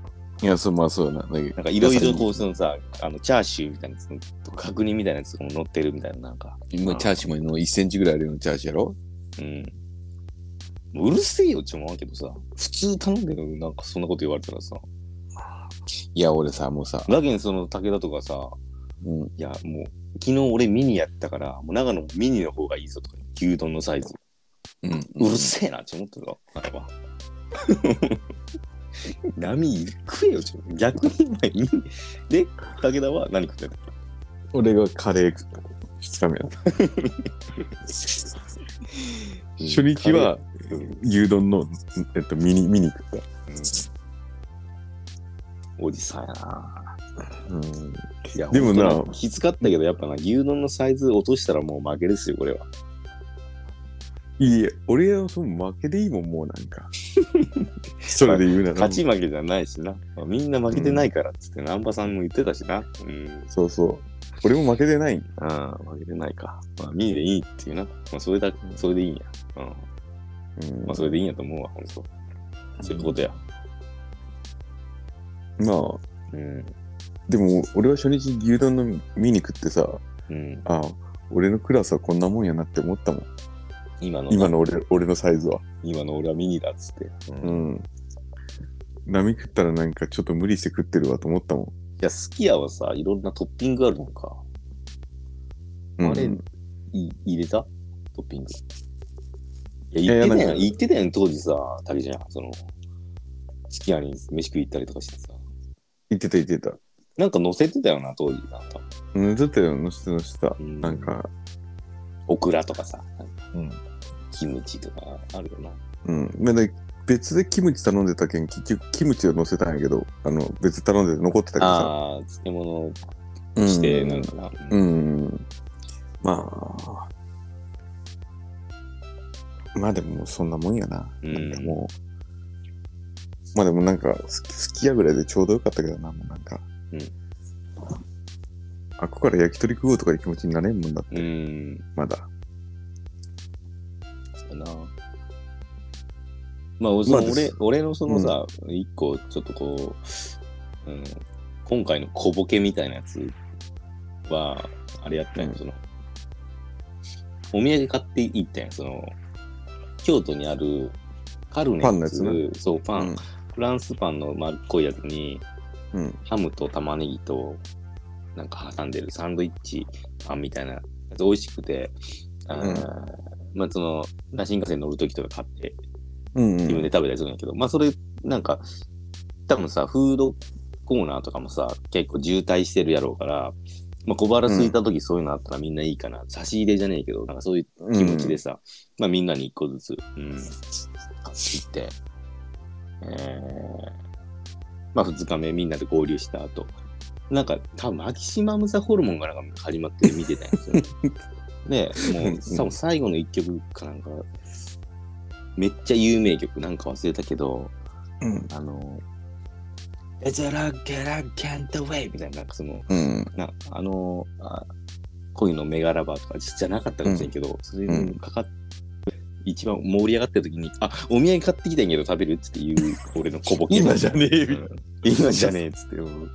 [SPEAKER 2] いや、そう、まあそうやな。なん
[SPEAKER 1] な
[SPEAKER 2] か
[SPEAKER 1] んかいろいろこう、そのさ、あのチャーシューみたいなやつとか、角煮みたいなやつとかも乗ってるみたいな、なんか。
[SPEAKER 2] 今、チャーシもの1センチぐらいあるようなチャーシやろ
[SPEAKER 1] うん。うるせえよって思うけどさ、普通頼んでるのになんかそんなこと言われたらさ、
[SPEAKER 2] いや、俺さ、もうさ、
[SPEAKER 1] だけにその武田とかさ、
[SPEAKER 2] うん、
[SPEAKER 1] いやもう昨日俺ミニやったから、もう長野もミニの方がいいぞとか、牛丼のサイズ。
[SPEAKER 2] うん、
[SPEAKER 1] うるせえなって思ってた、あれは。 波食えよって思う逆に前に。で、武田は何食ってた
[SPEAKER 2] 俺がカレー食った。2日目やった。初日は牛丼の、えっと、ミニ、ミニ食っ
[SPEAKER 1] おじさんやな。
[SPEAKER 2] た。うん。
[SPEAKER 1] いや
[SPEAKER 2] でもな
[SPEAKER 1] 本当にきつかったけど、やっぱな、牛丼のサイズ落としたらもう負けですよ、これは。
[SPEAKER 2] いいえ、俺はその負けでいいもん、もうなん か。それで言うなら。
[SPEAKER 1] 勝ち負けじゃないしな。みんな負けてないからっつって、南波さんも言ってたしな。うん。
[SPEAKER 2] そうそう。俺も負けてない。
[SPEAKER 1] ああ、負けてないか。まあ、ミニでいいっていうな。まあ、それだ、それでいいんや。うん。
[SPEAKER 2] うん
[SPEAKER 1] まあ、それでいいんやと思うわ、ほんと。そういうことや。
[SPEAKER 2] まあ、
[SPEAKER 1] うん。
[SPEAKER 2] でも俺は初日牛丼の見に食ってさ
[SPEAKER 1] うん。
[SPEAKER 2] あ俺のクラスはこんなもんやなって思ったもん
[SPEAKER 1] 今の、
[SPEAKER 2] 今の俺俺のサイズは
[SPEAKER 1] 今の俺はミニだっつって。
[SPEAKER 2] う
[SPEAKER 1] い
[SPEAKER 2] ん波食ったらなんかちょっと無理して食ってるわと思ったも
[SPEAKER 1] や、すき家はさ、いろんなトッピングあるのか。
[SPEAKER 2] ん、うん、
[SPEAKER 1] あれ、い入れたトッピング。い
[SPEAKER 2] い
[SPEAKER 1] や、
[SPEAKER 2] や
[SPEAKER 1] 言ってた
[SPEAKER 2] な
[SPEAKER 1] や
[SPEAKER 2] ん
[SPEAKER 1] ん。
[SPEAKER 2] か
[SPEAKER 1] 言ってたやん、当時さ、竹じゃん。その、すき家に飯食い行ったりとかしてさ。
[SPEAKER 2] 言ってた言ってた
[SPEAKER 1] なんか載せてたよな、当時。なんか。
[SPEAKER 2] うんだってのしてたのしてた、
[SPEAKER 1] うん
[SPEAKER 2] なんか
[SPEAKER 1] オクラとかさ、
[SPEAKER 2] うん。
[SPEAKER 1] キムチとかあるよな。
[SPEAKER 2] うん。で、で別でキムチ頼んでたけん、結局キムチを乗せたんやけど、あの、別で頼んでて残ってたけどさ。
[SPEAKER 1] ああ、漬物としてなんかな。
[SPEAKER 2] う
[SPEAKER 1] うん
[SPEAKER 2] ん。まあ。まあでも、そんなもんやな。
[SPEAKER 1] うん
[SPEAKER 2] なんかもう。まあでもなんか好き、好きやぐらいでちょうどよかったけどな、もうなんか。
[SPEAKER 1] うん
[SPEAKER 2] あっこから焼き鳥食おうとかいう気持ちになれんもんだっ
[SPEAKER 1] う
[SPEAKER 2] て、
[SPEAKER 1] ん。
[SPEAKER 2] まだ。
[SPEAKER 1] そうな。まあ、そ
[SPEAKER 2] まあ
[SPEAKER 1] の
[SPEAKER 2] で
[SPEAKER 1] 俺
[SPEAKER 2] す
[SPEAKER 1] 俺のそのさ、一個ちょっとこう、うん、今回の小ボケみたいなやつは、あれやったん
[SPEAKER 2] う
[SPEAKER 1] よ、
[SPEAKER 2] ん
[SPEAKER 1] その、お土産買っていったんよ、その、京都にあるカルネ
[SPEAKER 2] パンのやつね
[SPEAKER 1] そう、パン、
[SPEAKER 2] うん
[SPEAKER 1] フランスパンの丸っこいやつに、
[SPEAKER 2] うん
[SPEAKER 1] ハムと玉ねぎと、なんか挟んでるサンドイッチパンみたいなやつ美味しくて、あー
[SPEAKER 2] うん
[SPEAKER 1] まあその、新幹線乗るときとか買って、
[SPEAKER 2] うん、う
[SPEAKER 1] 自分
[SPEAKER 2] ん。
[SPEAKER 1] で食べたりするんやけど、まあそれ、なんか、多分さ、フードコーナーとかもさ、結構渋滞してるやろうから、まあ小腹空いたときそういうのあったらみんないいかな、差し入れじゃねえけど、なんかそういう気持ちでさ、まあみんなに一個ずつ、うん、買っていって、えー、まあ2日目みんなで合流した後、なんか多分マキシマムザホルモンがなんか始まって見てたんです よ。で、もう多分最後の一曲かなんか、めっちゃ有名曲なんか忘れたけど、
[SPEAKER 2] うん。
[SPEAKER 1] あの、There's a rock that I can't away みたいな、なんかその、
[SPEAKER 2] うん。
[SPEAKER 1] なあのあ恋のメガラバーとかじゃなかったかもしれんけど、それにかかっ、一番盛り上がってる時に「あお土産買ってきたんやけど食べる?」っつって言う俺の小ボケ
[SPEAKER 2] 今じゃねえよ
[SPEAKER 1] うん今じゃねえっつってうん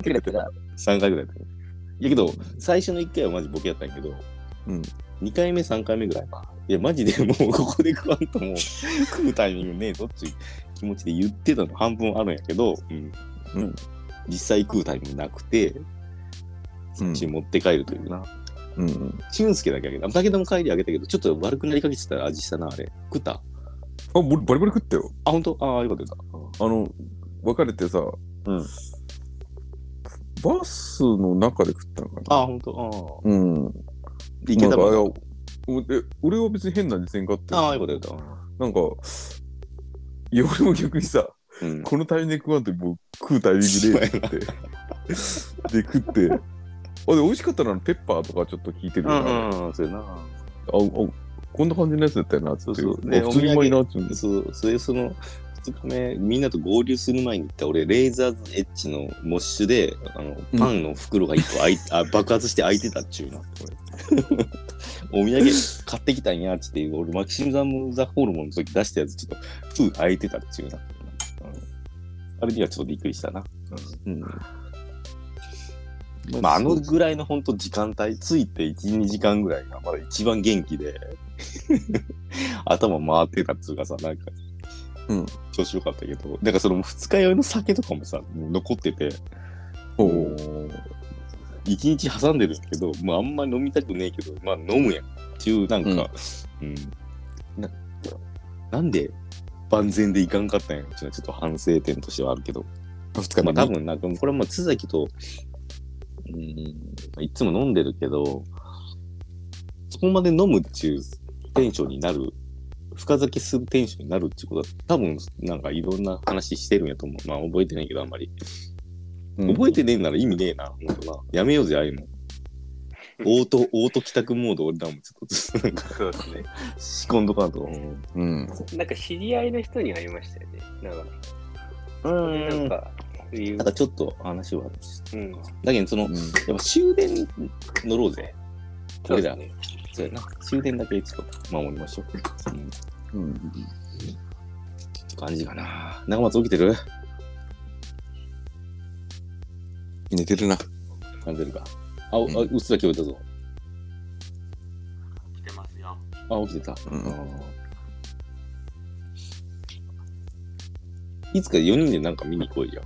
[SPEAKER 1] いくらやったら3回ぐらいだったやけど最初の1回はマジボケやったんやけど、
[SPEAKER 2] うん
[SPEAKER 1] 2回目3回目ぐらいはいやマジでもうここで食わんともう 食うタイミングねえぞっていう気持ちで言ってたの半分あるんやけど、うん
[SPEAKER 2] うん
[SPEAKER 1] 実際食うタイミングなくてそっちに持って帰るというな、
[SPEAKER 2] うん。
[SPEAKER 1] 俊介だけあげた武田も帰りあげたけどちょっと悪くなりかけてたら味したなあれ食ったあ
[SPEAKER 2] あ、俺バリバリ食ったよ。
[SPEAKER 1] 本当ああよかったよかった
[SPEAKER 2] あの、別れてさ、
[SPEAKER 1] うん
[SPEAKER 2] バスの中で食ったのかな。
[SPEAKER 1] ああ本当あ
[SPEAKER 2] うん。
[SPEAKER 1] あいけたもん
[SPEAKER 2] なんかいやえ俺は別に変な時点があって
[SPEAKER 1] ああよかったよかっ
[SPEAKER 2] なんかいや俺も逆にさ
[SPEAKER 1] たうん
[SPEAKER 2] このタイミングで食わんともう食うタイミングでってで食ってあで美味しかったなペッパーとかちょっと効いてる
[SPEAKER 1] う
[SPEAKER 2] から、
[SPEAKER 1] ん
[SPEAKER 2] あ
[SPEAKER 1] うんうんそうやな
[SPEAKER 2] あこんな感じのやつだったよなっつって
[SPEAKER 1] そうそうね
[SPEAKER 2] あ普通にうまいなっつって
[SPEAKER 1] そうそれその2日目みんなと合流する前に行った俺レーザーズエッジのモッシュであの
[SPEAKER 2] うん
[SPEAKER 1] パンの袋が1個あい、あ爆発して開いてたっちゅうなこれお土産買ってきたんやっつって俺マキシムザム・ザ・ホルモンの時出したやつちょっと封開いてたっちゅうな、うんあれにはちょっとびっくりしたな、うんまあ、あのぐらいの本当時間帯ついて12時間ぐらいがまだ一番元気で頭回ってたっつうかさなんか、
[SPEAKER 2] うん
[SPEAKER 1] 調子よかったけどだからその二日酔いの酒とかもさ残ってて
[SPEAKER 2] おう
[SPEAKER 1] 一日挟んでるけどもうあんまり飲みたくねえけどまあ飲むやんっていうなんか、うんななんで万全でいかんかったんやろっていうのはちょっと反省点としてはあるけど
[SPEAKER 2] あ二日
[SPEAKER 1] ま
[SPEAKER 2] 目
[SPEAKER 1] あ、多分なんかこれはまあ津崎と、うん、いつも飲んでるけどそこまで飲むっていうテンションになる深酒するテンションになるっていうことは多分なんかいろんな話してるんやと思うまあ覚えてないけどあんまり
[SPEAKER 2] うん
[SPEAKER 1] 覚えてねえんなら意味ねえな、ほんとな。やめようぜ、ああいうの。オート、オート帰宅モード、俺らもちょっとずつ、 なんか、
[SPEAKER 5] そうですね。
[SPEAKER 1] 仕込んどかんと。
[SPEAKER 2] うん
[SPEAKER 5] なんか知り合いの人にありましたよね。なんか、
[SPEAKER 1] うん
[SPEAKER 5] なん
[SPEAKER 1] な
[SPEAKER 5] か、そういうん
[SPEAKER 1] かちょっと話はあるし。
[SPEAKER 5] うん。
[SPEAKER 1] だけど、その、
[SPEAKER 2] うん
[SPEAKER 1] やっぱ終電乗ろうぜ。
[SPEAKER 5] そ
[SPEAKER 1] そうう
[SPEAKER 5] で
[SPEAKER 1] ですす
[SPEAKER 5] ね。
[SPEAKER 1] そうやな。終電だけちょっと守りましょう。うん、って
[SPEAKER 2] うん
[SPEAKER 1] 感じかな。長松起きてる
[SPEAKER 2] 寝てるな
[SPEAKER 1] 感じてるか。あ、お
[SPEAKER 2] うん
[SPEAKER 1] あうっすら聞こえたぞ。
[SPEAKER 6] 来てますよ。
[SPEAKER 1] あ、起きてた。
[SPEAKER 2] うん
[SPEAKER 1] あーいつか4人でなんか見に行こうよ。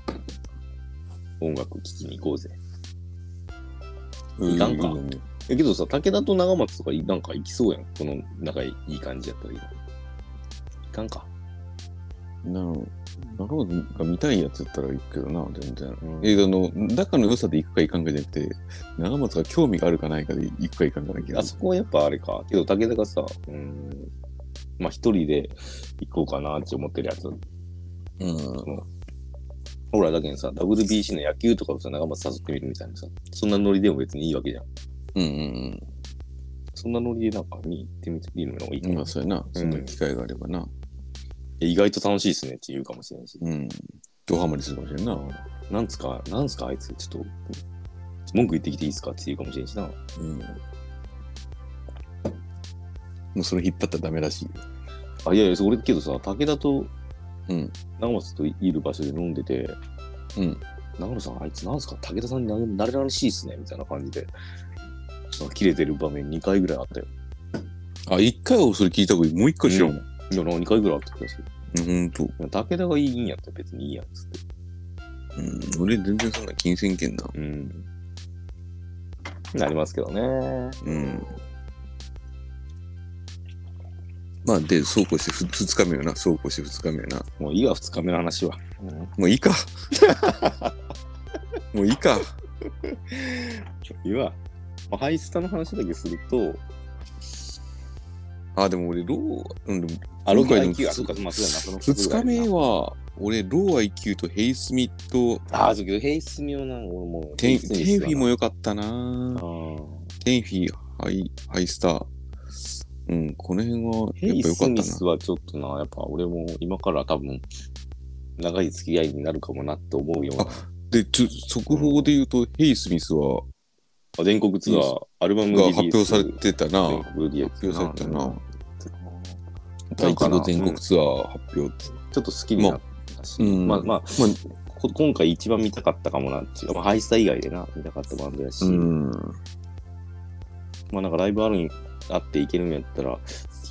[SPEAKER 1] 音楽聴きに行こうぜ。いかんか
[SPEAKER 2] う
[SPEAKER 1] えけどさ、武田と長松とかいなんか行きそうやん。この仲いい感じやったらいいの。いかんか。
[SPEAKER 2] なん
[SPEAKER 1] 中本が見たいやつだったら行くけどな、全然。映画の中の良さで行くか行かんかじゃなくて、長松が興味があるかないかで行くか行かんかだけど。あそこはやっぱあれか。けど、武田がさ、うん、まあ一人で行こうかなって思ってるやつ。
[SPEAKER 2] うん。
[SPEAKER 1] ほら、だけどさ、WBC の野球とかをさ、長松誘ってみるみたいなさ、そんなノリでも別にいいわけじゃん。
[SPEAKER 2] うんうん
[SPEAKER 1] そんなノリでなんか見に行ってみてみるのがいいと
[SPEAKER 2] う
[SPEAKER 1] 思
[SPEAKER 2] ん。ま
[SPEAKER 1] う
[SPEAKER 2] あ、そうやな。そんな機会があればな。
[SPEAKER 1] いや意外と楽しいですねって言うかもしれないし。
[SPEAKER 2] うん。ドハマりするかもしれんな。
[SPEAKER 1] なんつか、なんつかあいつ、ちょっと、文句言ってきていいですかって言うかもしれんしな。
[SPEAKER 2] うん。もうそれ引っ張ったらダメらしいよ。
[SPEAKER 1] あ、いやいや、それけどさ、武田と、
[SPEAKER 2] うん。
[SPEAKER 1] 長松といる場所で飲んでて、
[SPEAKER 2] うん。
[SPEAKER 1] 長野さん、あいつなんすか武田さんにな慣れられしいっすねみたいな感じで、その切れてる場面2回ぐらいあったよ。
[SPEAKER 2] あ、一回はそれ聞いた方がいい。もう一回知らんもん。
[SPEAKER 1] いや、2回ぐらいあった気がする。
[SPEAKER 2] うん、ほんと。
[SPEAKER 1] 武田がいいんやったら別にいいやんっつって。
[SPEAKER 2] うん。俺全然そんな金銭圏な。
[SPEAKER 1] うん。なりますけどね。
[SPEAKER 2] うん。まあ、で、そうこうしてふ二日目よな。そうこうして二日目よな。
[SPEAKER 1] もういいわ、2日目の話は。
[SPEAKER 2] も ういいか。もういいか。
[SPEAKER 1] いいわ。まあ、ハイスタの話だけすると、
[SPEAKER 2] あ、でも俺、ロー、うん、でも
[SPEAKER 1] あ、
[SPEAKER 2] ロ
[SPEAKER 1] ロ
[SPEAKER 2] ーカ
[SPEAKER 1] ー
[SPEAKER 2] ルの
[SPEAKER 1] イキュー、あ、そうか、まあ、そうだな。
[SPEAKER 2] 二日目は、俺、ローア IQ とヘイスミと、
[SPEAKER 1] ああ、そうけど、平日妙な、俺もう。
[SPEAKER 2] テンフ
[SPEAKER 1] 平
[SPEAKER 2] ィ
[SPEAKER 1] 日
[SPEAKER 2] テ
[SPEAKER 1] 妙だ
[SPEAKER 2] ンフィ
[SPEAKER 1] な
[SPEAKER 2] も良かったなテンフィ、ハイ、ハイスター。うん、この辺は
[SPEAKER 1] ヘ
[SPEAKER 2] やっ
[SPEAKER 1] イ
[SPEAKER 2] ぱ良
[SPEAKER 1] ス
[SPEAKER 2] かっ
[SPEAKER 1] ミ
[SPEAKER 2] たな
[SPEAKER 1] ス。はちょっとな、やっぱ俺も今から多分、長い付き合いになるかもなって思うような。
[SPEAKER 2] で、ちょ速報で言うと、ヘイスミスは
[SPEAKER 1] あ全国ツアー、アルバムリリー
[SPEAKER 2] が
[SPEAKER 1] ス
[SPEAKER 2] 発表されてたな。
[SPEAKER 1] 全国リリー
[SPEAKER 2] 発表
[SPEAKER 1] ス
[SPEAKER 2] されたな。
[SPEAKER 1] な
[SPEAKER 2] 大
[SPEAKER 1] んか
[SPEAKER 2] 規
[SPEAKER 1] な
[SPEAKER 2] 模全国ツアー発表。
[SPEAKER 1] ちょっと好きになったし、
[SPEAKER 2] うん
[SPEAKER 1] まあまあ、こ今回一番見たかったかもなっていう、まあ、ハイスタ以外でな、見たかったバンドやし、
[SPEAKER 2] うん。
[SPEAKER 1] まあなんかライブあるにあっていけるんやったら、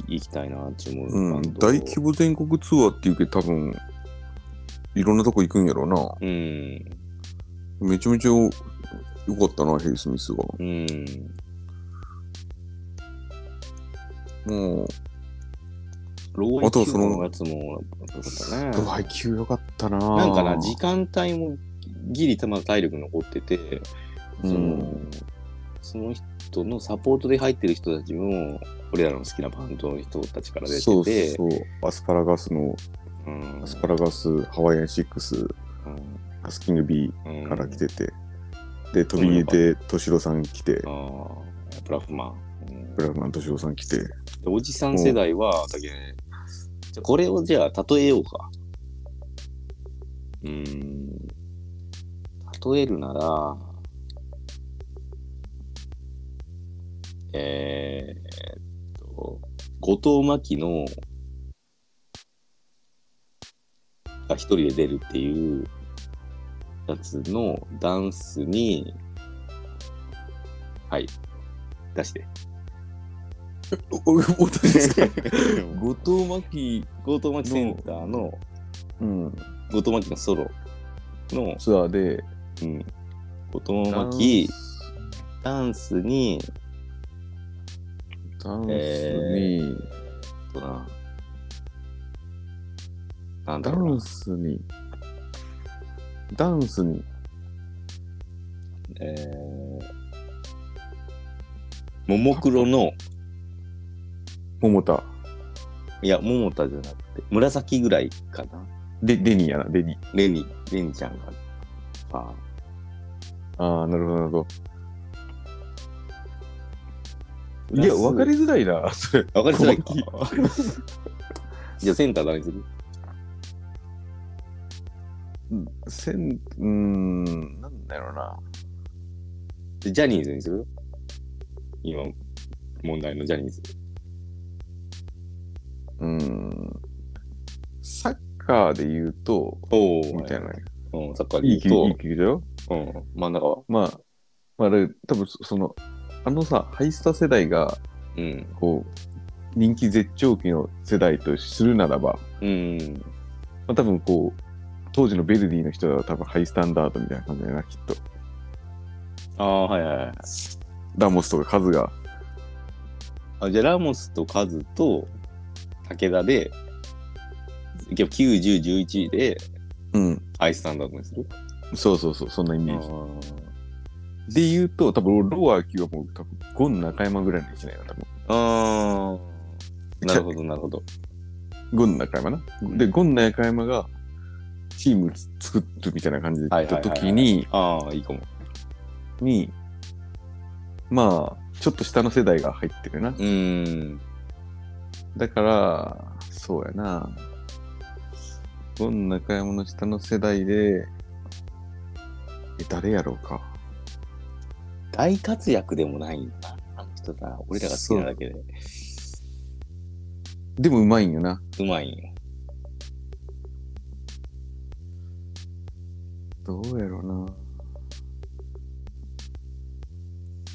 [SPEAKER 1] い行きたいなって思う
[SPEAKER 2] う
[SPEAKER 1] バン
[SPEAKER 2] ん、
[SPEAKER 1] ド。
[SPEAKER 2] 大規模全国ツアーっていうけど多分いろんなとこ行くんやろう
[SPEAKER 1] うん。
[SPEAKER 2] なめちゃめちゃよかったなヘイスミスは
[SPEAKER 1] うん。
[SPEAKER 2] もう
[SPEAKER 1] ロー
[SPEAKER 2] あとはその
[SPEAKER 1] のやつも、よかったね。
[SPEAKER 4] うわ、IQ 良かったなな
[SPEAKER 1] なんかな、時間帯もギリまだ体力残ってて、その,、
[SPEAKER 2] うん
[SPEAKER 1] その人のサポートで入ってる人たちも、俺らの好きなバンドの人たちから出てて、
[SPEAKER 2] そうそう
[SPEAKER 4] アスパラガスの、
[SPEAKER 1] うん
[SPEAKER 4] アスパラガス、ハワイアンシックス、ハスキングビ
[SPEAKER 1] うん
[SPEAKER 4] ーから来てて、で、飛び入れて、敏郎さん来て
[SPEAKER 1] あ、ープラフマン。うん
[SPEAKER 4] ブラフマン敏郎さん来て、
[SPEAKER 1] でおじさん世代は、だけどねじゃあこれをじゃあ例えようか。うーん。例えるなら、えー、っと、後藤真希の、が一人で出るっていうやつのダンスに、はい、出して。
[SPEAKER 2] おおおですか
[SPEAKER 1] 後藤真希後藤真希センターの
[SPEAKER 2] うん
[SPEAKER 1] 後藤真希のソロの、
[SPEAKER 2] ツアーで
[SPEAKER 1] うん、後藤真希ダンスに
[SPEAKER 2] ダンス
[SPEAKER 1] ええ
[SPEAKER 2] に、
[SPEAKER 1] っとななんだ
[SPEAKER 4] ダ
[SPEAKER 1] ろう
[SPEAKER 4] ン
[SPEAKER 1] な
[SPEAKER 4] スに、ダンスに、
[SPEAKER 1] えーももクロの
[SPEAKER 4] 桃田、
[SPEAKER 1] いや桃田じゃなくて紫ぐらいかな
[SPEAKER 4] で、デニーやな、デニー。
[SPEAKER 1] レニレニちゃんがあ
[SPEAKER 4] ああ、なるほど、なるほど。いや、分かりづらいな、それ。
[SPEAKER 1] わかりづらいか
[SPEAKER 4] 小
[SPEAKER 1] じゃあセンター誰にする
[SPEAKER 4] せん、うーん、なんだろうな。
[SPEAKER 1] でジャニーズにする今問題のジャニーズ
[SPEAKER 4] うーん。サッカーで言うと、
[SPEAKER 1] おお
[SPEAKER 4] みたいな。
[SPEAKER 1] うん、サッカーで
[SPEAKER 4] い
[SPEAKER 1] 言
[SPEAKER 4] いう球、いい、球
[SPEAKER 1] と
[SPEAKER 4] だよ。
[SPEAKER 1] うん、真ん中は。
[SPEAKER 4] まあ、まあ、だから多分そその、あのさ、ハイスタ世代が、
[SPEAKER 1] うん。
[SPEAKER 4] こう、人気絶頂期の世代とするならば、
[SPEAKER 1] うん。
[SPEAKER 4] まあ、多分こう、当時のベルディの人は多分ハイスタンダードみたいな感じだよな、きっと。
[SPEAKER 1] ああ、はいはいはい。
[SPEAKER 4] ダモスとかカズが、
[SPEAKER 1] あじゃあ、ラモスとカズと武田で、今日9、10、11で
[SPEAKER 2] うん。
[SPEAKER 1] アイススタンダードにする。
[SPEAKER 2] そうそうそう、そんなイメージ。
[SPEAKER 1] あ
[SPEAKER 2] で言うと、多分、ローアー級はもう、多分、ゴン中山ぐらいの位置なんやな、多分。
[SPEAKER 1] あー。なるほど、なるほど。
[SPEAKER 2] ゴン中山な。で、ゴン中山が、チーム作るみたいな感じで行った時に、
[SPEAKER 1] ああ、いいかも。
[SPEAKER 2] に、まあ、ちょっと下の世代が入ってるな。
[SPEAKER 1] うーん。
[SPEAKER 2] だから、そうやな。ゴン中山の下の世代で、え、誰やろうか。
[SPEAKER 1] 大活躍でもないんだな。あの人だ。俺らが好きなだけで。
[SPEAKER 2] でもうまいんよな。
[SPEAKER 1] うまいんよ。
[SPEAKER 2] どうやろうな。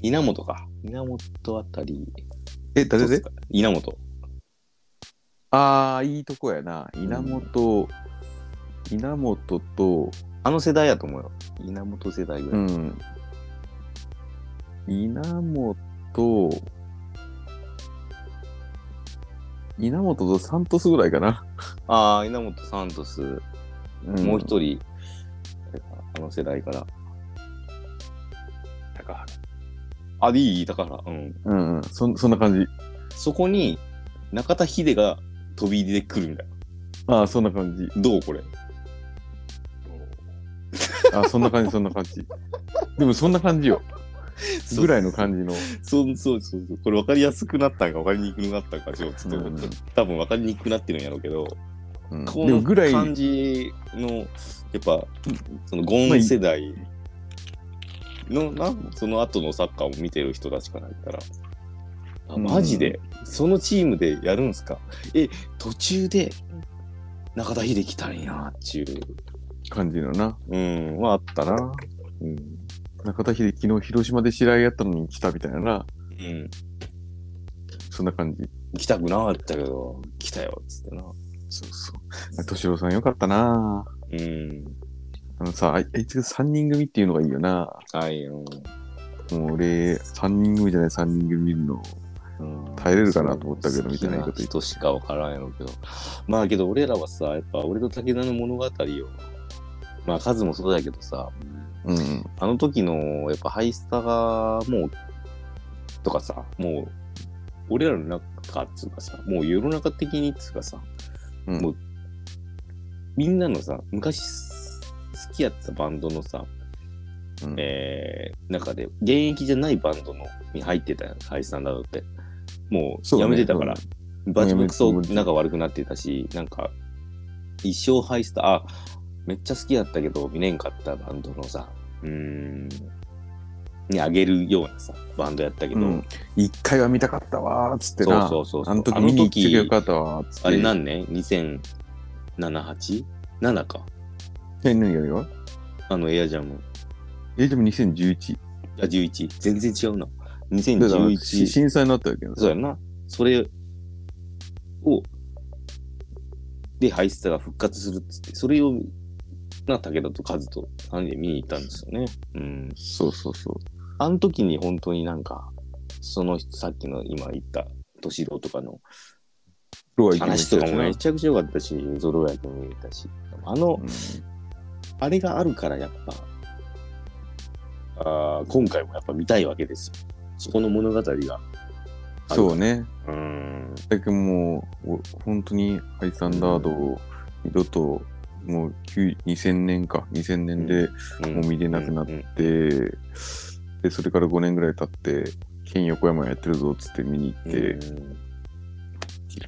[SPEAKER 1] 稲本か。稲本あたり。
[SPEAKER 2] え、誰
[SPEAKER 1] そうっ
[SPEAKER 2] です
[SPEAKER 1] か稲本。
[SPEAKER 2] ああ、いいとこやな。稲本、稲本と、
[SPEAKER 1] あの世代やと思うよ。稲本世代ぐ
[SPEAKER 2] う
[SPEAKER 1] らい。
[SPEAKER 2] ん。稲本、稲本とサントスぐらいかな。
[SPEAKER 1] ああ、稲本サントス。もう一人、あの世代から。
[SPEAKER 5] 高原。
[SPEAKER 1] あ、でいい高原。うん。
[SPEAKER 2] うんうん。そんそんな感じ。
[SPEAKER 1] そこに、中田秀が飛び入りで来るんだよ。
[SPEAKER 2] ああ、そんな感じ。
[SPEAKER 1] どうこれ。
[SPEAKER 2] あそんな感じ、そんな感じ。でもそんな感じよ。ぐらいの感じの。
[SPEAKER 1] そうそうそうそう。これ分かりやすくなったんか分かりにくくなったんかしようっつって、
[SPEAKER 2] うん
[SPEAKER 1] 多分分かりにくくなってるんやろうけど、
[SPEAKER 2] うん、で
[SPEAKER 1] こ
[SPEAKER 2] も
[SPEAKER 1] の
[SPEAKER 2] ぐらい、
[SPEAKER 1] 感じの、やっぱ、そのゴン世代の、なその後のサッカーを見てる人たちから言ったら、あ
[SPEAKER 2] うん
[SPEAKER 1] マジで、そのチームでやるんすかえ、途中で中田秀来たんや、っていう。
[SPEAKER 2] 感じのな。
[SPEAKER 1] うん、はあったな。
[SPEAKER 2] うん、中田秀昨日広島で知り合いやったのに来たみたいなな。
[SPEAKER 1] うん。
[SPEAKER 2] そんな感じ。
[SPEAKER 1] 来たくなかったけど、来たよ、っつってな。
[SPEAKER 2] そうそう。敏郎さんよかったな。
[SPEAKER 1] うん。
[SPEAKER 2] あのさ、あいあいつが3人組っていうのがいいよな。
[SPEAKER 1] はいよ。
[SPEAKER 2] もう俺、3人組じゃない3人組見るの。
[SPEAKER 1] うん
[SPEAKER 2] 耐えれるかなと思ったけどみたいなこと言
[SPEAKER 1] 好
[SPEAKER 2] っ
[SPEAKER 1] き
[SPEAKER 2] て
[SPEAKER 1] 人しか分からんやろうけど。まあけど俺らはさ、やっぱ俺と武田の物語を、まあ数もそうだけどさ、
[SPEAKER 2] うん。
[SPEAKER 1] あの時のやっぱハイスタがもう、とかさ、もう、俺らの中っつうかさ、もう世の中的にっつうかさ、
[SPEAKER 2] うん
[SPEAKER 1] もう、みんなのさ、昔好きやったバンドのさ、
[SPEAKER 2] うん
[SPEAKER 1] えー、中で現役じゃないバンドのに入ってたやんハイスタンダードって。も
[SPEAKER 2] そうう
[SPEAKER 1] や
[SPEAKER 2] ね
[SPEAKER 1] めてたから、バチ
[SPEAKER 2] もうやめ
[SPEAKER 1] ボクソ
[SPEAKER 2] もうやめ
[SPEAKER 1] 仲悪くなってたし、なんか、一生ハイスタあ、めっちゃ好きだったけど見れんかったバンドのさ、うーん、にあげるようなさ、バンドやったけど、
[SPEAKER 2] うん一回は見たかったわーっつってな。
[SPEAKER 1] そうそうそうそう
[SPEAKER 2] あの時見に行ってよかったわーっつって。
[SPEAKER 1] あれ何年 ?2007、8?7 か。
[SPEAKER 2] え何やるよ。
[SPEAKER 1] あのエアジャム。
[SPEAKER 2] え、でも2011。
[SPEAKER 1] あ、11。全然違うな。
[SPEAKER 2] だから
[SPEAKER 1] 2011。
[SPEAKER 2] 震災になったわけよ
[SPEAKER 1] そうやんな。それを、で、ハイスタが復活するっつって、それを、な、武田とカズと3人で見に行ったんですよね。うん。
[SPEAKER 2] そうそうそう。
[SPEAKER 1] あの時に本当になんか、その人、さっきの今言った、敏郎とかの
[SPEAKER 2] ロア行きま
[SPEAKER 1] 話
[SPEAKER 2] し
[SPEAKER 1] と
[SPEAKER 2] たよ
[SPEAKER 1] かもめ
[SPEAKER 2] ね。
[SPEAKER 1] ちゃくちゃ良かったし、ゾロヤ君もいたし、あの、あれがあるからやっぱ、あー今回もやっぱ見たいわけですよ。そこの物語が。
[SPEAKER 2] うんそうね。
[SPEAKER 1] うん。
[SPEAKER 2] だけどもう、お本当にハイサンダードを二度と、もう9 2000年か、2000年でもう見れなくなっ
[SPEAKER 1] うん
[SPEAKER 2] て、で、それから5年ぐらい経って、県横山やってるぞっつって見に行って、
[SPEAKER 1] うん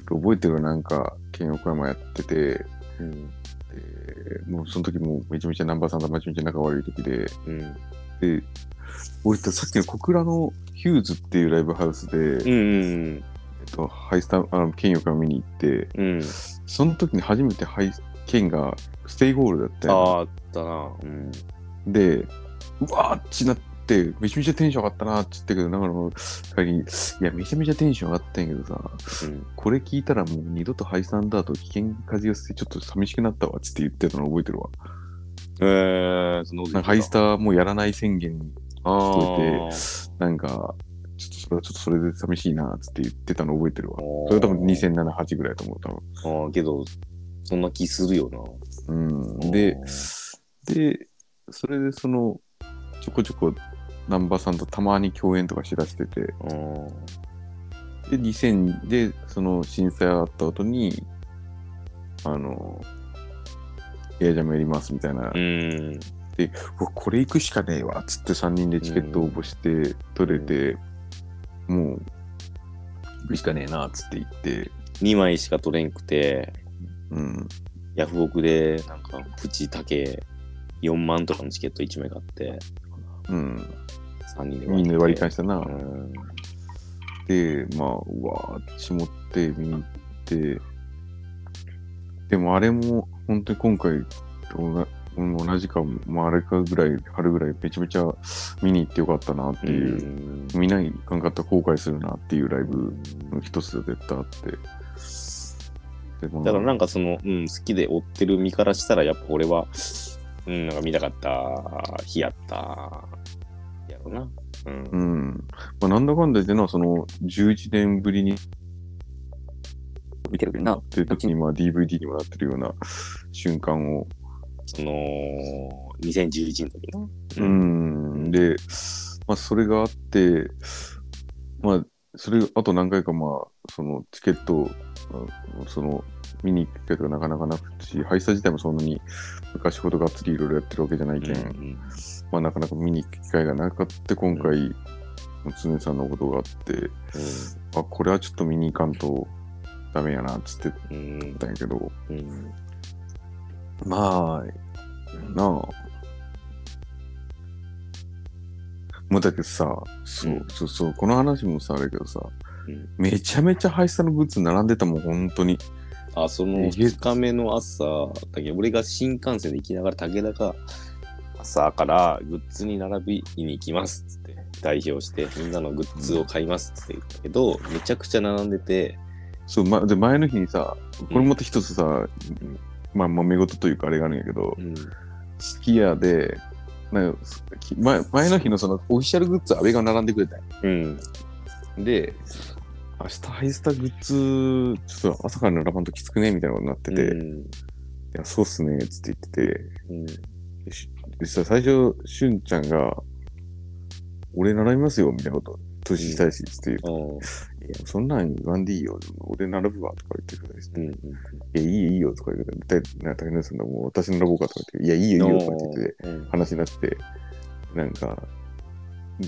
[SPEAKER 2] 覚えてるなんか、県横山やってて、
[SPEAKER 1] うん
[SPEAKER 2] でもうその時もうめちゃめちゃ南波さんとめちゃめちゃ仲悪い時で、
[SPEAKER 1] うん
[SPEAKER 2] で、俺とさっきの小倉のヒューズっていうライブハウスで、
[SPEAKER 1] うんうん
[SPEAKER 2] えっと、ハイスタあの、ケンよく見に行って、
[SPEAKER 1] うん。うん。
[SPEAKER 2] その時に初めてハイケンがステイゴールだった
[SPEAKER 1] あ
[SPEAKER 2] よ
[SPEAKER 1] あ、あったな。うん。
[SPEAKER 2] で、うわーっちなって、めちゃめちゃテンション上がったなーって言ったけど、長野の帰りに、いや、めちゃめちゃテンション上がったんやけどさ、
[SPEAKER 1] うん
[SPEAKER 2] これ聞いたらもう二度とハイスタンダード危険風寄せてちょっと寂しくなったわっつって言ってたの覚えてるわ。
[SPEAKER 1] えー、その
[SPEAKER 2] なんかハイス
[SPEAKER 1] タ
[SPEAKER 2] ターもうやらない宣言に聞こえ
[SPEAKER 1] て。
[SPEAKER 2] て、なんか、ちょっとそれはちょっとそれで寂しいなーっつって言ってたの覚えてるわ。
[SPEAKER 1] そ
[SPEAKER 2] それ多分2007、8ぐらいだと思う、多分。
[SPEAKER 1] あーけど、そんな気するよ
[SPEAKER 2] うん、
[SPEAKER 1] な。
[SPEAKER 2] で、で、それでその、ちょこちょこ、南波さんとたまに共演とかしだしてて、で、
[SPEAKER 1] うん、
[SPEAKER 2] 2000で、その震災があった後に、あの、エアジャムやりますみたいな、
[SPEAKER 1] うん、
[SPEAKER 2] うわこれ行くしかねえわっつって3人でチケット応募して取れて、もう行くしかねえなっつって行って、
[SPEAKER 1] 2枚しか取れんくて、
[SPEAKER 2] うん、
[SPEAKER 1] ヤフオクで、なんか、プチだけ4万とかのチケット1枚買って、
[SPEAKER 2] うん、
[SPEAKER 1] 3人で
[SPEAKER 2] みんなで割り
[SPEAKER 1] 返
[SPEAKER 2] 返したな。
[SPEAKER 1] うん、
[SPEAKER 2] で、まあ、うわーっちもって見に行って、でもあれも本当に今回と同俺も同じか、まあ、あれかぐらい、春ぐらいめちゃめちゃ見に行ってよかったなって
[SPEAKER 1] う
[SPEAKER 2] いう、
[SPEAKER 1] ん。
[SPEAKER 2] 見ないかんかったら後悔するなっていうライブの一つで絶対あって。でまあ
[SPEAKER 1] だからなんかその、うん、好きで追ってる身からしたら、やっぱ俺は、うん、なんか見たかった日やった、やろな。うん。
[SPEAKER 2] うん。まあ、なんだかんだ言ってな、その、11年ぶりに、
[SPEAKER 7] 見てるけどな
[SPEAKER 2] っていう時に、まあ、DVD にもなってるような瞬間を、
[SPEAKER 1] その、2011の時の。
[SPEAKER 2] う。ん。で、まあ、それがあって、まあ、それ、あと何回か、まあ、その、チケット、あその、見に行くけどなかなかなくてし、配車自体もそんなに昔ほどがっつりいろいろやってるわけじゃないけん、
[SPEAKER 1] うん
[SPEAKER 2] まあ、なかなか見に行く機会がなかった、今回、常さんのことがあって、あ、これはちょっと見に行かんとダメやな、つって
[SPEAKER 1] うん。
[SPEAKER 2] たんやけど、
[SPEAKER 1] うん。うん。
[SPEAKER 2] まあ、なあ。もうだけどさ、そう、
[SPEAKER 1] うん
[SPEAKER 2] そう、そう、この話もさ、あれだけどさ、
[SPEAKER 1] うん
[SPEAKER 2] めちゃめちゃハイスタのグッズ並んでたもん、本当に。
[SPEAKER 1] あ、その
[SPEAKER 2] えげつ
[SPEAKER 1] 2日目の朝だけど、俺が新幹線で行きながら武田が朝からグッズに並びに行きますっつって、代表してみんなのグッズを買いますっつって言ったけど、めちゃくちゃ並んでて、
[SPEAKER 2] そう、ま、で、前の日にさ、これまた一つさ、まあ、まあ、見事というかあれがあるんやけど、
[SPEAKER 1] うん。
[SPEAKER 2] スキヤで、なんかき前前の日のそのオフィシャルグッズ、安倍が並んでくれたんや
[SPEAKER 1] うん。
[SPEAKER 2] で、明日ハイスタグッズ、ちょっと朝からのラバンときつくねみたいなことになってて、い
[SPEAKER 1] うん
[SPEAKER 2] や、そうっすね、つって言って
[SPEAKER 1] うん
[SPEAKER 2] て、し実は最初、しゅんちゃんが、俺並びますよ、みたいなこと、年下いし、つって言う
[SPEAKER 1] うん
[SPEAKER 2] いや、そんなん言わんでいいよ、俺並ぶわ、とか言ってくれして、
[SPEAKER 1] う
[SPEAKER 2] い
[SPEAKER 1] ん
[SPEAKER 2] や、いいよ、いいよ、とか言って、大体なんか大変ですんだ、もう私並ぼうか、とか言って、いや、いいよ、いいよ、とか言ってて、
[SPEAKER 1] うん
[SPEAKER 2] 話になって、なんか、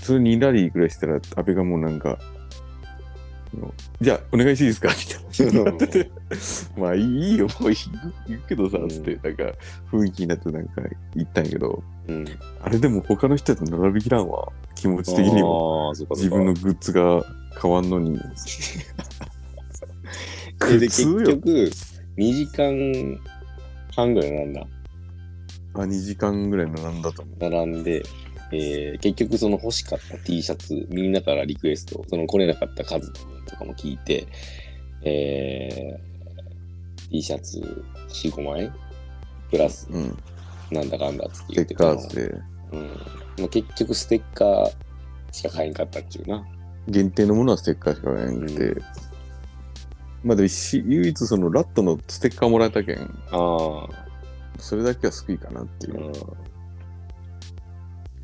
[SPEAKER 2] それ2ラリーくらいしたら、阿部がもうなんか、あのじゃあ、お願いしていいですかみたいな。なってて、まあいいよ、もう言うけどさ、つって、なんか、雰囲気になってなんか言ったんやけど、
[SPEAKER 1] うん。
[SPEAKER 2] あれでも他の人と並びきらんわ、気持ち的に
[SPEAKER 1] あ
[SPEAKER 2] も。
[SPEAKER 1] ーそうかそう
[SPEAKER 2] 自
[SPEAKER 1] か
[SPEAKER 2] 分のグッズが変わんのに。
[SPEAKER 1] でで
[SPEAKER 2] 苦痛
[SPEAKER 1] 結
[SPEAKER 2] よ。
[SPEAKER 1] 局、2時間半ぐらいなんだ。
[SPEAKER 2] あ、2時間ぐらい並んだと思う。
[SPEAKER 1] 並んで、えー結局その欲しかった T シャツみんなからリクエストその来れなかった数の分とかも聞いて、えー T シャツ45枚プラス
[SPEAKER 2] うん。
[SPEAKER 1] なんだかんだっつって
[SPEAKER 2] ス
[SPEAKER 1] 言って
[SPEAKER 2] テッ
[SPEAKER 1] た
[SPEAKER 2] カ
[SPEAKER 1] の
[SPEAKER 2] ーズで。
[SPEAKER 1] うんまあ、結局ステッカーしか買えんかったっていうな
[SPEAKER 2] 限定のものはステッカーしか買えなくて、
[SPEAKER 1] う
[SPEAKER 2] まあでもし唯一そのラットのステッカーもらえたけん
[SPEAKER 1] あ
[SPEAKER 2] それだけは救いかなっていう、
[SPEAKER 1] う
[SPEAKER 2] い
[SPEAKER 1] ん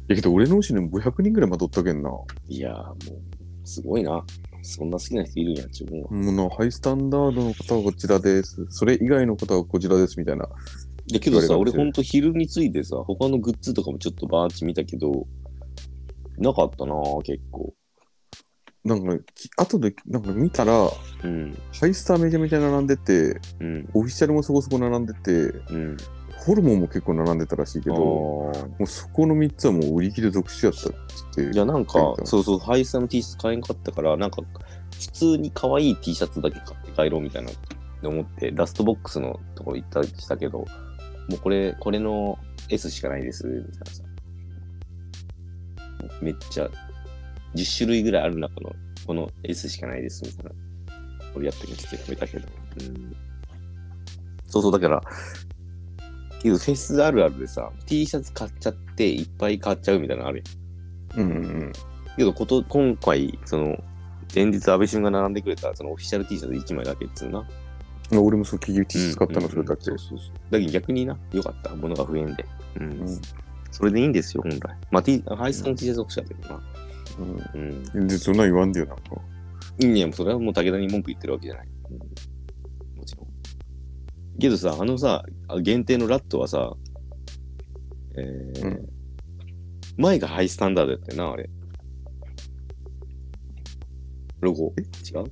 [SPEAKER 2] やけど俺のうちにも500人ぐらいまとったけんなも
[SPEAKER 1] いやーもうすごいなそんな好きな人いるんやっちゅうもん
[SPEAKER 2] うなハイスタンダードの方はこちらですそれ以外の方はこちらですみたいな
[SPEAKER 1] だけどさ、
[SPEAKER 2] 言われ
[SPEAKER 1] 俺
[SPEAKER 2] たんですよ
[SPEAKER 1] ほんと昼についてさ、他のグッズとかもちょっとバーッチ見たけど、なかったなぁ、結構。
[SPEAKER 2] なんかき後でなんか見たらハ
[SPEAKER 1] うん、
[SPEAKER 2] イスターめちゃめちゃ並んでて
[SPEAKER 1] うん、
[SPEAKER 2] オフィシャルもそこそこ並んでて
[SPEAKER 1] うん。
[SPEAKER 2] ホルモンも結構並んでたらしいけどもうそこの3つはもう売り切れ続出やったっつって
[SPEAKER 1] じゃあなんか
[SPEAKER 2] 書いて、た
[SPEAKER 1] そうそう、ハイサの T シャツ買えんかったから、なんか、普通に可愛い T シャツだけ買って帰ろうみたいなって思って、ラストボックスのところ行ったりしたけど、もうこれ、これの S しかないです、みたいなさ。めっちゃ、10種類ぐらいある中の、この S しかないです、みたいな。俺やってみて食べたけど。うんそうそう、だから、けどフェスあるあるでさ、T シャツ買っちゃって、いっぱい買っちゃうみたいなのあるやん
[SPEAKER 2] うんうん
[SPEAKER 1] けどこと、今回、その、前日、安倍晋が並んでくれた、そのオフィシャル T シャツ1枚だけっつうな。
[SPEAKER 2] 俺もそう、切り打ち使ったの、それだけ
[SPEAKER 1] うんうん。そうそうそうだけど逆にな、よかった、物が増えんで。うん。それでいいんですよ、本来。まあ、T、ハイスコン T シャツ欲しいだけどな。
[SPEAKER 2] うん
[SPEAKER 1] うん。
[SPEAKER 2] 全然そんなん言わんでよ、なんか。
[SPEAKER 1] いや、もうそれはもう武田に文句言ってるわけじゃない。うんもちろん。けどさ、あのさ、あ限定のラットはさ、えー
[SPEAKER 2] うん
[SPEAKER 1] 前がハイスタンダードやったよな、あれ。ロゴ。違う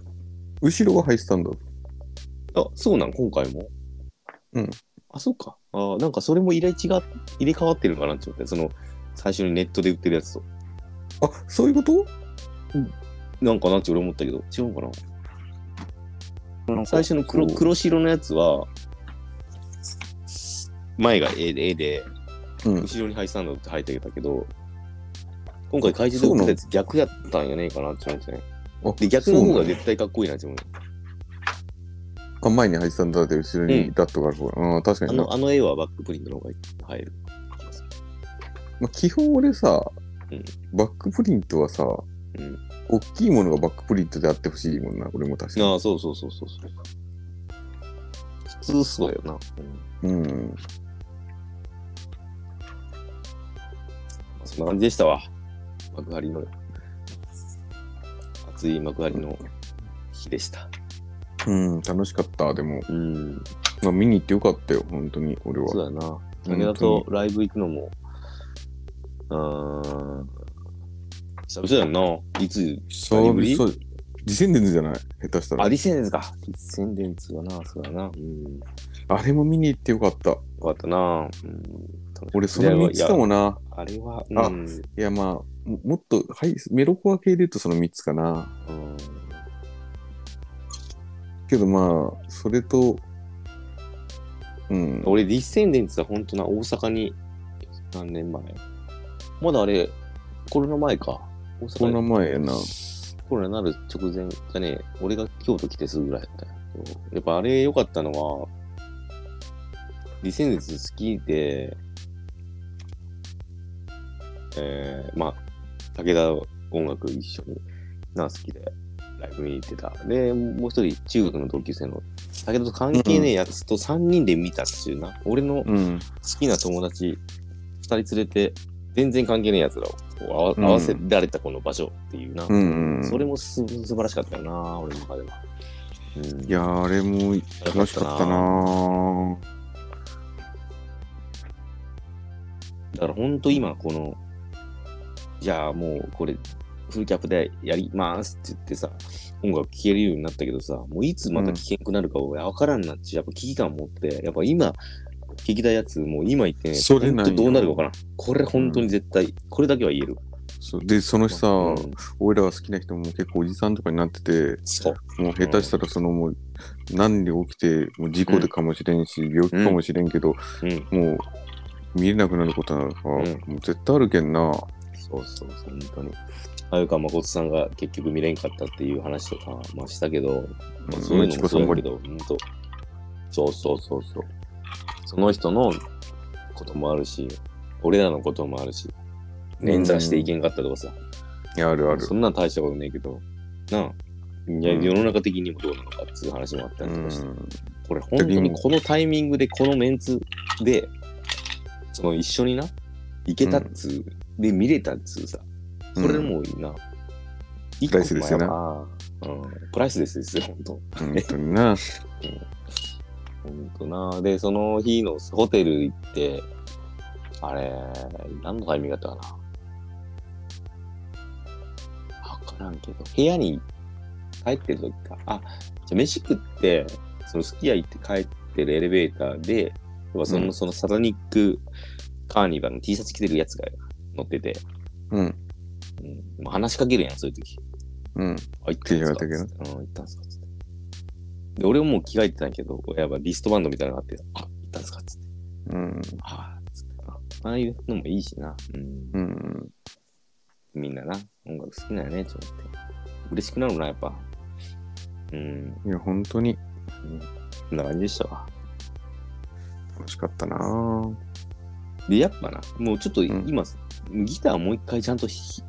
[SPEAKER 2] 後ろがハイスタンダー
[SPEAKER 1] あ、そうなん、今回も。
[SPEAKER 2] うん。
[SPEAKER 1] あ、そうか。あなんかそれも入れ違っ、入れ替わってるのかなって思って、その、最初にネットで売ってるやつと。
[SPEAKER 2] ド。あ、そういうこと
[SPEAKER 1] なんかなって俺思ったけど、違うのか
[SPEAKER 8] なん
[SPEAKER 1] な
[SPEAKER 8] か
[SPEAKER 1] 最初の黒
[SPEAKER 8] そう
[SPEAKER 1] 黒白のやつは、前が A で、A で、
[SPEAKER 2] うん。
[SPEAKER 1] 後ろにハイスタンダードって入ってたけど、今回怪獣で売ってたやつ逆やったんやねえかなって思ってね。
[SPEAKER 2] あ
[SPEAKER 1] で、逆の方
[SPEAKER 2] そう
[SPEAKER 1] が
[SPEAKER 2] な
[SPEAKER 1] 絶対かっこいいなって思う。
[SPEAKER 2] あ、前にハイスタンダードで後ろ
[SPEAKER 1] う
[SPEAKER 2] に
[SPEAKER 1] ん
[SPEAKER 2] ラットがある方が。うん、確か
[SPEAKER 1] あ
[SPEAKER 2] にな。
[SPEAKER 1] の、あの絵はバックプリントの方が入る。
[SPEAKER 2] まあ、基本俺さ、
[SPEAKER 1] うん
[SPEAKER 2] バックプリントはさ、
[SPEAKER 1] ん
[SPEAKER 2] 大きいものがバックプリントであってほしいもんな、俺も確かに。
[SPEAKER 1] ああ、そうそうそうそうそう。普通そうよな。うん
[SPEAKER 2] うん。
[SPEAKER 1] そんな感じでしたわ。幕張の、熱い幕張の日でした。
[SPEAKER 2] うん、楽しかった、でも。
[SPEAKER 1] うん、
[SPEAKER 2] まあ、見に行ってよかったよ、本当に、俺
[SPEAKER 1] そうだ
[SPEAKER 2] は。
[SPEAKER 1] な。
[SPEAKER 2] 当に
[SPEAKER 1] 武田とライブ行くのも、うーん、久々やんな。いつ、
[SPEAKER 2] そう、
[SPEAKER 1] ぶり
[SPEAKER 2] そう、次戦伝じゃない下手したら。
[SPEAKER 1] あ、
[SPEAKER 2] あれ
[SPEAKER 1] リセンズか。リセンデンツはな、そうだな。うん、よ
[SPEAKER 2] も見に行ってよかった。
[SPEAKER 1] かったな。うん、
[SPEAKER 2] 俺、その3つかも
[SPEAKER 1] な。
[SPEAKER 2] な。
[SPEAKER 1] あれは、
[SPEAKER 2] あ
[SPEAKER 1] うん、
[SPEAKER 2] いや、まあ、ももっと、はい、メロコア系で言うとその3つかな。
[SPEAKER 1] うん
[SPEAKER 2] けど、まあ、それと、うん。
[SPEAKER 1] 俺、ディセンデンツは本当な、大阪に何年前まだあれ、コロナ前か。大阪
[SPEAKER 2] この前やな。
[SPEAKER 1] コロナになる直前じゃねえ、俺が京都来てすぐぐらいだったんやけどやっぱあれ良かったのは、リセンデンツ好きで、えー、まあ、武田音楽一緒にな、好きでライブに行ってた。で、もう一人中学の同級生の武田と関係ねえやつと3人で見たっていうな、俺の
[SPEAKER 2] うん。
[SPEAKER 1] 好きな友達2人連れて全然関係ないやつらをこう合わ合わせられたこの場所っていうな、
[SPEAKER 2] うん、うん。
[SPEAKER 1] それもす素晴らしかったよな俺の中では、うん、
[SPEAKER 2] いやーあれも楽しかったなー
[SPEAKER 1] だから本当今このじゃあもうこれフルキャップでやりますって言ってさ音楽聴けるようになったけどさもういつまた聴けなくなるか俺分からんなっちやっぱ危機感持ってやっぱ今聞きたいやつもう今言ってね
[SPEAKER 2] それ
[SPEAKER 1] 本
[SPEAKER 2] なんよ
[SPEAKER 1] 当どうなるか分からんこれ本当に絶対、これだけは言える
[SPEAKER 2] そうでその日さ、
[SPEAKER 1] うん
[SPEAKER 2] 俺らが好きな人も結構おじさんとかになってて
[SPEAKER 1] そう
[SPEAKER 2] もう下手したらそのもう何で起きてもう事故でかもしれんし、病気かもしれんけど、
[SPEAKER 1] うん
[SPEAKER 2] もう見えなくなることなんか、
[SPEAKER 1] ん
[SPEAKER 2] もう絶対あるけんな
[SPEAKER 1] そうそうそう、本当に。鮎川誠さんが結局見れんかったっていう話とか、まあ、したけど、まあ、そういうのもそうだけど、本当、そうそうそうそう。その人のこともあるし、俺らのこともあるし、連座していけんかったとかさ、
[SPEAKER 2] いやあるある
[SPEAKER 1] そんなん大したことねえけど、なあ。いや
[SPEAKER 2] うん
[SPEAKER 1] 世の中的にもどうなのかっていう話もあった
[SPEAKER 2] う
[SPEAKER 1] りとかして、
[SPEAKER 2] ん
[SPEAKER 1] これ本当にこのタイミングでこのメンツでその一緒にな行けたっつう、で見れたっつうさそれもいいな、一個
[SPEAKER 2] ライスですよな
[SPEAKER 1] 前はうん、プライスですですよ本当
[SPEAKER 2] 本当にな
[SPEAKER 1] 本当なでその日のホテル行ってあれ何のタイミングだったかな分からんけど部屋に帰ってる時かあじゃあ飯食ってそのすき家行って帰ってるエレベーターで要はその,、
[SPEAKER 2] うん
[SPEAKER 1] そのサタニックカーニバルの T シャツ着てるやつが乗ってて、
[SPEAKER 2] う
[SPEAKER 1] う
[SPEAKER 2] ん
[SPEAKER 1] んまあ、話しかけるやんそういう時
[SPEAKER 2] うん
[SPEAKER 1] あ、行ったんすかつっ
[SPEAKER 2] 着替え
[SPEAKER 1] てうん、行ったんすかつって。で、俺ももう着替えてたんやけど、やっぱリストバンドみたいなのがあって、あ、行ったんすかつって。
[SPEAKER 2] うん
[SPEAKER 1] ああ、つって。ああいうのもいいしな。うん。
[SPEAKER 2] うん
[SPEAKER 1] みんなな、音楽好きなんやね、ちょっと思って。嬉しくなるな、やっぱ。うん。
[SPEAKER 2] いや本当に
[SPEAKER 1] こんな感じでしたわ。
[SPEAKER 2] 楽しかったなー
[SPEAKER 1] で、やっぱな、もうちょっと
[SPEAKER 2] ん
[SPEAKER 1] 今、ギターもう一回ちゃんとひ、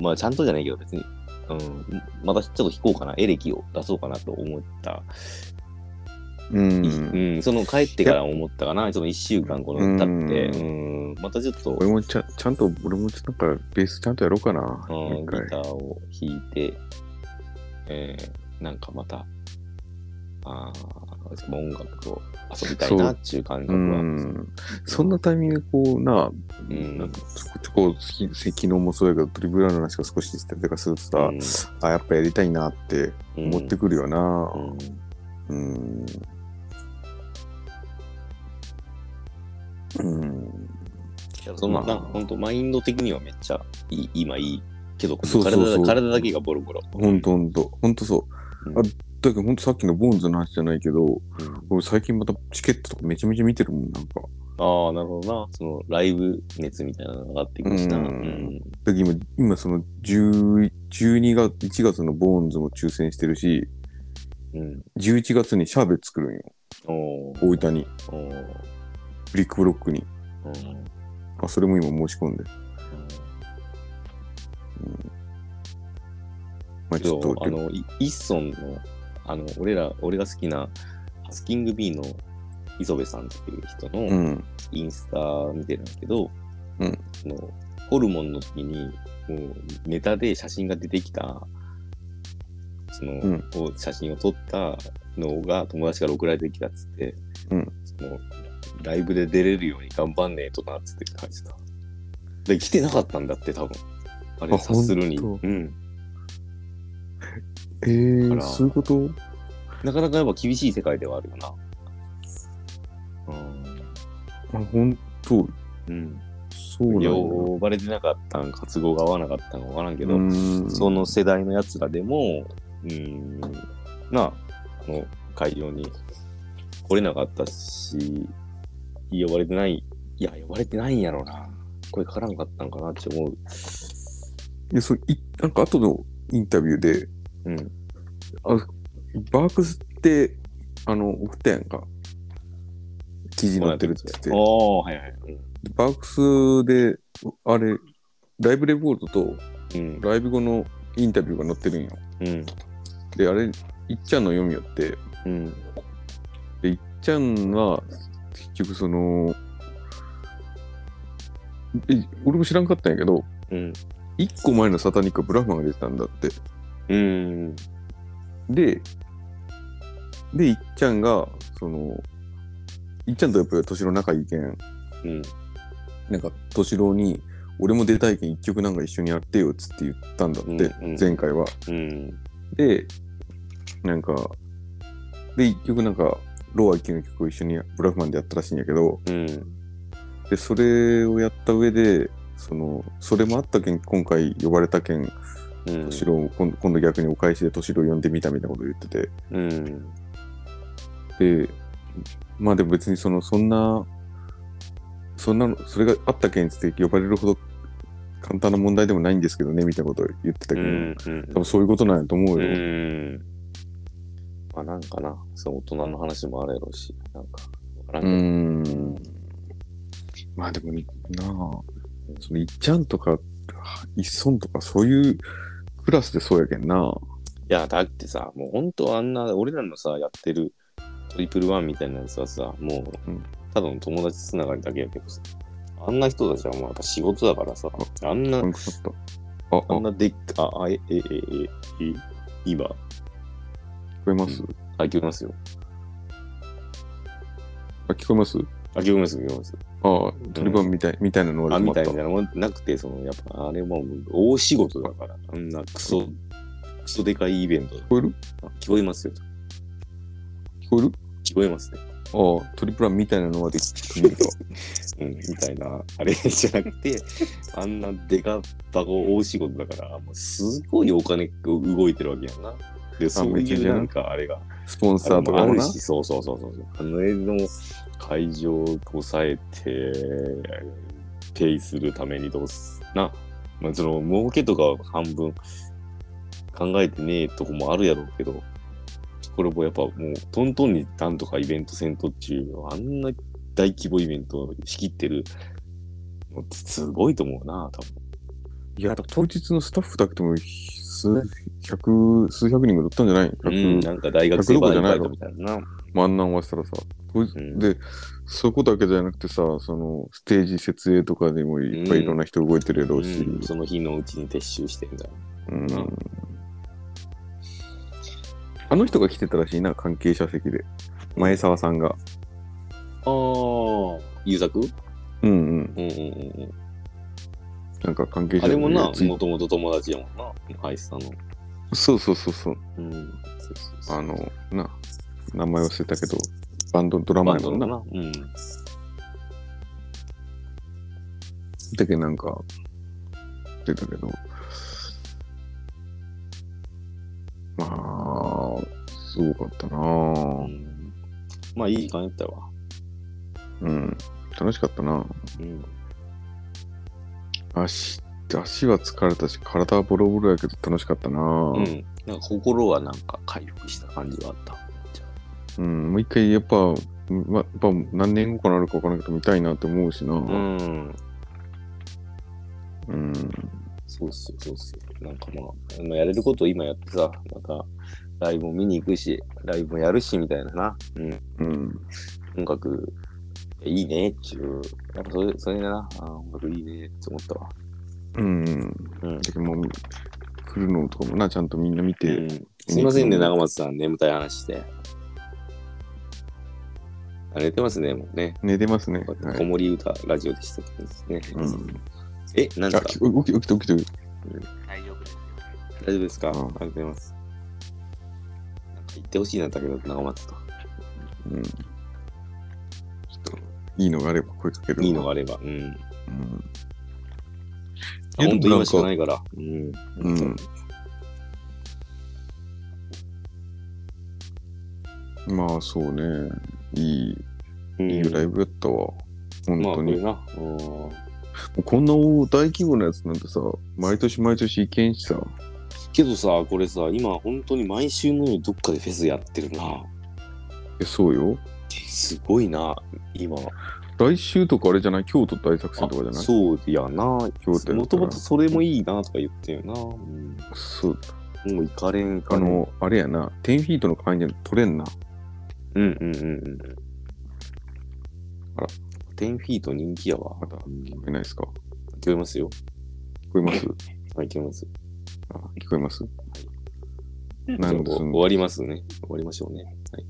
[SPEAKER 1] まあちゃんとじゃないけど別に、うん、またちょっと弾こうかな、エレキを出そうかなと思った
[SPEAKER 2] うん。
[SPEAKER 1] うん、その帰ってから思ったかな、その1週間この経って、うん、またちょっと、う、
[SPEAKER 2] 俺もちゃんちゃんと、俺もちょっとなんかベースちゃんとやろうかな。もうん一
[SPEAKER 1] ギ
[SPEAKER 2] 回。
[SPEAKER 1] ターを弾いて、えー、なんかまた、あーその音楽を遊びたいなっていう感
[SPEAKER 2] う
[SPEAKER 1] 覚は。
[SPEAKER 2] ん。そんなタイミングでこうな、
[SPEAKER 1] うん
[SPEAKER 2] なんかちょこちょこ、き昨日もそうやけど、トリプルアの話が少ししてたりとかするとさ、あ、やっぱやりたいなって
[SPEAKER 1] うん
[SPEAKER 2] 思ってくるよな。
[SPEAKER 1] うん
[SPEAKER 2] うん。うん。
[SPEAKER 1] いやその
[SPEAKER 2] まあ
[SPEAKER 1] なんか本当マインド的にはめっちゃいい今いいけど
[SPEAKER 2] そうそうそう
[SPEAKER 1] 体だ体だけがボロボロ。
[SPEAKER 2] ほんとほんと。ほんとそう。
[SPEAKER 1] うん
[SPEAKER 2] あだけどほんとさっきのボーンズの話じゃないけど、俺最近またチケットとかめちゃめちゃ見てるもん、なんか。
[SPEAKER 1] ああ、なるほどな。そのライブ熱みたいなのが上がってきました。
[SPEAKER 2] うんだけど今、今その10 12月、1月のボーンズも抽選してるし、
[SPEAKER 1] うん。
[SPEAKER 2] 11月にシャーベット作るんよ。
[SPEAKER 1] おー
[SPEAKER 2] 大分に。
[SPEAKER 1] おー
[SPEAKER 2] ブリックブロックに。
[SPEAKER 1] うん
[SPEAKER 2] あ、それも今申し込んで。まあち
[SPEAKER 1] そ
[SPEAKER 2] ょっと
[SPEAKER 1] う、あの、いイッソンの、あの、俺ら、俺が好きな、ハスキングビーの磯部さんっていう人
[SPEAKER 2] う
[SPEAKER 1] の
[SPEAKER 2] ん。
[SPEAKER 1] インスタ見てるんだけど、
[SPEAKER 2] うん
[SPEAKER 1] そのホルモンの時に、もうネタで写真が出てきた、その、
[SPEAKER 2] ん
[SPEAKER 1] を写真を撮ったのが友達から送られてきたっつって、
[SPEAKER 2] うん
[SPEAKER 1] そのライブで出れるように頑張んねえとなっつって書いてた。で、来てなかったんだって、多分。あれ、
[SPEAKER 2] あ
[SPEAKER 1] 察するに。
[SPEAKER 2] ほんと
[SPEAKER 1] うん。か
[SPEAKER 2] えー、
[SPEAKER 1] ら
[SPEAKER 2] そういうこと
[SPEAKER 1] なかなかやっぱ厳しい世界ではあるよな。うん。
[SPEAKER 2] あ、ほんと、
[SPEAKER 1] うん。
[SPEAKER 2] そうなんだ。
[SPEAKER 1] 呼ばれてなかったん、活動が合わなかったんかわからんけど、
[SPEAKER 2] うん
[SPEAKER 1] その世代のやつらでも、うん、なあ、あの、会場に来れなかったし、呼ばれてない、いや、呼ばれてないんやろうな。声かからんかったんかなって思う。
[SPEAKER 2] いやそういなんか後のインタビューで
[SPEAKER 1] うん。
[SPEAKER 2] バークスってあの送ったやんか記事に載ってるって言って
[SPEAKER 1] ああ、はいはい。
[SPEAKER 2] バークスであれライブレポートと
[SPEAKER 1] うん。
[SPEAKER 2] ライブ後のインタビューが載ってるんよ
[SPEAKER 1] うん。
[SPEAKER 2] であれいっちゃんの読みよって
[SPEAKER 1] うん。
[SPEAKER 2] でいっちゃんは結局そのえ俺も知らんかったんやけど
[SPEAKER 1] うん。
[SPEAKER 2] 1個前のサタニックはブラフマンが出てたんだって
[SPEAKER 1] うん。
[SPEAKER 2] で、で、いっちゃんが、その、いっちゃんとやっぱり敏郎仲いいけん、
[SPEAKER 1] うん。
[SPEAKER 2] なんか敏郎に、俺も出たいけん一曲なんか一緒にやってよっつって言ったんだって、
[SPEAKER 1] うんうん
[SPEAKER 2] 前回は。
[SPEAKER 1] うん。
[SPEAKER 2] で、なんか、で、一曲なんか、ロアキの曲を一緒にブラフマンでやったらしいんやけど、
[SPEAKER 1] うん。
[SPEAKER 2] で、それをやった上で、その、それもあったけん、今回呼ばれたけん、
[SPEAKER 1] うん。
[SPEAKER 2] 敏郎を今度、今度逆にお返しで敏郎呼んでみたみたいなこと言ってて、
[SPEAKER 1] うん。
[SPEAKER 2] でまあでも別にそのそんなそんなのそれがあった件について呼ばれるほど簡単な問題でもないんですけどねみたいなことを言ってた
[SPEAKER 1] う
[SPEAKER 2] けど、
[SPEAKER 1] ん。うん
[SPEAKER 2] 多分そういうことなんやと思うよ、
[SPEAKER 1] うん。まあなんかな、その大人の話もあるやろうし、なんか、わからん
[SPEAKER 2] う
[SPEAKER 1] けど
[SPEAKER 2] んまあでもなあそのいっちゃんとかいっそんとかそういうクラスでそうやけんない
[SPEAKER 1] や、だってさ、もう本当あんな、俺らのさ、やってるトリプルワンみたいなやつはさ、もう
[SPEAKER 2] うん、
[SPEAKER 1] ただの友達つながりだけやけどさ、あんな人たちはもうやっぱ仕事だからさ、あんな
[SPEAKER 2] なん、かちょっとああ
[SPEAKER 1] あん
[SPEAKER 2] 聞
[SPEAKER 1] なでっか、あ、あえ、え、え、え、え、今、
[SPEAKER 2] こえます、
[SPEAKER 1] あ、聞こえますよ。
[SPEAKER 2] あ聞こえます
[SPEAKER 1] あ、聞こえます、聞こえます。
[SPEAKER 2] ああトリバンみたいみたいなの
[SPEAKER 1] あ
[SPEAKER 2] は
[SPEAKER 1] みたいなのもなくて、そのやっぱあれもう大仕事だから、あんなクソ、クソでかいイベント。聞
[SPEAKER 2] こえる
[SPEAKER 1] 聞こえますよ。
[SPEAKER 2] 聞こえる
[SPEAKER 1] 聞こえますね。
[SPEAKER 2] ああトリプランみたいなのはできると
[SPEAKER 1] うん、みたいな、あれじゃなく て、あんなでかバコ大仕事だから、もうすごいお金動いてるわけやんな。で、そう
[SPEAKER 2] めちゃ
[SPEAKER 1] い
[SPEAKER 2] めち
[SPEAKER 1] う
[SPEAKER 2] ゃな
[SPEAKER 1] なんかあれが、
[SPEAKER 2] スポン
[SPEAKER 1] あ
[SPEAKER 2] サーと
[SPEAKER 1] も
[SPEAKER 2] か
[SPEAKER 1] あ
[SPEAKER 2] も
[SPEAKER 1] る
[SPEAKER 2] な。
[SPEAKER 1] し、そうそうそうそう。あの絵の会場を抑えて、ペイするためにどうすな。まあ、その、儲けとかは半分考えてねえとこもあるやろうけど、これもやっぱもう、トントンになんとかイベントせんとっちゅうの、あんな大規模イベントを仕切ってるのってすごいと思うな、多分。
[SPEAKER 2] いや、当日のスタッフだけでもひす数、百、数百人ぐらいだったんじゃない
[SPEAKER 1] うん
[SPEAKER 2] ?100、
[SPEAKER 1] なんか大学生バー
[SPEAKER 2] 100
[SPEAKER 1] で
[SPEAKER 2] どこ
[SPEAKER 1] バイ
[SPEAKER 2] ろじゃない
[SPEAKER 1] ト
[SPEAKER 2] の
[SPEAKER 1] みたいなな。
[SPEAKER 2] 万難はしたらさ。こい
[SPEAKER 1] うん
[SPEAKER 2] で、そこだけじゃなくてさ、その、ステージ設営とかでもいっぱいいろんな人動いてるやろうし。
[SPEAKER 1] うんその日のうちに撤収してみたいな。
[SPEAKER 2] うんあの人が来てたらしいな、関係者席で。前澤さんが。
[SPEAKER 1] ああ、優作
[SPEAKER 2] う
[SPEAKER 1] う
[SPEAKER 2] んうん。
[SPEAKER 1] んうんうんうん。
[SPEAKER 2] なんか関係者
[SPEAKER 1] あれ
[SPEAKER 2] 席
[SPEAKER 1] もな、
[SPEAKER 2] つい
[SPEAKER 1] もともと友達やもんな、ハイスタの。
[SPEAKER 2] そうそうそうそう。
[SPEAKER 1] うん。そうそうそう
[SPEAKER 2] あの、な、名前忘れたけど、バンド、ドラマ
[SPEAKER 1] バ
[SPEAKER 2] や
[SPEAKER 1] ンド
[SPEAKER 2] もんな
[SPEAKER 1] の。な。うん。
[SPEAKER 2] だけどなんか、出たけど。まあ、すごかったな
[SPEAKER 1] う
[SPEAKER 2] ぁ
[SPEAKER 1] んまあ、いい時間やったわ。
[SPEAKER 2] うん。楽しかったな
[SPEAKER 1] うん。
[SPEAKER 2] 足、足は疲れたし、体はボロボロやけど楽しかったな
[SPEAKER 1] う
[SPEAKER 2] ぁ
[SPEAKER 1] ん。なんか心はなんか回復した感じがあった。
[SPEAKER 2] うん。もう一回、やっぱ、ま、やっぱ何年後かなるか分からなけど見たいなって思うしなうん。
[SPEAKER 1] ん。そうっすよ、そうっすよ。なんかまあ、今やれることを今やってさ、またライブも見に行くし、ライブもやるし、みたいなな。うん。
[SPEAKER 2] うん。
[SPEAKER 1] 音楽、いいね、っちゅう。やっぱそれ、それだな。あー音楽いいね、って思ったわ。
[SPEAKER 2] うん。
[SPEAKER 1] うん
[SPEAKER 2] だけどもう、来るのとかもな、ちゃんとみんな見て。
[SPEAKER 1] うんすいませんね、長松さん、眠たい話して。あ寝てますね、もうね。
[SPEAKER 2] 寝てますね。は
[SPEAKER 1] 子
[SPEAKER 2] い。
[SPEAKER 1] 守歌ラジオでしたけどね。
[SPEAKER 2] うん
[SPEAKER 1] え、なんで
[SPEAKER 2] あ、
[SPEAKER 1] すか
[SPEAKER 2] き起き起きて起きてる。
[SPEAKER 5] 大丈夫ですよ。
[SPEAKER 1] 大丈夫ですか、
[SPEAKER 2] うん
[SPEAKER 1] ありがとうございます。なんか言ってほしいな、だけど、長松と。
[SPEAKER 2] うん。ちょっと、いいのがあれば声かけるわ。
[SPEAKER 1] いいのがあれば。うん。
[SPEAKER 2] うん。
[SPEAKER 1] あ
[SPEAKER 2] いや
[SPEAKER 1] 本当
[SPEAKER 2] でもなん
[SPEAKER 1] 今
[SPEAKER 2] か
[SPEAKER 1] しかないから。うん。
[SPEAKER 2] うんまあ、そうね。いい、
[SPEAKER 1] うん。
[SPEAKER 2] いいライブやったわ。本
[SPEAKER 1] まあ、こ
[SPEAKER 2] 当
[SPEAKER 1] れ
[SPEAKER 2] に。も
[SPEAKER 1] な。うん
[SPEAKER 2] うこんな大規模なやつなんてさ、毎年毎年行けんしさ。
[SPEAKER 1] けどさ、これさ、今、本当に毎週のようにどっかでフェスやってるな。
[SPEAKER 2] え、そうよ。
[SPEAKER 1] すごいな、今。
[SPEAKER 2] 来週とかあれじゃない京都大作戦とかじゃ
[SPEAKER 1] あ
[SPEAKER 2] ない
[SPEAKER 1] そうやな。
[SPEAKER 2] 京都や
[SPEAKER 1] も
[SPEAKER 2] った
[SPEAKER 1] と
[SPEAKER 2] ら
[SPEAKER 1] もとそれもいいなとか言ってよな。うん
[SPEAKER 2] そう。
[SPEAKER 1] もう行かれんか
[SPEAKER 2] あ
[SPEAKER 1] れん、
[SPEAKER 2] の、あれやな。10フィートの会員じゃ取れんな。
[SPEAKER 1] うんうんうんうん。
[SPEAKER 2] あら、
[SPEAKER 1] 10フィート人気やわ。
[SPEAKER 2] また
[SPEAKER 1] うん聞
[SPEAKER 2] いないですか
[SPEAKER 1] こえますよ。
[SPEAKER 2] 聞こえます
[SPEAKER 1] はい、聞こえます。
[SPEAKER 2] あ聞こえます
[SPEAKER 1] じゃ
[SPEAKER 2] な
[SPEAKER 1] あ
[SPEAKER 2] んでそ
[SPEAKER 1] 終
[SPEAKER 2] の
[SPEAKER 1] わりますね。終わりましょうね。はい。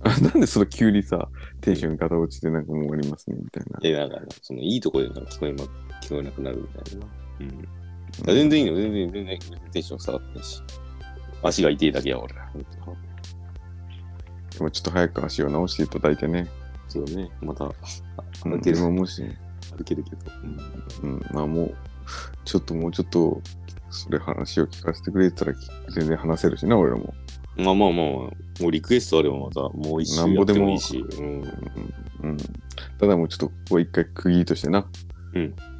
[SPEAKER 2] あなんでその急にさ、テンション肩落ちてなんかもう終わりますねみたいな。
[SPEAKER 1] え、なんか、そのいいとこでなんか聞こえま、聞こえなくなるみたいな。うん。いや
[SPEAKER 2] うん
[SPEAKER 1] 全然いいよ、全然、全然、テンション下がってないし。足が痛いだけや、俺。本当
[SPEAKER 2] でもちょっと早く足を直していただいてね。
[SPEAKER 1] そうね。また、あ
[SPEAKER 2] うん
[SPEAKER 1] 歩ける、
[SPEAKER 2] でももし、
[SPEAKER 1] 歩けるけど。うん
[SPEAKER 2] うん、まあもう、ちょっともうちょっと、それ話を聞かせてくれてたらき全然話せるしな、俺らも。
[SPEAKER 1] まあまあまあ、もうリクエストあればまた、もう一
[SPEAKER 2] な
[SPEAKER 1] 周
[SPEAKER 2] ん
[SPEAKER 1] や
[SPEAKER 2] ぼ
[SPEAKER 1] って
[SPEAKER 2] でも
[SPEAKER 1] もいいし、うん、
[SPEAKER 2] うん。ただもうちょっとここは一回区切りとしてな、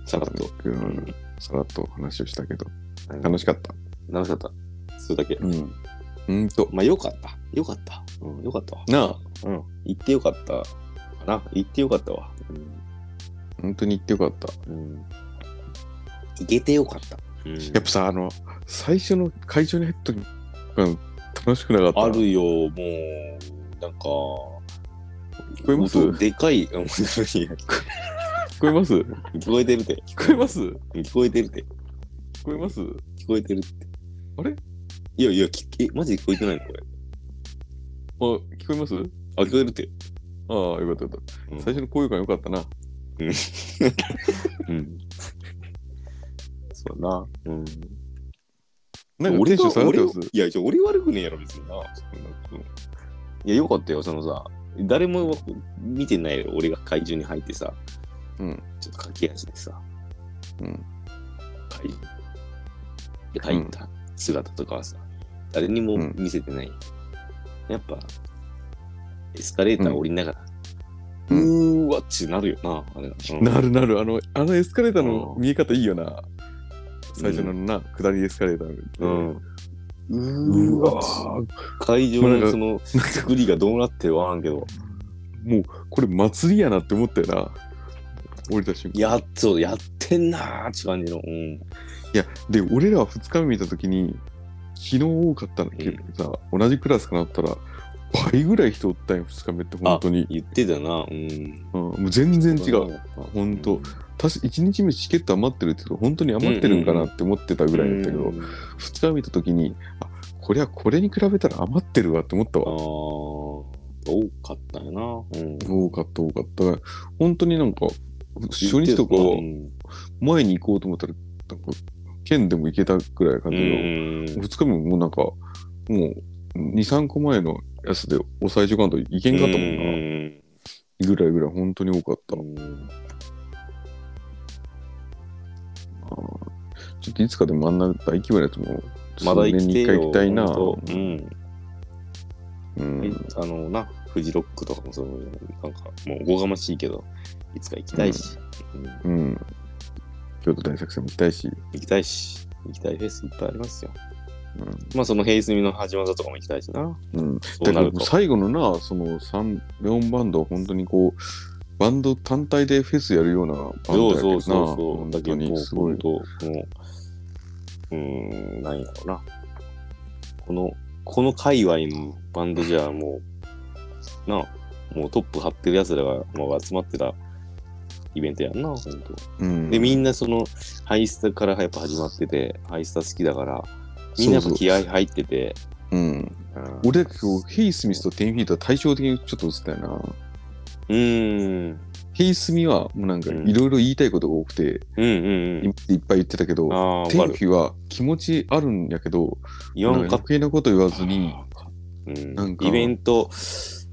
[SPEAKER 1] さらっと。
[SPEAKER 2] うんさらっと話をしたけど、
[SPEAKER 1] うん
[SPEAKER 2] 楽しかった。
[SPEAKER 1] 楽しかった。それだけ。
[SPEAKER 2] うん。うんと、
[SPEAKER 1] まあよかった。よかった。うん、よかったわ。
[SPEAKER 2] なあ、
[SPEAKER 1] うん。行ってよかったかな。行ってよかったわ。うん。
[SPEAKER 2] 本当に行ってよかった。
[SPEAKER 1] うん、行けてよかった。うん、
[SPEAKER 2] やっぱさ、あの、最初の会場に入った時うん楽しくなかった。
[SPEAKER 1] あるよ、もう、なんか、
[SPEAKER 2] 聞こえます
[SPEAKER 1] 音
[SPEAKER 2] 聞
[SPEAKER 1] でかい、 うん聞
[SPEAKER 2] こえます聞
[SPEAKER 1] こえてるて。
[SPEAKER 2] こえます聞
[SPEAKER 1] 聞こえてるて。
[SPEAKER 2] こえます
[SPEAKER 1] 聞こえてるって。
[SPEAKER 2] あれ
[SPEAKER 1] いやいや、きえ、マジで聞こえてないのこれ。
[SPEAKER 2] あ、聞こえますあ
[SPEAKER 1] あ、聞こえるって。
[SPEAKER 2] あ、よかったよかった。
[SPEAKER 1] うん
[SPEAKER 2] 最初の高揚感よかったな。
[SPEAKER 1] うん。そうやな。うん。
[SPEAKER 2] なんかテ
[SPEAKER 1] 俺
[SPEAKER 2] ンション
[SPEAKER 1] が
[SPEAKER 2] 下がっ
[SPEAKER 1] 俺
[SPEAKER 2] てま
[SPEAKER 1] を
[SPEAKER 2] す
[SPEAKER 1] いや、じゃあ俺悪くねえやろ、別にな。そんなこといや、よかったよ、そのさ、誰も見てないよ、俺が怪獣に入ってさ、
[SPEAKER 2] うん。
[SPEAKER 1] ちょっと駆け足でさ、
[SPEAKER 2] うん。
[SPEAKER 1] 怪獣で入った姿とかはさ、誰にも見せてない。やっぱ、エスカレーター降りながら、う
[SPEAKER 2] うん
[SPEAKER 1] ーわっちなるよな、あれ。うん
[SPEAKER 2] なるなる、あの、あのエスカレーターの
[SPEAKER 1] うん
[SPEAKER 2] 見え方いいよな。最初のな、下りエスカレーター。
[SPEAKER 1] うん。
[SPEAKER 2] う
[SPEAKER 1] うー
[SPEAKER 2] わ
[SPEAKER 1] わ
[SPEAKER 2] ー
[SPEAKER 1] 会場
[SPEAKER 2] なん
[SPEAKER 1] の
[SPEAKER 2] か
[SPEAKER 1] その作りがどうなってるかわからんけど、
[SPEAKER 2] もうこれ祭りやなって思ったよな。降りた瞬間。
[SPEAKER 1] やっとやってってんなーって感じの。うん。
[SPEAKER 2] いや、で、俺らは2日目見たときに、昨日多かったんだけどさ、同じクラスかなったら、倍ぐらい人おったんよ、2日目って、本当に。
[SPEAKER 1] 言ってたな。うん。
[SPEAKER 2] うん、もう全然違う。。本
[SPEAKER 1] う
[SPEAKER 2] 当
[SPEAKER 1] ん
[SPEAKER 2] 確か1日目チケット余ってるって言うと本当に余ってるんかなって思ってたぐらいだったけど、
[SPEAKER 1] うん
[SPEAKER 2] 2日見た時にあこれはこれに比べたら余ってるわって思った
[SPEAKER 1] ああ、
[SPEAKER 2] わ
[SPEAKER 1] 多かったよな。うん。
[SPEAKER 2] 多かった多かった本当になんか初日とか
[SPEAKER 1] うん
[SPEAKER 2] 前に行こうと思ったらなんか県でも行けたぐらいの感じの、2日目ももうなんかもう23個前のやつで抑え時間といけんかったもんな、
[SPEAKER 1] うん
[SPEAKER 2] ぐらいぐらい本当に多かったな
[SPEAKER 1] うん
[SPEAKER 2] ちょっといつかでもあんな大規模なやつも
[SPEAKER 1] まだ生
[SPEAKER 2] 数
[SPEAKER 1] きてよ
[SPEAKER 2] 年に一回行きたいな、
[SPEAKER 1] ほんとうん。
[SPEAKER 2] うん、
[SPEAKER 1] あのな、フジロックとかもそう、なんかもうおこがましいけど、いつか行きたいし、うん
[SPEAKER 2] うん。京都大作戦も行きたいし、
[SPEAKER 1] 行きたいし、行きたいフェスいっぱいありますよ。
[SPEAKER 2] うん
[SPEAKER 1] まあその平泉の始まりとかも行きたいしな。
[SPEAKER 2] うん、
[SPEAKER 1] そ
[SPEAKER 2] だ
[SPEAKER 1] うな
[SPEAKER 2] から
[SPEAKER 1] ると。
[SPEAKER 2] 最後のな、その3、4バンドは本当にこう、バンド単体でフェスやるようなバン
[SPEAKER 1] そ
[SPEAKER 2] ド
[SPEAKER 1] う
[SPEAKER 2] やけど
[SPEAKER 1] そ
[SPEAKER 2] な
[SPEAKER 1] うそうそう。だ
[SPEAKER 2] 本
[SPEAKER 1] け
[SPEAKER 2] 当
[SPEAKER 1] ど、もう
[SPEAKER 2] にすごい
[SPEAKER 1] 本。当もう、うーん、なんやろうな。この、この界隈のバンドじゃもう、なあ、もうトップ張ってるやつらがもう集まってたイベントやんな、本当。
[SPEAKER 2] うん
[SPEAKER 1] で、みんなその、ハイスタからやっぱ始まってて、ハイスタ好きだから、みんなやっぱ気合入ってて、
[SPEAKER 2] うん、
[SPEAKER 1] うん
[SPEAKER 2] 俺だけ今日、ヘイスミスとテンフィートは対照的にちょっと映ったよな。
[SPEAKER 1] うーん、
[SPEAKER 2] ヘイスミはもうなんか
[SPEAKER 1] うん
[SPEAKER 2] いろいろ言いたいことが多くて、
[SPEAKER 1] うんうんうん。
[SPEAKER 2] いっぱい言ってたけど、
[SPEAKER 1] ああー、
[SPEAKER 2] テン
[SPEAKER 1] わ
[SPEAKER 2] フ
[SPEAKER 1] か
[SPEAKER 2] ィ
[SPEAKER 1] る。
[SPEAKER 2] ーは気持ちあるんやけど、
[SPEAKER 1] 言わ
[SPEAKER 2] なんん
[SPEAKER 1] か
[SPEAKER 2] か
[SPEAKER 1] っ
[SPEAKER 2] 余計なこと言わずに、
[SPEAKER 1] うん
[SPEAKER 2] なんか
[SPEAKER 1] イベント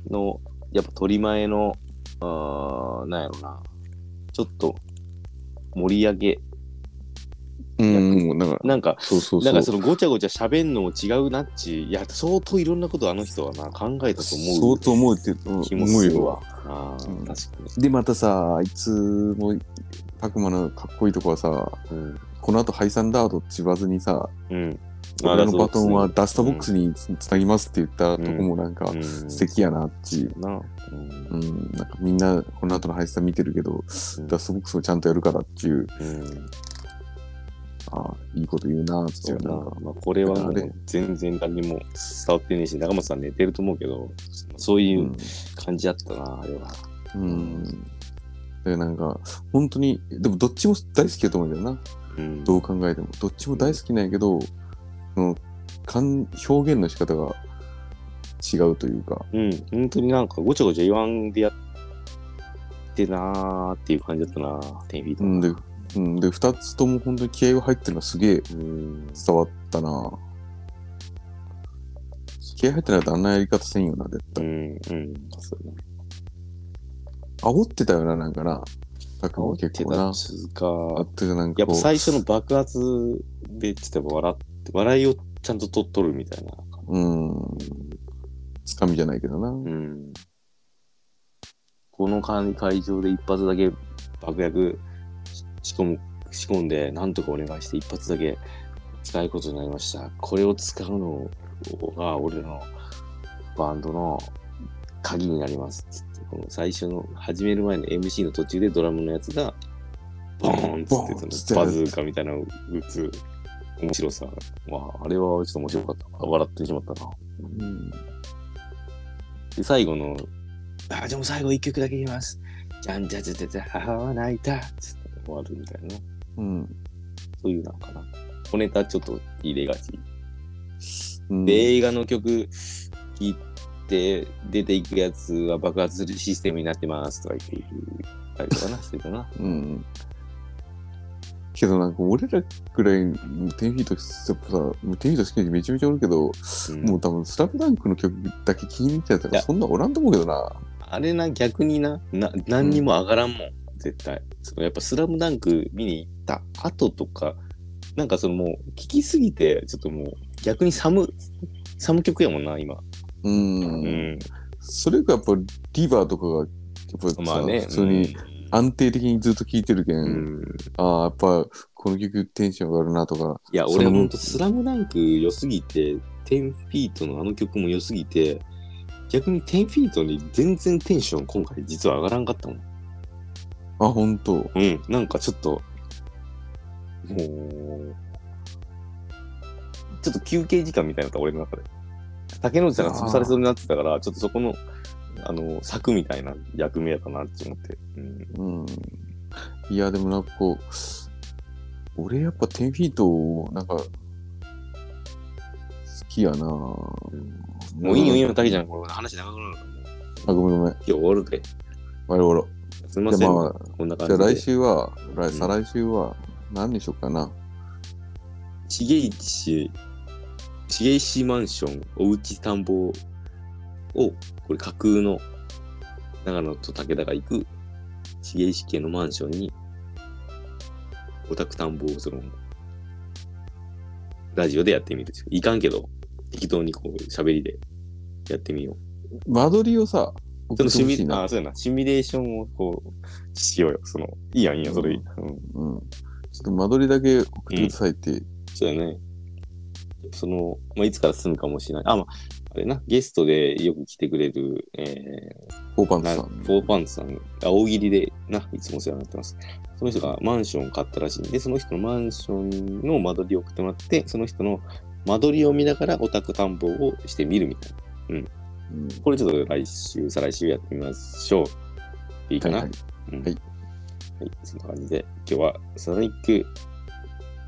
[SPEAKER 1] のやっぱ取り前のあーなんやろなちょっと盛り上げ
[SPEAKER 2] うん、もうなんか、
[SPEAKER 1] なんか
[SPEAKER 2] そうそうそう。
[SPEAKER 1] なんかそのごちゃごちゃ喋んのも違うなっちいや相当いろんなことあの人はな考えたと思
[SPEAKER 2] 相当思うって、うん
[SPEAKER 1] う気も
[SPEAKER 2] 思
[SPEAKER 1] す
[SPEAKER 2] う
[SPEAKER 1] る
[SPEAKER 2] よ。
[SPEAKER 1] わあー、
[SPEAKER 2] う
[SPEAKER 1] 確
[SPEAKER 2] ん
[SPEAKER 1] か
[SPEAKER 2] で、またさ、あいつも、たくまのかっこいいとこはさ、
[SPEAKER 1] にうん、
[SPEAKER 2] この後解散だと言わずにさ、
[SPEAKER 1] うん、まあ
[SPEAKER 2] 俺のバトンは
[SPEAKER 1] ダ
[SPEAKER 2] ダストボックスにつつなぎますって言ったとこもなんか
[SPEAKER 1] ストボッ、クス
[SPEAKER 2] 素
[SPEAKER 1] ね
[SPEAKER 2] 敵やなっち。
[SPEAKER 1] うんな、うん
[SPEAKER 2] うん、なんかみんなこの後の配信見てるけど、ダストボックスもちゃんとやるからっていう、
[SPEAKER 1] うん
[SPEAKER 2] ああいいこと言うなって
[SPEAKER 1] そ
[SPEAKER 2] いうう
[SPEAKER 1] や
[SPEAKER 2] な
[SPEAKER 1] なん
[SPEAKER 2] か、
[SPEAKER 1] まあ、これはも
[SPEAKER 2] あれ
[SPEAKER 1] う全然何も伝わってねえし中松さん寝てると思うけどそう
[SPEAKER 2] う。
[SPEAKER 1] いうん感じだったな、あれは。
[SPEAKER 2] うん。だからなんか、本当に、でもどっちも大好きだと思うんだよな。
[SPEAKER 1] うん
[SPEAKER 2] どう考えてもどっちも大好きなんやけど、その感表現の仕方が違うというか、
[SPEAKER 1] うん、本当になんかごちゃごちゃ言わんでやってなーっていう感じだったな、テンフィート
[SPEAKER 2] う
[SPEAKER 1] は
[SPEAKER 2] んでうん、で2つとも本当に気合が入ってるのがすげえ
[SPEAKER 1] うん、
[SPEAKER 2] 伝わったな気合入ってないとあんなやり方せんよな絶
[SPEAKER 1] う
[SPEAKER 2] 対、
[SPEAKER 1] ん、うん、そうね。
[SPEAKER 2] 煽ってたよななんかなたくも結構な
[SPEAKER 1] 煽ってたっつう
[SPEAKER 2] あ
[SPEAKER 1] か、
[SPEAKER 2] ってなん
[SPEAKER 1] や
[SPEAKER 2] か
[SPEAKER 1] っぱ
[SPEAKER 2] こ
[SPEAKER 1] 最初の爆発でちょっとやっぱ笑って、笑いをちゃんとと取るみたいな。
[SPEAKER 2] ううんつかみじゃないけどな、
[SPEAKER 1] うん。この会会場で一発だけ爆薬仕込む仕込んで、なんとかお願いして一発だけ使うことになりました。これを使うのが俺のバンドの鍵になりますっつって。この最初の始める前の MC の途中でドラムのやつがボーンっ
[SPEAKER 2] ボーンっ
[SPEAKER 1] つっ
[SPEAKER 2] つってて
[SPEAKER 1] そのバズーカみたいなのを打つ面白さはあれはちょっと面白かった笑ってしまったな。
[SPEAKER 2] うん
[SPEAKER 1] で、最後の、あ、じゃあもう最後一曲だけ言います。じゃんじゃじゃじゃじゃ、母は泣いた。つって終わるみたいな。
[SPEAKER 2] うん
[SPEAKER 1] そういうなんかな。小ネタちょっと入れがち。
[SPEAKER 2] うん、
[SPEAKER 1] で、映画の曲聴いて、出ていくやつは爆発するシステムになってますとか言っていくたりとかな、してたな。
[SPEAKER 2] うん。けどなんか俺らくらいテンフィートやっぱさ、テンフィート好きな人めちゃめちゃおるけど、
[SPEAKER 1] うん
[SPEAKER 2] もう多分スラムダンクの曲だけ聴いてた
[SPEAKER 1] い
[SPEAKER 2] ら
[SPEAKER 1] や
[SPEAKER 2] そんなおらんと思うけどな。
[SPEAKER 1] あれな、逆にな、な何にも上がらんもん、絶対。そのやっぱスラムダンク見に行った後とか、なんかそのもう聞きすぎて、ちょっともう逆に寒、寒曲やもんな、今。
[SPEAKER 2] うん。
[SPEAKER 1] うん。
[SPEAKER 2] それがやっぱリバーとかが、やっぱさ、
[SPEAKER 1] まあね。
[SPEAKER 2] 普通に安定的にずっと聴いてるけん、
[SPEAKER 1] うん、うん
[SPEAKER 2] ああ、やっぱこの曲テンション上がるなとか、
[SPEAKER 1] いや、
[SPEAKER 2] そ
[SPEAKER 1] 俺
[SPEAKER 2] の
[SPEAKER 1] ほんと、スラムダンク良すぎて、テンフィートのあの曲も良すぎて、逆にテンフィートに全然テンション今回実は上がらんかったもん。
[SPEAKER 2] あ、ほんと。
[SPEAKER 1] うん。なんかちょっと、もう、ちょっと休憩時間みたいなった、俺の中で。竹野内さんが潰されそうになってたから、ちょっとそこの、あの、柵みたいな役目やったなって思って。うん。
[SPEAKER 2] うん。いや、でもなんかこう、俺やっぱ10フィート、なんか、好きやなも
[SPEAKER 1] もういいよ、いいよ、竹ちゃん。これ話長くなるからもう
[SPEAKER 2] あ、ごめんごめん。
[SPEAKER 1] 今日終わるで。
[SPEAKER 2] あれ、あら。
[SPEAKER 1] すみません、
[SPEAKER 2] じゃあまあ
[SPEAKER 1] こんな感
[SPEAKER 2] じゃあ
[SPEAKER 1] じで。
[SPEAKER 2] 来週は、来
[SPEAKER 1] ん
[SPEAKER 2] 再来週は、何にしようかな。
[SPEAKER 1] 重石、重石マンション、おうち探訪を、これ架空の長野と武田が行く重石家のマンションに、オタク探訪をその、ラジオでやってみる。いかんけど、適当にこう喋りでやってみよう。
[SPEAKER 2] 間取りをさ、
[SPEAKER 1] ち
[SPEAKER 2] 送
[SPEAKER 1] ょっと
[SPEAKER 2] って
[SPEAKER 1] シ
[SPEAKER 2] ほ
[SPEAKER 1] ミ
[SPEAKER 2] しいな
[SPEAKER 1] あ。そうやなシミュレーションをこうしようよ。その、いいやん、いいやん、それいい。うん
[SPEAKER 2] うん。ちょっと間取りだけ送ってくださいって。
[SPEAKER 1] そうだね。その、まあ、いつから住むかもしれない。あ、まあ、あれな、ゲストでよく来てくれる、え
[SPEAKER 2] フォーパ
[SPEAKER 1] ー、
[SPEAKER 2] ンツ
[SPEAKER 1] な
[SPEAKER 2] さ
[SPEAKER 1] フ
[SPEAKER 2] ん。
[SPEAKER 1] ォーパンツさん、あ大喜利でな、いつもお世話になってます。その人がマンションを買ったらしいんで、その人のマンションの間取りを送ってもらって、その人の間取りを見ながらオタク探訪をしてみるみたいな。
[SPEAKER 2] うん
[SPEAKER 1] これちょっと来週、再来週やってみましょう。いいかな、
[SPEAKER 2] はいはい
[SPEAKER 1] うん
[SPEAKER 2] は
[SPEAKER 1] は
[SPEAKER 2] い
[SPEAKER 1] い、そんな感じで、今日はサライク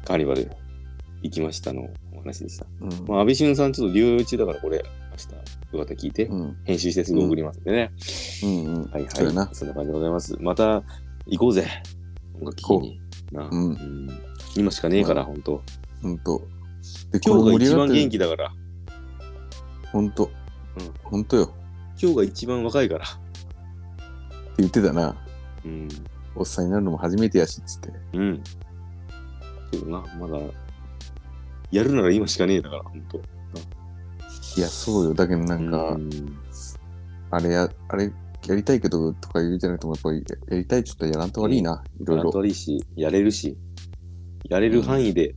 [SPEAKER 1] カーニバル行きましたのお話でした。
[SPEAKER 2] うん
[SPEAKER 1] まあ、安倍晋さん、ちょっと療養中だから、これ、明日、よかったら聞いて
[SPEAKER 2] う、ん。
[SPEAKER 1] 編集してすぐ送りますんでね。
[SPEAKER 2] うんうん。
[SPEAKER 1] はいはい。
[SPEAKER 2] そうやな。
[SPEAKER 1] そんな感じでございます。また、行こうぜ。音楽聴きに。な
[SPEAKER 2] うん
[SPEAKER 1] ん今しかねえから、
[SPEAKER 2] うん
[SPEAKER 1] 本当
[SPEAKER 2] ほんと。
[SPEAKER 1] 今
[SPEAKER 2] で、
[SPEAKER 1] 日が一
[SPEAKER 2] これ
[SPEAKER 1] 番
[SPEAKER 2] 盛り
[SPEAKER 1] 元
[SPEAKER 2] 上がって
[SPEAKER 1] 気だから。
[SPEAKER 2] る。ほんと。
[SPEAKER 1] うん
[SPEAKER 2] ほんとよ。
[SPEAKER 1] 今日が一番若いから。
[SPEAKER 2] って言ってたな。
[SPEAKER 1] うん。
[SPEAKER 2] おっさんになるのも初めてやし、つって。
[SPEAKER 1] うん。けどな、まだ、やるなら今しかねえだから、本当
[SPEAKER 2] いや、そうよ。だけどなんか、
[SPEAKER 1] うん
[SPEAKER 2] あれや、あれ、やりたいけどとか言うじゃなくても、やっぱりやりたいちょっとやらんと悪いな、いろい
[SPEAKER 1] や
[SPEAKER 2] ろ
[SPEAKER 1] っ。といいし、やれるし、やれる範囲で、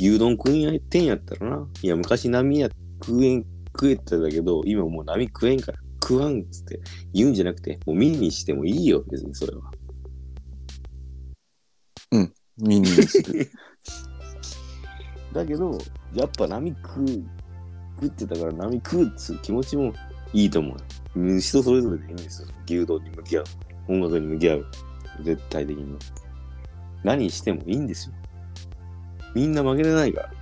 [SPEAKER 1] 牛丼食いやってんやったらな。いや、昔波や食えん、食えてたけど、今もう波食えんから食わんっつって言うんじゃなくて、もう見にしてもいいよ、別にそれは。
[SPEAKER 2] ミニにする。
[SPEAKER 1] だけど、やっぱ波食う、食ってたから波食うっつう気持ちもいいと思う。うん人それぞれでいいんですよ。牛丼に向き合う。音楽に向き合う。絶対的に。何してもいいんですよ。みんな負けれないから。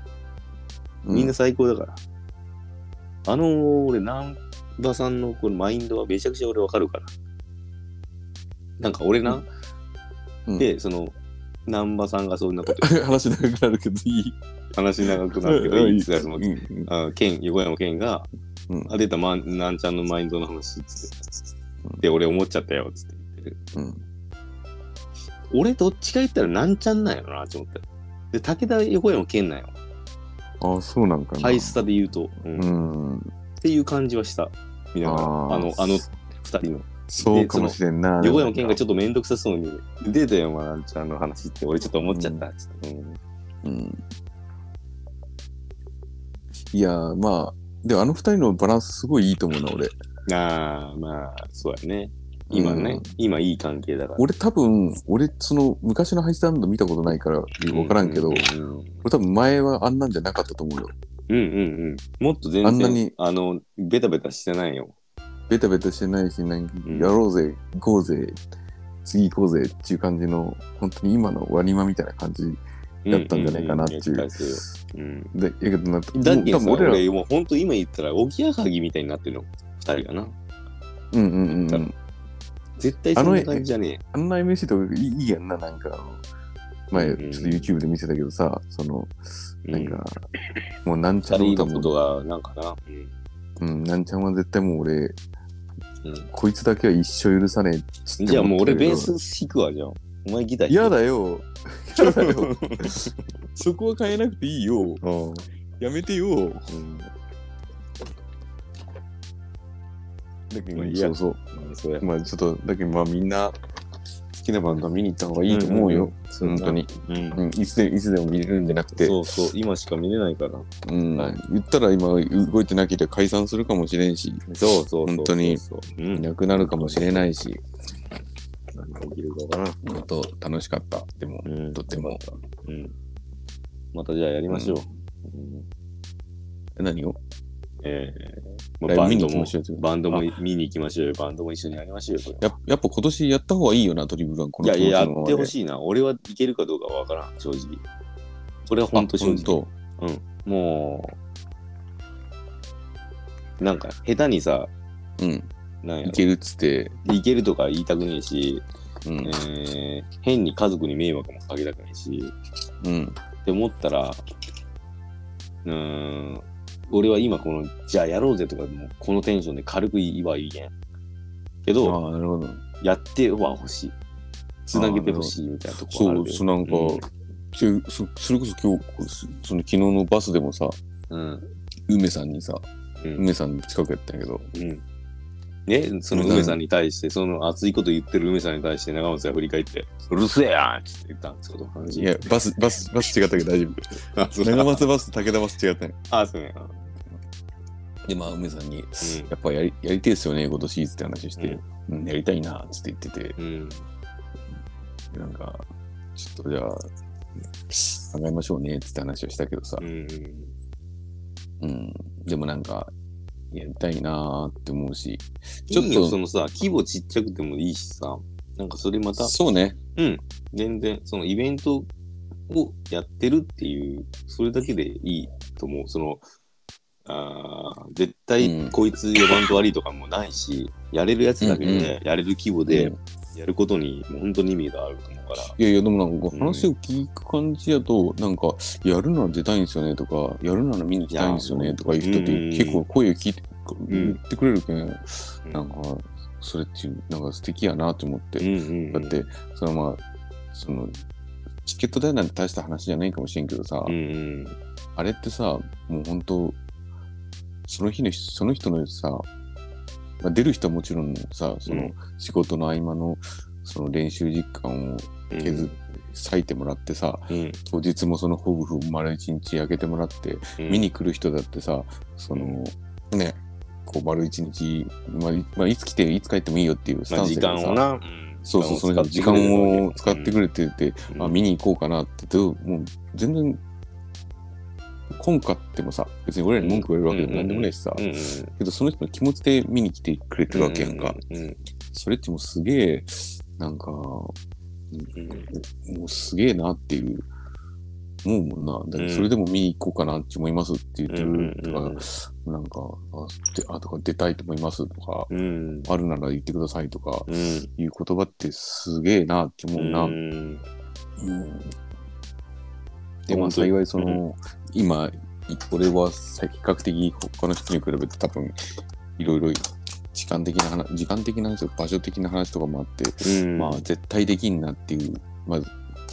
[SPEAKER 1] みんな最高だから。あの、俺、南波さんのこのマインドはめちゃくちゃ俺わかるから。なんか俺な、
[SPEAKER 2] うん
[SPEAKER 1] で、その、南波さんがそんなこと
[SPEAKER 2] うん話長くなるけどいい。
[SPEAKER 1] 話長くなるけ
[SPEAKER 2] う
[SPEAKER 1] ど、
[SPEAKER 2] ん
[SPEAKER 1] いつだその
[SPEAKER 2] うん、うん
[SPEAKER 1] あ健横山健が、
[SPEAKER 2] うん
[SPEAKER 1] あ、出た、ま、なんちゃんのマインドの話っつって、で、俺思っちゃったよ、つって言ってる。
[SPEAKER 2] うん
[SPEAKER 1] 俺、どっちか言ったらなんちゃんなんやろな、って思って。で、武田横山健なんよ。
[SPEAKER 4] ああ、そうなんかな。
[SPEAKER 1] ハイスタで言うと。うん
[SPEAKER 2] うん。
[SPEAKER 1] っていう感じはした。見ながら、
[SPEAKER 4] あー
[SPEAKER 1] あの、あの二人の。
[SPEAKER 4] そうかもしれんな。
[SPEAKER 1] 横山健がちょっとめんどくさそうに、出たよ、まなんちゃんの話って、俺ちょっと思っちゃった。ちょっとうん
[SPEAKER 2] うん。いやー、まあ、でもあの二人のバランスすごいいいと思うな、俺。
[SPEAKER 1] ああ、まあ、そうやね。今ね、
[SPEAKER 2] うん
[SPEAKER 1] 今いい関係だから。
[SPEAKER 2] 俺多分、俺、その、昔のハイスタンド見たことないから、わからんけど、
[SPEAKER 1] う
[SPEAKER 2] 俺
[SPEAKER 1] ん
[SPEAKER 2] 多分前はあんなんじゃなかったと思うよ。
[SPEAKER 1] うんうん。もっと全然、あ
[SPEAKER 2] あんなに
[SPEAKER 1] の、ベタベタしてないよ。
[SPEAKER 2] ベタベタしてないし、なんか
[SPEAKER 1] ん
[SPEAKER 2] やろうぜ、行こうぜ、次行こうぜっていう感じの、本当に今のワニマみたいな感じやったんじゃないかなっていう。
[SPEAKER 1] うんうんうん期待するよ
[SPEAKER 2] で、やけどな、
[SPEAKER 1] うんだけど
[SPEAKER 2] 多
[SPEAKER 1] さ、
[SPEAKER 2] 分俺ら、
[SPEAKER 1] 俺、もう本当今言ったら、おぎやはぎみたいになってるの、二人がな。
[SPEAKER 2] うんうんうんう
[SPEAKER 1] 多
[SPEAKER 2] ん
[SPEAKER 1] 分。絶対そんな感じじゃね
[SPEAKER 2] あんな MC とかいいいいやんな、なんか、あの前、
[SPEAKER 1] うんうん
[SPEAKER 2] ちょっと YouTube で見てたけどさ、その、
[SPEAKER 1] え。
[SPEAKER 2] なんか、もうなんちゃ
[SPEAKER 1] 二
[SPEAKER 2] んの
[SPEAKER 1] 人
[SPEAKER 2] 歌
[SPEAKER 1] のこと
[SPEAKER 2] も、
[SPEAKER 1] が、なんかな。うん
[SPEAKER 2] うん、なんちゃんは絶対もう俺、
[SPEAKER 1] うん
[SPEAKER 2] こいつだけは一生許さねえっつって
[SPEAKER 1] じゃあもう
[SPEAKER 2] 思って
[SPEAKER 1] 俺
[SPEAKER 2] たけ
[SPEAKER 1] ベ
[SPEAKER 2] ど
[SPEAKER 1] ース弾くわ、じゃあ。お前ギター弾
[SPEAKER 2] 嫌
[SPEAKER 1] だ。
[SPEAKER 2] だよ。嫌だよ。 そこは変えなくていいよ。やめてよ。だけど、
[SPEAKER 1] まあいいや
[SPEAKER 2] そうそ
[SPEAKER 1] うんそうや
[SPEAKER 2] う。。まあちょっと、だけど、まあみんな、好きなバンドは見に行った方がいいと思うよ。
[SPEAKER 1] んうん
[SPEAKER 2] 本当に、
[SPEAKER 1] うん
[SPEAKER 2] うん。いつで。いつでも見れるんじゃなくて、
[SPEAKER 1] そうそう、今しか見れないから。
[SPEAKER 2] うん
[SPEAKER 1] はい
[SPEAKER 2] 言ったら今動いてなければ解散するかもしれんし、
[SPEAKER 1] そうそうそう。
[SPEAKER 2] 本当に
[SPEAKER 1] そうそうう
[SPEAKER 2] い
[SPEAKER 1] ん。
[SPEAKER 2] なくなるかもしれないし、
[SPEAKER 1] 何が起きるかわからん。
[SPEAKER 2] 本当楽しかった。でも、
[SPEAKER 1] うん
[SPEAKER 2] とても
[SPEAKER 1] うん。またじゃあやりましょう。うん
[SPEAKER 2] 何を
[SPEAKER 1] ええ
[SPEAKER 2] ライブ
[SPEAKER 1] バ
[SPEAKER 2] 見
[SPEAKER 1] ンド
[SPEAKER 2] に行きま
[SPEAKER 1] も
[SPEAKER 2] しょうよ、
[SPEAKER 1] バンドも見に行きましょうよ。バンドも一緒にやりましょうよ。これ
[SPEAKER 2] ややっぱ今年やった方がいいよな、ドリブル版。こ
[SPEAKER 1] い
[SPEAKER 2] の
[SPEAKER 1] やいや、や
[SPEAKER 2] 気持
[SPEAKER 1] っ
[SPEAKER 2] ちのまま
[SPEAKER 1] て
[SPEAKER 2] で
[SPEAKER 1] ほしいな。俺はいけるかどうかわからん、正直。俺は
[SPEAKER 2] あ
[SPEAKER 1] 本当正直。
[SPEAKER 2] ほんと
[SPEAKER 1] もう、なんか、下手にさ、
[SPEAKER 2] うん。
[SPEAKER 1] なんや
[SPEAKER 2] い
[SPEAKER 1] ろ
[SPEAKER 2] けるっつって。
[SPEAKER 1] いけるとか言いたくねえし、
[SPEAKER 2] う
[SPEAKER 1] え
[SPEAKER 2] ん。
[SPEAKER 1] ー変に家族に迷惑もかけたくないし、
[SPEAKER 2] うん。
[SPEAKER 1] って思ったら、うーん、俺は今この、じゃあやろうぜとか、もうこのテンションで軽く言えばいいやん。け
[SPEAKER 2] あ
[SPEAKER 1] ど、
[SPEAKER 2] あ、なるほど。
[SPEAKER 1] やってはほしい。つなげてほしいみたいなところあ
[SPEAKER 2] そ
[SPEAKER 1] る
[SPEAKER 2] う、
[SPEAKER 1] けど
[SPEAKER 2] そうなんか、ちゅそそれこそ今日、そその昨日のバスでもさ、
[SPEAKER 1] うん。うん
[SPEAKER 2] 梅さんにさ、
[SPEAKER 1] うん
[SPEAKER 2] 梅さんの近くやったんやけど、
[SPEAKER 1] うん。ね、その梅さんに対して、その熱いこと言ってる梅さんに対して、長松が振り返って、うるせえやんって言ったんですけど、話
[SPEAKER 2] いや、バス、バス、バス違ったけど大丈 夫。
[SPEAKER 1] あ、 そう
[SPEAKER 2] 長松バスと武田バス違ったんや。
[SPEAKER 1] あ、そうね。
[SPEAKER 2] で、まあ、梅さんに、やっぱやりやりてえっすよね、今年って話して、うん、やりたいな、つって言ってて、
[SPEAKER 1] うん。うん。
[SPEAKER 2] なんか、ちょっとじゃあ、考えましょうね、つって話をしたけどさ
[SPEAKER 1] う、ん。
[SPEAKER 2] うん、でもなんか、やりたいなーって思うし、
[SPEAKER 1] ち
[SPEAKER 2] ち
[SPEAKER 1] ょ
[SPEAKER 2] ょ
[SPEAKER 1] っとい
[SPEAKER 2] っと
[SPEAKER 1] いよそのさ、規模ちっちゃくてもいいしさ、なんかそれまた、
[SPEAKER 2] そうね、
[SPEAKER 1] うん。全然、そのイベントをやってるっていう、それだけでいいと思う。その、あー絶対
[SPEAKER 2] うん
[SPEAKER 1] こいつ4番と悪いとかもないし、やれるやつだけ
[SPEAKER 2] うん
[SPEAKER 1] で、やれる規模
[SPEAKER 2] う
[SPEAKER 1] で
[SPEAKER 2] ん、
[SPEAKER 1] やることにもう本当に意味があると思うから。
[SPEAKER 2] いやいや、でもなんか話を聞く感じやと、なんか、やるなら出たいんですよねとか、やるなら見に行きたいんですよねとかいう人っ
[SPEAKER 1] いやうん
[SPEAKER 2] て結構声を聞いて、言ってくれるけん、
[SPEAKER 1] うん
[SPEAKER 2] なんか、それっていう、なんか素敵やなと思って。
[SPEAKER 1] うんうんう
[SPEAKER 2] だ
[SPEAKER 1] ん、
[SPEAKER 2] って、そのまあ、その、チケット代なんて大した話じゃないかもしれんけどさ、
[SPEAKER 1] うんうん、
[SPEAKER 2] あれってさ、もう本当その日の、その人のさ、まあ、出る人はもちろんさ、その仕事の合間の、その練習時間を
[SPEAKER 1] うん
[SPEAKER 2] 削って、割いてもらってさ、
[SPEAKER 1] うん
[SPEAKER 2] 当日もそのホブを丸一日開けてもらって、
[SPEAKER 1] うん、
[SPEAKER 2] 見に来る人だってさ、その、ね、こう丸一日、まあい、まあ、いつ来て、いつ帰ってもいいよっていうス
[SPEAKER 1] ま
[SPEAKER 2] タ
[SPEAKER 1] あ
[SPEAKER 2] ンス
[SPEAKER 1] 時
[SPEAKER 2] でさ、
[SPEAKER 1] 間をな、うん
[SPEAKER 2] そうそう、その時間を使ってくれてて、
[SPEAKER 1] れ
[SPEAKER 2] あ、見に行こうかなって、どうもう全然、今んかってもさ、別に俺らに文句言われるわけでもなんでもないしさ、
[SPEAKER 1] うんうん
[SPEAKER 2] けどその人の気持ちで見に来てくれてるわけやんか。。
[SPEAKER 1] うんうん
[SPEAKER 2] それってもうすげえ、なんか、も
[SPEAKER 1] うん
[SPEAKER 2] うすげえなっていう、思うもんな。だからそれでも見に行こうかなって思いますって言ってるとか、なんか、あ、であとか出たいと思いますとか、
[SPEAKER 1] うん
[SPEAKER 2] あるなら言ってくださいとか、
[SPEAKER 1] うん
[SPEAKER 2] いう言葉ってすげえなって思うな。
[SPEAKER 1] うん
[SPEAKER 2] で
[SPEAKER 1] 本
[SPEAKER 2] も
[SPEAKER 1] 当に
[SPEAKER 2] 幸いその、今俺は比較的他の人に比べて多分いろいろ時間的な話時間的な話とか場所的な話とかもあって、
[SPEAKER 1] うん
[SPEAKER 2] まあ絶対できんなっていうまあ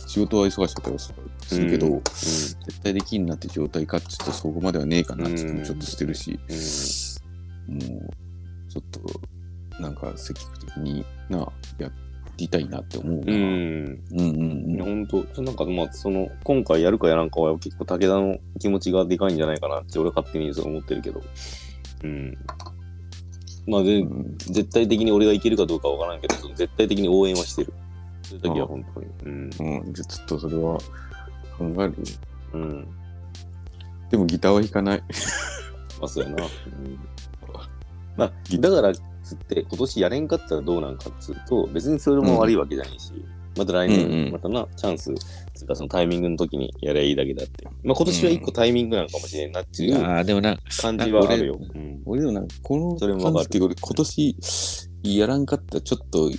[SPEAKER 2] 仕事は忙しかったりはするけど、
[SPEAKER 1] うんうん
[SPEAKER 2] 絶対できんなって状態かちょっとそこまではねえかなって気もちょっとしてるし、もうちょっとなんか積極的になやりたいなって思うな、
[SPEAKER 1] うん
[SPEAKER 2] うんうんうん
[SPEAKER 1] いや本当そうなんかまあその今回やるかやらんかは結構武田の気持ちがでかいんじゃないかなって俺は勝手にそう思ってるけどうんまあで
[SPEAKER 2] うん
[SPEAKER 1] 絶対的に俺がいけるかどうかわからんけどその絶対的に応援はしてるそれだけは本当にうん
[SPEAKER 2] うん、じゃあちょっとそれは考えるよ
[SPEAKER 1] うん
[SPEAKER 2] でもギターは弾かない。
[SPEAKER 1] まあそうやな。まあ、だからっつって、今年やれんかったらどうなんかっつうと、別にそれも悪いわけじゃないし、また来
[SPEAKER 2] うんう
[SPEAKER 1] 年、
[SPEAKER 2] ん
[SPEAKER 1] またな、チャンス、つうかそのタイミングの時にやればいいだけだって。まあ今年は一個タイミングなのかもしれんなっていう
[SPEAKER 2] あ、でもな、
[SPEAKER 1] 感じはあるよ。うん
[SPEAKER 2] 俺でもなんか、この
[SPEAKER 1] それもわ
[SPEAKER 2] 感
[SPEAKER 1] か
[SPEAKER 2] じ
[SPEAKER 1] る
[SPEAKER 2] って俺、今年やらんかったら、ちょっと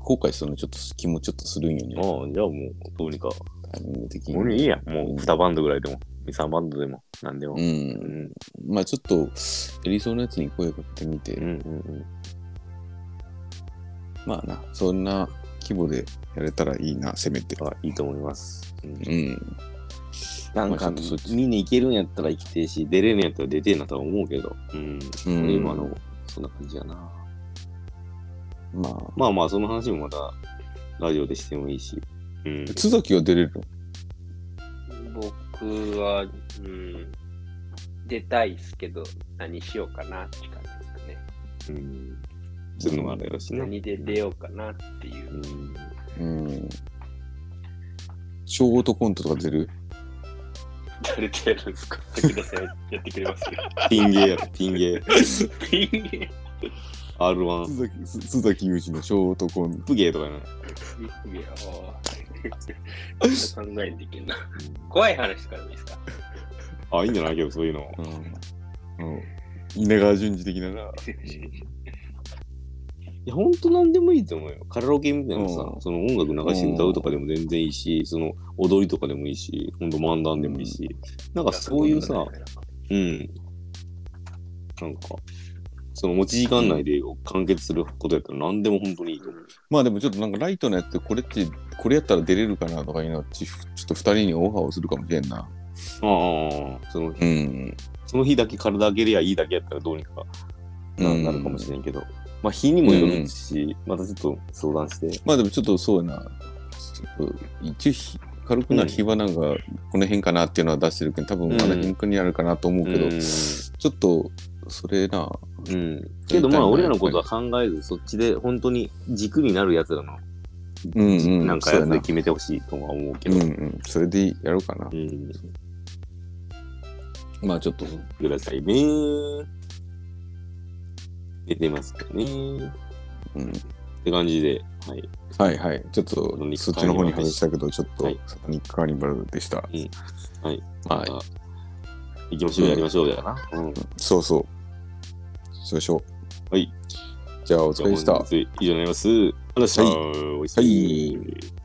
[SPEAKER 2] 後悔するの、ちょっと気もちょっとするんよ
[SPEAKER 1] ああ
[SPEAKER 2] ね、、
[SPEAKER 1] じゃあもう、どうにか。
[SPEAKER 2] タイミング的に。
[SPEAKER 1] 俺いいや。もう2バンドぐらいでも、3バンドでも、なんでも
[SPEAKER 2] う。。
[SPEAKER 1] うんん。
[SPEAKER 2] まあちょっと、やりそうなやつに声をかけてみて、
[SPEAKER 1] うんうん
[SPEAKER 2] まあな、そんな規模でやれたらいいな、せめて
[SPEAKER 1] うん。。あいいと思います。うん
[SPEAKER 2] うん。
[SPEAKER 1] なん
[SPEAKER 2] ま
[SPEAKER 1] か
[SPEAKER 2] あちょっとそっ、ち
[SPEAKER 1] 見に行けるんやったら行きてえし、出れるんやったら出てえなとは思うけど。うん。
[SPEAKER 2] うん
[SPEAKER 1] 俺今の、そんな感じやな。
[SPEAKER 2] まあ、
[SPEAKER 1] まあまあ、その話もまた、ラジオでしてもいいし。うん。
[SPEAKER 2] 津崎は出れるの
[SPEAKER 5] 僕は、うん、出たいっすけど、何しようかなって感じですか
[SPEAKER 1] う
[SPEAKER 5] ね。
[SPEAKER 1] ん。そういうのもあるやろしね。
[SPEAKER 5] 何で出ようかなっていうう。
[SPEAKER 1] ん。
[SPEAKER 2] うん。ショートコントとか出る
[SPEAKER 5] 誰とやるんですか武田さんやってくれますよ。
[SPEAKER 1] ピンゲーやろ、ピンゲー。
[SPEAKER 5] ピン芸
[SPEAKER 1] R1。
[SPEAKER 2] 須崎須須崎裕二のショートコント。
[SPEAKER 1] プゲーとかね。
[SPEAKER 5] いや ーそんな考えにできるな。怖い話からもいいですか
[SPEAKER 1] あ、いいんじゃないけど、そういうの。
[SPEAKER 2] うん。うん。稲川淳二的なな。
[SPEAKER 1] いや、ほんとなんでもいいと思うよ。カラオケみたいなさ、
[SPEAKER 2] うん
[SPEAKER 1] その音楽流して歌うとかでも全然いいし、その踊りとかでもいいし、ほんと漫談でもいいし、なんかそういうさ、うん。なんか、その持ち時間内で完結することやったら何でも本当にいいと思う。
[SPEAKER 2] まあでもちょっとなんかライトのやつでこれって、これやったら出れるかなとかいうのは、ちちょっと二人にオファーをするかもしれんな。
[SPEAKER 1] ああ、その日、
[SPEAKER 2] うん。
[SPEAKER 1] その日だけ体上げりゃいいだけやったらどうにかな
[SPEAKER 2] うん
[SPEAKER 1] なるかもしれんけど、まあ日にもよるし、またちょっと相談して、
[SPEAKER 2] まあでもちょっとそうやな。ちょっと一応ひ軽くなる日はなんか、この辺かなっていうのは出してるけど、多分まだ
[SPEAKER 1] うん
[SPEAKER 2] 貧困になるかなと思うけど、
[SPEAKER 1] うん
[SPEAKER 2] ちょっと、それな。
[SPEAKER 1] うん。けどまあ俺らのことは考えず、そっちで本当に軸になるやつらの
[SPEAKER 2] うんうん。
[SPEAKER 1] なんか
[SPEAKER 2] そ
[SPEAKER 1] や
[SPEAKER 2] うや
[SPEAKER 1] つ
[SPEAKER 2] な
[SPEAKER 1] で。決めてほしいとは思うけ
[SPEAKER 2] う
[SPEAKER 1] ど。
[SPEAKER 2] んうん。それでやろうかな
[SPEAKER 1] う。ん。
[SPEAKER 2] まあちょっと、
[SPEAKER 1] くださいね。出てますかね。
[SPEAKER 2] うん。
[SPEAKER 1] って感じで、はい。
[SPEAKER 2] はいはい。ちょっと
[SPEAKER 1] ニッ、ク
[SPEAKER 2] そっちの方に話したけど、ちょっと、
[SPEAKER 1] はい
[SPEAKER 2] サタニックカーニバルでした。
[SPEAKER 1] はい。
[SPEAKER 2] まあ、
[SPEAKER 1] 行きましょう、やりましょう、やかな。うん。
[SPEAKER 2] そうそう。そうでしょう。
[SPEAKER 1] はい。
[SPEAKER 2] じゃあ、お疲れでした。
[SPEAKER 1] じゃあ本日以上になります。ありがとうございました。は
[SPEAKER 2] はい
[SPEAKER 1] おやすみ
[SPEAKER 2] は